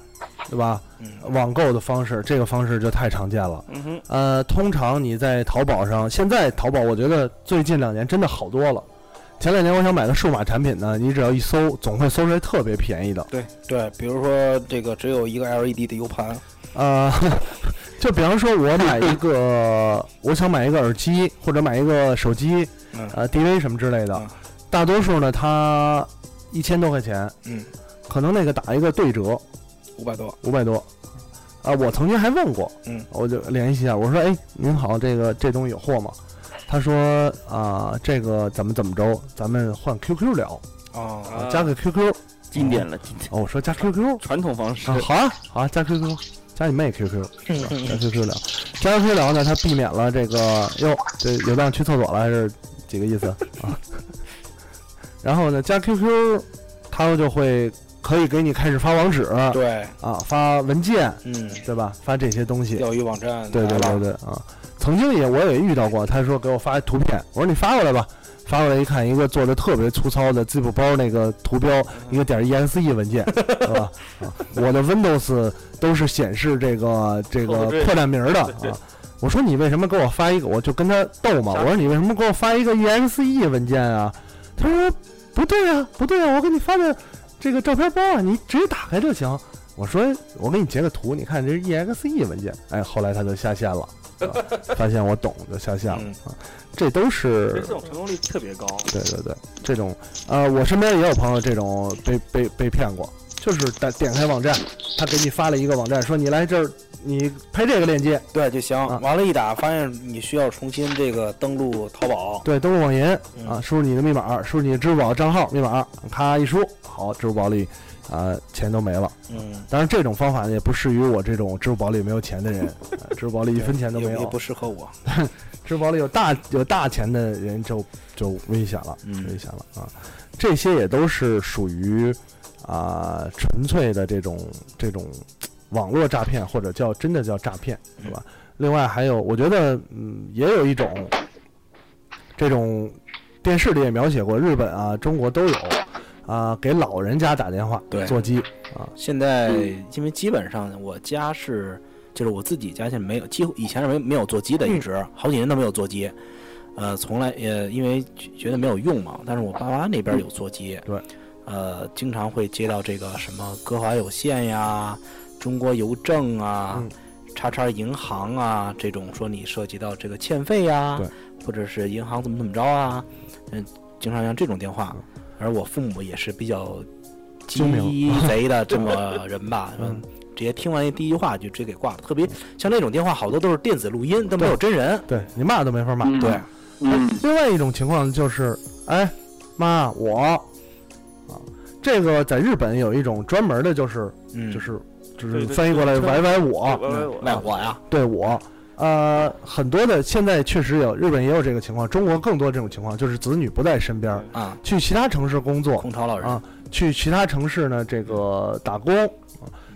S10: 对吧？
S2: 嗯
S10: 网购的方式，这个方式就太常见了。
S1: 嗯哼，
S10: 呃，通常你在淘宝上，现在淘宝我觉得最近两年真的好多了。前两年我想买个数码产品呢，你只要一搜，总会搜出来特别便宜的。
S2: 对对，比如说这个只有一个 LED 的 U 盘，
S10: 呃， 就比方说，我买一个， 我想买一个耳机或者买一个手机
S2: 嗯，
S10: 呃，DV 什么之类的，大多数呢，它一千多块钱，
S2: 嗯，
S10: 可能那个打一个对折，
S2: 五百多，
S10: 五百多。啊，我曾经还问过，
S2: 嗯，
S10: 我就联系一下，我说，哎，您好，这个这东西有货吗？他说，啊、这个怎么怎么着，咱们换 QQ 聊，
S2: 啊
S10: 加个 QQ，
S1: 经典了，经典。
S10: 哦，我说加 QQ，
S1: 传统方式
S10: 啊，好啊，好啊，加 QQ，加你妹 QQ，加 QQ 聊，加 QQ 聊呢，它避免了这个，哟，这有当去厕所了还是几个意思啊？ 然后呢，加 QQ，它就会可以给你开始发网址，
S2: 对，
S10: 啊，发文件，
S2: 嗯，
S10: 对吧？发这些东西，
S2: 钓鱼网站
S10: 对对
S2: 来
S10: 对
S2: 了
S10: 对啊，曾经也我也遇到过，他说给我发图片，我说你发过来吧，发过来一看，一个做的特别粗糙的 zip 包那个图标，一个点 ESE 文 件，是吧？啊，我的 Windows 都是显示这个这
S1: 后
S10: 个
S1: 缀
S10: 扩展名儿的
S1: 对对
S10: 啊。我说你为什么给我发一个？我就跟他斗嘛，我说你为什么给我发一个 EXE 文件啊？他说不对啊，不对啊，我给你发的这个照片包啊，你直接打开就行。我说我给你截个图，你看这是 E EXE 文件。哎，后来他就下线了，啊发现我懂就下线了啊。这都是
S1: 这种成功率特别高。
S10: 对对对，这种呃，我身边也有朋友这种被被被骗过，就是点点开网站，他给你发了一个网站，说你来这儿，你拍这个链接，
S2: 对就行。
S10: 啊
S2: 完了，一打发现你需要重新这个登录淘宝，
S10: 对，登录网银
S2: 嗯
S10: 啊，输入你的密码，输入你的支付宝账号密码，咔一输，好，支付宝里啊、钱都没了。
S2: 嗯，
S10: 当然这种方法呢也不适于我这种支付宝里没有钱 的人，啊支付宝里一分钱都
S2: 也
S10: 没有
S2: 也。不适合我。
S10: 支付宝里有大有大钱的人就就危险了，
S2: 嗯
S10: 危险了啊！这些也都是属于啊、纯粹的这种这种网络诈骗，或者叫真的叫诈骗，是
S2: 嗯
S10: 吧？另外还有，我觉得嗯，也有一种这种电视里也描写过，日本啊、中国都有啊，给老人家打电话
S2: 对
S10: 座机啊，
S2: 现在因为基本上我家是就是我自己家现在没有，几乎以前是没没有座机的，
S10: 嗯
S2: 一直、好几年都没有座机，呃，从来呃因为觉得没有用嘛，但是我爸妈那边有座机，
S10: 嗯对，
S2: 呃，经常会接到这个什么歌华有线呀、中国邮政啊、
S10: 嗯
S2: 叉叉银行啊这种说你涉及到这个欠费呀，或者是银行怎么怎么着啊，嗯、经常像这种电话，而我父母也是比较
S10: 嗯精明
S2: 鸡贼的这么人 吧，嗯，直接听完那第一句话就直接给挂了。特别像这种电话，好多都是电子录音，都没有真人。
S10: 对你骂都没法骂。
S2: 对，
S10: 嗯。另外一种情况就是，哎，妈，我啊，这个在日本有一种专门的，就是就是嗯就
S2: 对
S10: 是
S2: 对
S10: 翻译过来
S2: 对
S10: 玩玩
S2: 对玩玩我
S10: 我，
S2: 嗯嗯玩我呀，
S10: 对我。呃，很多的现在确实有，日本也有这个情况，中国更多这种情况，就是子女不在身边
S2: 啊，
S10: 去其他城市嗯工作，
S2: 空巢老人
S10: 啊，去其他城市呢这个打工。啊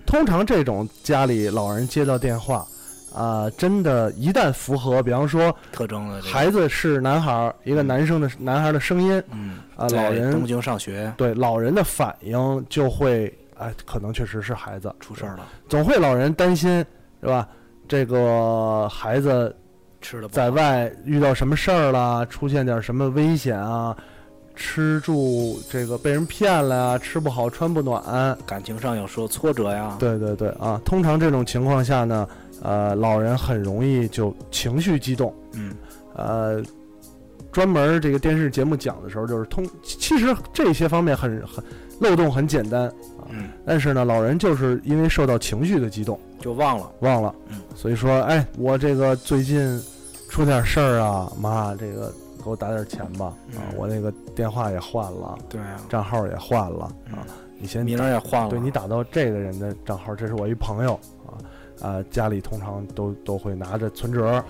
S10: 通常这种家里老人接到电话，啊、真的，一旦符合，比方说
S2: 特征的这个
S10: 孩子是男孩儿，一个男生的男孩儿的声音，
S2: 嗯，
S10: 啊、
S2: 在
S10: 老人
S2: 东京上学，
S10: 对老人的反应就会，哎，可能确实是孩子
S2: 出事儿了，
S10: 总会老人担心，是吧？这个孩子
S2: 吃了
S10: 在外遇到什么事儿啦，出现点什么危险啊，吃住这个被人骗了啊，吃不好穿不暖，
S2: 感情上有受挫折呀。
S10: 对对对啊，通常这种情况下呢，呃，老人很容易就情绪激动，
S2: 嗯，
S10: 呃，专门儿这个电视节目讲的时候，就是通，其其实这些方面很很漏洞很简单啊，
S2: 嗯
S10: 但是呢，老人就是因为受到情绪的激动，
S2: 就忘了，
S10: 忘了，
S2: 嗯，
S10: 所以说，哎，我这个最近出点事儿啊，妈，这个给我打点钱吧，啊，我那个电话也换了，
S2: 对啊
S10: 账号也换了啊，你先
S2: 嗯名
S10: 打
S2: 儿也换了
S10: 对你打到这个人的账号，这是我一朋友啊，啊，家里通常都都会拿着存折啊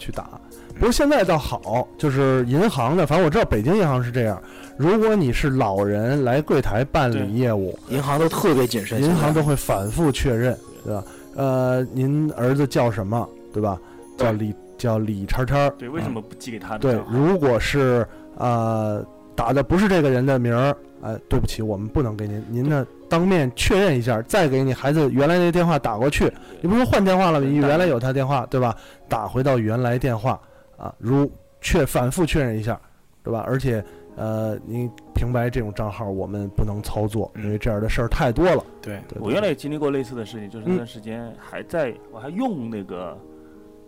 S10: 去打。不过现在倒好，就是银行的，反正我知道北京银行是这样。如果你是老人来柜台办理业务，
S2: 银行都特别谨慎
S10: 银
S2: 现在
S10: 行都会反复确认，对吧？呃，您儿子叫什么，对吧？叫李叫李叉叉，
S1: 对，为什么不寄给他呢？
S10: 对，如果是呃打的不是这个人的名儿，呃，对不起，我们不能给您，您呢当面确认一下，再给你孩子原来那电话打过去。你不是换电话了吗？你原来有他电话对吧？打回到原来电话啊，如确反复确认一下，对吧？而且呃，您平白这种账号我们不能操作，因为这样的事儿太多了。
S2: 对
S10: 对
S1: 嗯我原来也经历过类似的事情，就是
S10: 嗯
S1: 那段时间还在，我还用那个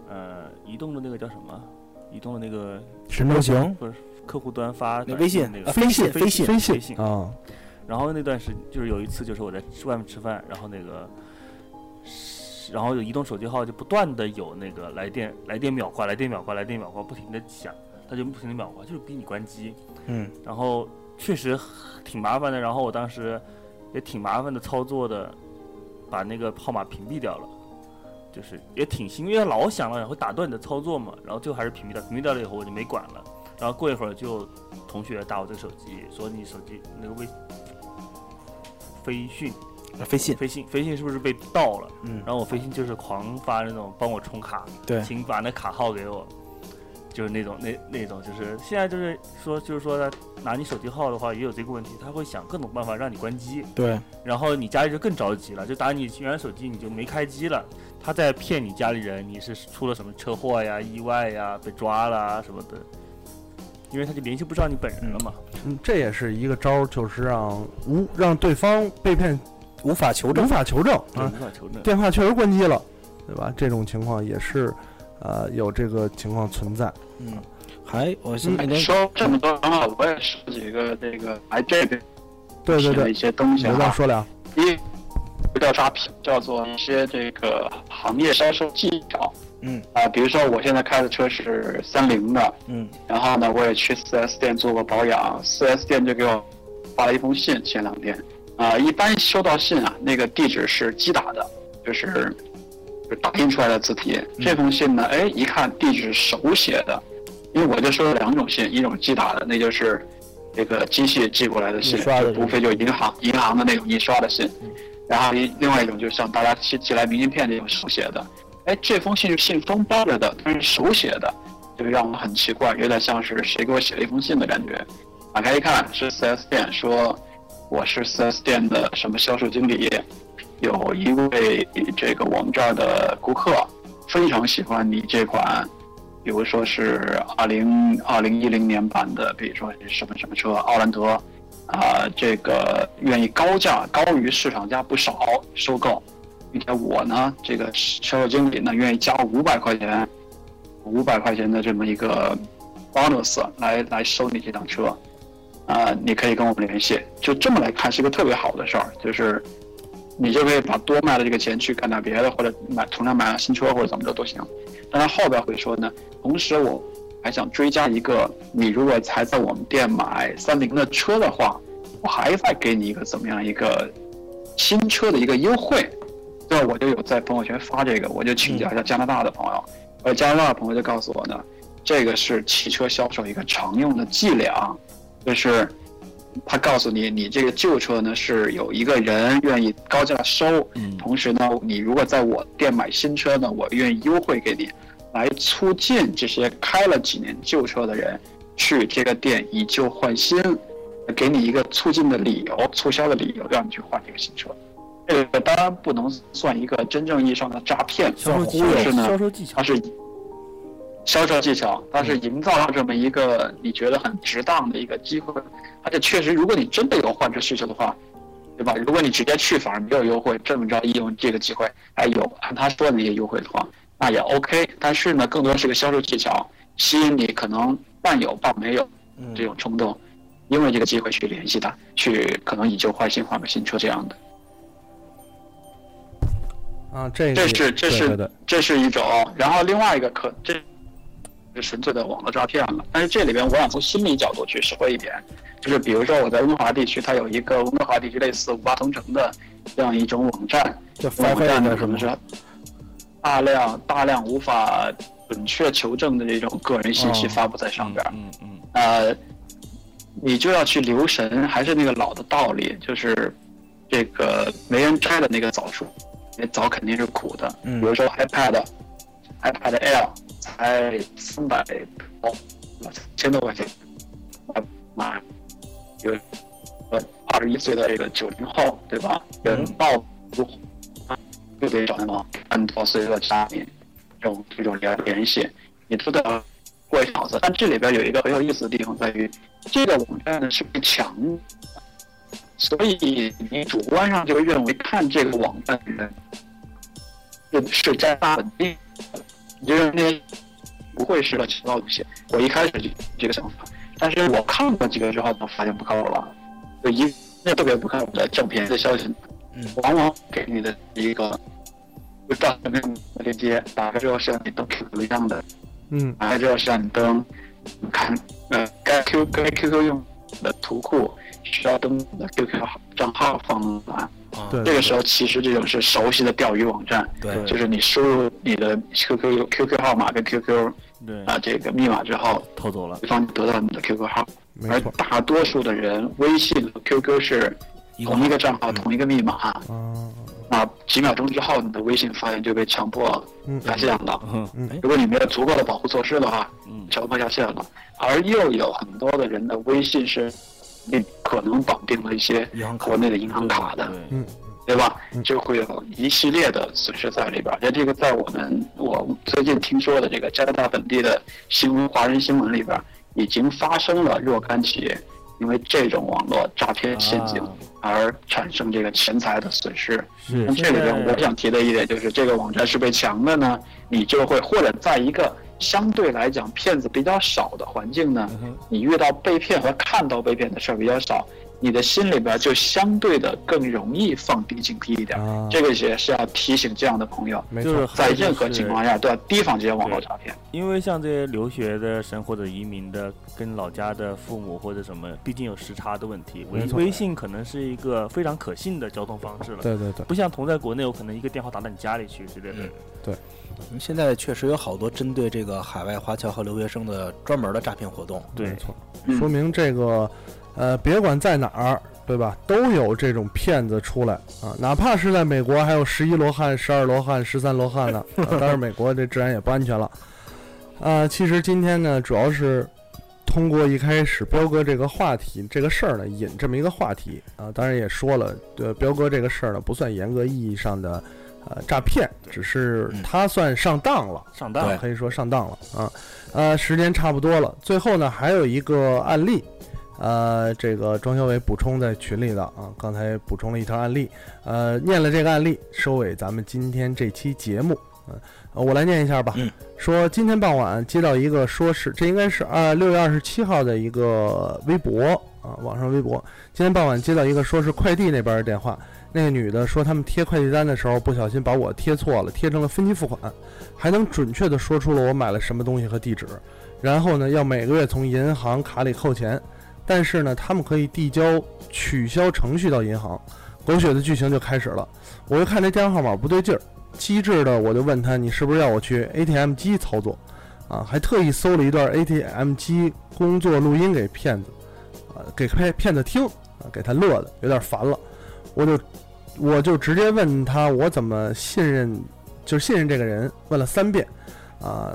S1: 呃移动的那个叫什么？移动的那个
S10: 神州行
S1: 不是客户端发
S2: 那
S1: 短
S2: 微
S1: 信
S2: 信
S1: 那
S2: 啊
S1: 个
S2: 飞信
S1: 飞
S2: 飞信
S1: 信
S2: 飞信
S10: 啊。
S1: 然后那段时就是有一次，就是我在吃外面吃饭，然后那个。然后有移动手机号就不断的有那个来电来电秒挂来电秒挂来电秒挂不停的响，它就不停的秒挂，就是逼你关机。
S2: 嗯，
S1: 然后确实挺麻烦的，然后我当时也挺麻烦的操作的，把那个号码屏蔽掉了，就是也挺幸运，因为老响了，然后打断你的操作嘛，然后最后还是屏蔽掉，屏蔽掉了以后我就没管了，然后过一会儿就同学打我这个手机，说你手机那个微飞讯。
S2: 飞信，
S1: 飞信，飞信是不是被盗了？
S2: 嗯
S1: 然后我飞信就是狂发那种帮我充卡，
S2: 对
S1: 请把那卡号给我，就是那种那那种，就是现在就是说就是说他拿你手机号的话也有这个问题，他会想各种办法让你关机。
S2: 对，
S1: 然后你家里就更着急了，就打你原来手机你就没开机了，他在骗你家里人，你是出了什么车祸呀、意外呀、被抓了啊什么的，因为他就联系不上你本人了嘛。
S10: 嗯，这也是一个招儿，就是让无让对方被骗
S2: 无法求
S10: 证，无法求证
S1: 对
S10: 啊，
S1: 无法求证
S10: 电话确实关机了，对吧？这种情况也是，呃，有这个情况存在。
S2: 嗯，还我
S10: 现
S6: 嗯
S10: 在
S6: 说这么多的话，我也说几个这个来这边
S10: 对对
S6: 写了
S10: 对，
S6: 一些东西
S10: 刘大
S6: 啊。
S10: 说俩，
S6: 一个叫啥品，叫做一些这个行业销售技巧
S2: 嗯
S6: 啊、比如说我现在开的车是三菱的，
S2: 嗯，
S6: 然后呢，我也去 4S 店做过保养，4S 店就给我发了一封信，前两天啊、一般收到信啊，那个地址是机打的，就是就打印出来的字体。
S2: 嗯
S6: 这封信呢，哎，一看地址手写的，因为我就收到两种信，一种机打的，那就是这个机器寄过来的信，
S2: 印刷的嗯
S6: 就无非就是银行银行的那种印刷的信，然后一另外一种就是像大家寄寄来明信片这种手写的。哎，这封信是信封包着的，但是手写的，这个让我很奇怪，有点像是谁给我写了一封信的感觉。打开一看，是 4S 店说我是 4S 店的什么销售经理，有一位这个我们这儿的顾客非常喜欢你这款，比如说是二零二零一零年版的，比如说是什么什么车奥兰德，啊、这个愿意高价高于市场价不少收购，并且我呢这个销售经理呢愿意加五百块钱，五百块钱的这么一个 bonus 来来收你这辆车。啊、你可以跟我们联系。就这么来看，是一个特别好的事儿，就是你就可以把多卖的这个钱去干点别的，或者买同样买辆新车或者怎么着都行。但是后边会说呢，同时我还想追加一个，你如果还在我们店买三菱的车的话，我还再给你一个怎么样一个新车的一个优惠。对，我就有在朋友圈发这个，我就请教一下加拿大的朋友，而加拿大的朋友就告诉我呢，这个是汽车销售一个常用的伎俩，就是他告诉你，你这个旧车呢是有一个人愿意高价收，
S1: 嗯
S6: 同时呢，你如果在我店买新车呢，我愿意优惠给你，来促进这些开了几年旧车的人去这个店以旧换新，给你一个促进的理由、促销的理由，让你去换这个新车。这个当然不能算一个真正意义上的诈骗，
S1: 销售技巧
S6: 但是呢，
S1: 销售
S6: 技巧它是销售技巧，它是营造这么一个你觉得很值当的一个机会，而且确实，如果你真的有换车需求的话，对吧？如果你直接去反而没有优惠，这么着利用这个机会，哎，有按他说的那些优惠的话，那也 OK。但是呢，更多是个销售技巧，吸引你可能半有半没有这种冲动，因为这个机会去联系他，去可能以旧换新换个新车这样的。
S10: 啊，这个
S6: 这是
S10: 也
S6: 这
S10: 对对对
S6: 是这是一种，然后另外一个可这是纯粹的网络诈骗了。但是这里边我想从心理角度去说一点，就是比如说我在温哥华地区，它有一个温哥华地区类似五八同城的这样一种网站，
S2: 就
S6: 网
S2: 翻黑
S6: 站呢
S2: 的
S6: 可
S2: 是
S6: 能
S2: 吗？
S6: 是大量大量无法准确求证的这种个人信息
S1: 哦
S6: 发布在上边，嗯嗯，呃，你就要去留神，还是那个老的道理，就是这个没人摘的那个枣树，那枣肯定是苦的。
S2: 嗯
S6: 比如说 iPad、iPad Air 才三百多，千多块钱，啊妈呀，有呃二十一岁的这个九零后，对吧？有人报复啊，就得找那种三多岁的家里这种这种联联系，你都得过一脑子。但这里边有一个很有意思的地方在于，这个网站呢是被强的，所以你主观上就会认为看这个网站的人是是在大本地的，你就认为不会是个情报东西。我一开始就这个想法，但是我看过几个之后，我发现不靠谱了，就一那特别不靠谱的正片的消息，往往给你的一个不知道什么样的链接，打开之后是让你登 QQ 一样的，
S10: 嗯
S6: 打开之后是让你登看呃该 Q 该 QQ 用的图库需要登你的 QQ 账号放入栏。
S2: 啊
S10: 对
S6: 这个时候其实这种是熟悉的钓鱼网站，
S2: 对
S6: 就是你输入你的 QQ QQ 号码跟 QQ
S1: 对
S6: 啊这个密码之后，
S1: 偷走了，
S6: 对方得到你的 QQ 号，而大多数的人微信和 QQ 是同一个账号、同一个密码，
S10: 嗯
S6: 啊，几秒钟之后你的微信发言就被强迫
S10: 嗯
S6: 下线了，
S10: 嗯
S6: 如果你没有足够的保护措施的话，强迫下线了。而又有很多的人的微信是，你可能绑定了一些国内的银行卡的，
S10: 嗯
S6: 对吧？就会有一系列的损失在里边儿。那这个在我们我最近听说的这个加拿大本地的新闻，华人新闻里边儿已经发生了若干起因为这种网络诈骗
S1: 啊
S6: 陷阱而产生这个钱财的损失。
S1: 是
S6: 那这里边
S1: 现在
S6: 我想提的一点就是，这个网站是被强的呢，你就会或者在一个相对来讲骗子比较少的环境呢，你遇到被骗和看到被骗的事儿比较少，你的心里边就相对的更容易放低警惕一
S10: 啊
S6: 点。这个也是要提醒这样的朋友
S1: 没错就是，
S6: 在
S1: 还是
S6: 任何情况下都要提防这些网络
S1: 对
S6: 诈骗。
S1: 因为像这些留学的生或者移民的，跟老家的父母或者什么，毕竟有时差的问题。微
S10: 没错
S1: 微信可能是一个非常可信的交通方式了。
S10: 对对对
S1: 不像同在国内，我可能一个电话打到你家里去之类的。
S10: 对，
S2: 我嗯们现在确实有好多针对这个海外华侨和留学生的专门的诈骗活动。
S1: 对，
S10: 没错，
S5: 嗯
S6: 嗯
S10: 说明这个，呃，别管在哪儿，对吧，都有这种骗子出来啊，哪怕是在美国，还有十一罗汉、十二罗汉、十三罗汉 呢。啊当然，美国这治安也不安全了。啊，其实今天呢，主要是通过一开始彪哥这个话题这个事儿呢，引这么一个话题啊，当然也说了，对彪哥这个事儿呢，不算严格意义上的呃诈骗，只是他算上当了，
S5: 嗯上当了
S10: 可以说上当了啊。呃，时间差不多了，最后呢还有一个案例，呃，这个庄小伟补充在群里的啊，刚才补充了一条案例，呃，念了这个案例，收尾咱们今天这期节目。呃，我来念一下吧。说今天傍晚接到一个说是这应该是二六月二十七号的一个微博啊，网上微博。今天傍晚接到一个说是快递那边的电话，那个女的说他们贴快递单的时候不小心把我贴错了，贴成了分期付款，还能准确的说出了我买了什么东西和地址。然后呢，要每个月从银行卡里扣钱，但是呢，他们可以递交取消程序到银行。狗血的剧情就开始了，我就看这电话号码不对劲儿，机智的我就问他，你是不是要我去 ATM 机操作？啊，还特意搜了一段 ATM 机工作录音给骗子，啊，给骗骗子听，啊，给他乐的有点烦了，我就我就直接问他我怎么信任，就是信任这个人，问了三遍，啊，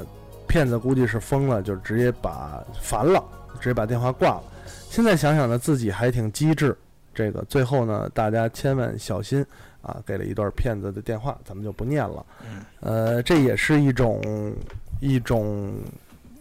S10: 骗子估计是疯了，就直接把烦了，直接把电话挂了。现在想想呢，自己还挺机智，这个最后呢，大家千万小心啊！给了一段骗子的电话，咱们就不念了。呃，这也是一种一种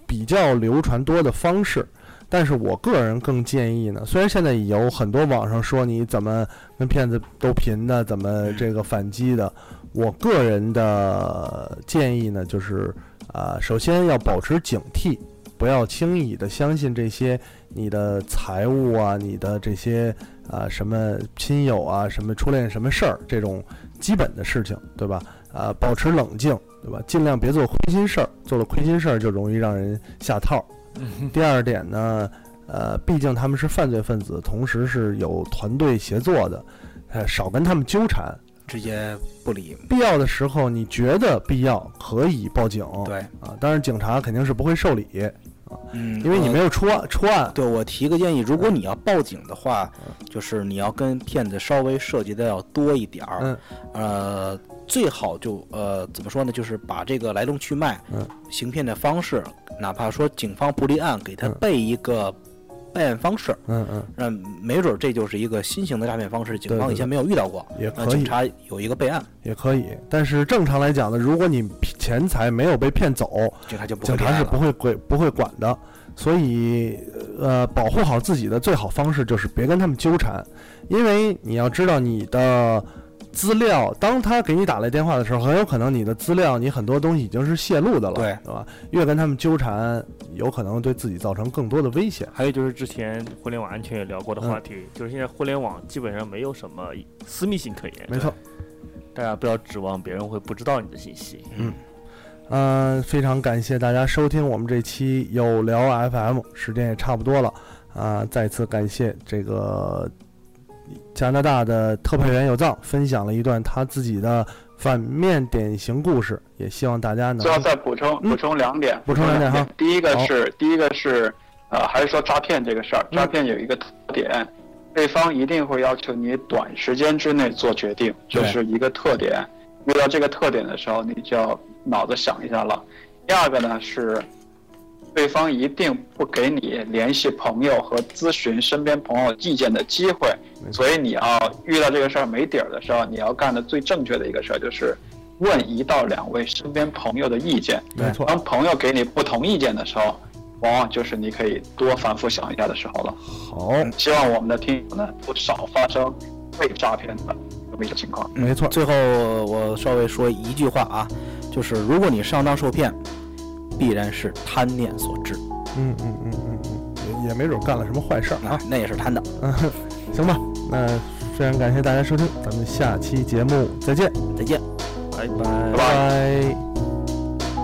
S10: 比较流传多的方式，但是我个人更建议呢，虽然现在有很多网上说你怎么跟骗子斗贫的，怎么这个反击的，我个人的建议呢，就是啊、呃首先要保持警惕，不要轻易的相信这些你的财务啊、你的这些啊、呃什么亲友啊、什么初恋什么事儿这种基本的事情，对吧？啊、保持冷静，对吧？尽量别做亏心事儿，做了亏心事儿就容易让人下套。第二点呢，呃，毕竟他们是犯罪分子，同时是有团队协作的，呃，少跟他们纠缠。
S2: 直接不理。
S10: 必要的时候，你觉得必要可以报警。
S2: 对
S10: 啊，当然警察肯定是不会受理啊，
S2: 嗯，
S10: 因为你没有出案出案。
S2: 对我提个建议，如果你要报警的话，就是你要跟骗子稍微涉及的要多一点儿，
S10: 嗯，
S2: 呃，最好就呃怎么说呢，就是把这个来龙去脉，
S10: 嗯，
S2: 行骗的方式，哪怕说警方不立案，给他备一个备案方式，
S10: 嗯嗯，
S2: 那没准儿这就是一个新型的诈骗方式，警
S10: 对
S2: 方
S10: 对
S2: 以前没有遇到过，
S10: 也
S2: 那
S10: 可以
S2: 警察有一个备案，
S10: 也可以。但是正常来讲呢，如果你钱财没有被骗走，
S2: 警察就不会
S10: 警察
S2: 立案
S10: 是
S2: 了
S10: 不会管不会管的。所以，呃，保护好自己的最好方式就是别跟他们纠缠，因为你要知道你的资料，当他给你打来电话的时候，很有可能你的资料，你很多东西已经是泄露的了，
S2: 对
S10: 对吧？越跟他们纠缠，有可能对自己造成更多的危险。
S1: 还有就是之前互联网安全也聊过的话题，就是现在互联网基本上没有什么私密性可言。
S10: 没错
S1: 对，大家不要指望别人会不知道你的信息。
S10: 嗯，嗯，非常感谢大家收听我们这期有聊 FM，时间也差不多了啊、再次感谢这个加拿大的特派员有藏分享了一段他自己的反面典型故事，也希望大家能
S6: 最后再补充补充两点，
S10: 嗯补充两点哈
S6: 第一个是第一个是呃，还是说诈骗这个事儿，诈骗有一个特点，对方一定会要求你短时间之内做决定，这、
S14: 对
S6: 是一个特点。遇到这个特点的时候，你就要脑子想一下了。第二个呢是，对方一定不给你联系朋友和咨询身边朋友意见的机会，所以你要遇到这个事儿没底儿的时候，你要干的最正确的一个事儿就是问一到两位身边朋友的意见。
S10: 没错
S6: 当朋友给你不同意见的时候，往往就是你可以多反复想一下的时候了。
S10: 好，
S6: 希望我们的听友呢都少发生被诈骗的这么一个情况。
S10: 没错。
S2: 最后我稍微说一句话啊，就是如果你上当受骗，必然是贪念所致。
S10: 嗯嗯嗯嗯嗯，也也没准干了什么坏事儿啊，
S2: 那也是贪的。
S10: 嗯，行吧，那非常感谢大家收听，咱们下期节目再见，
S2: 再见，
S1: 拜拜，
S10: 拜拜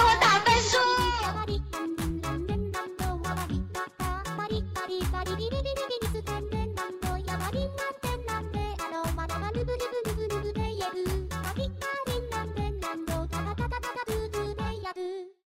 S15: 我打分数。
S5: Thank you.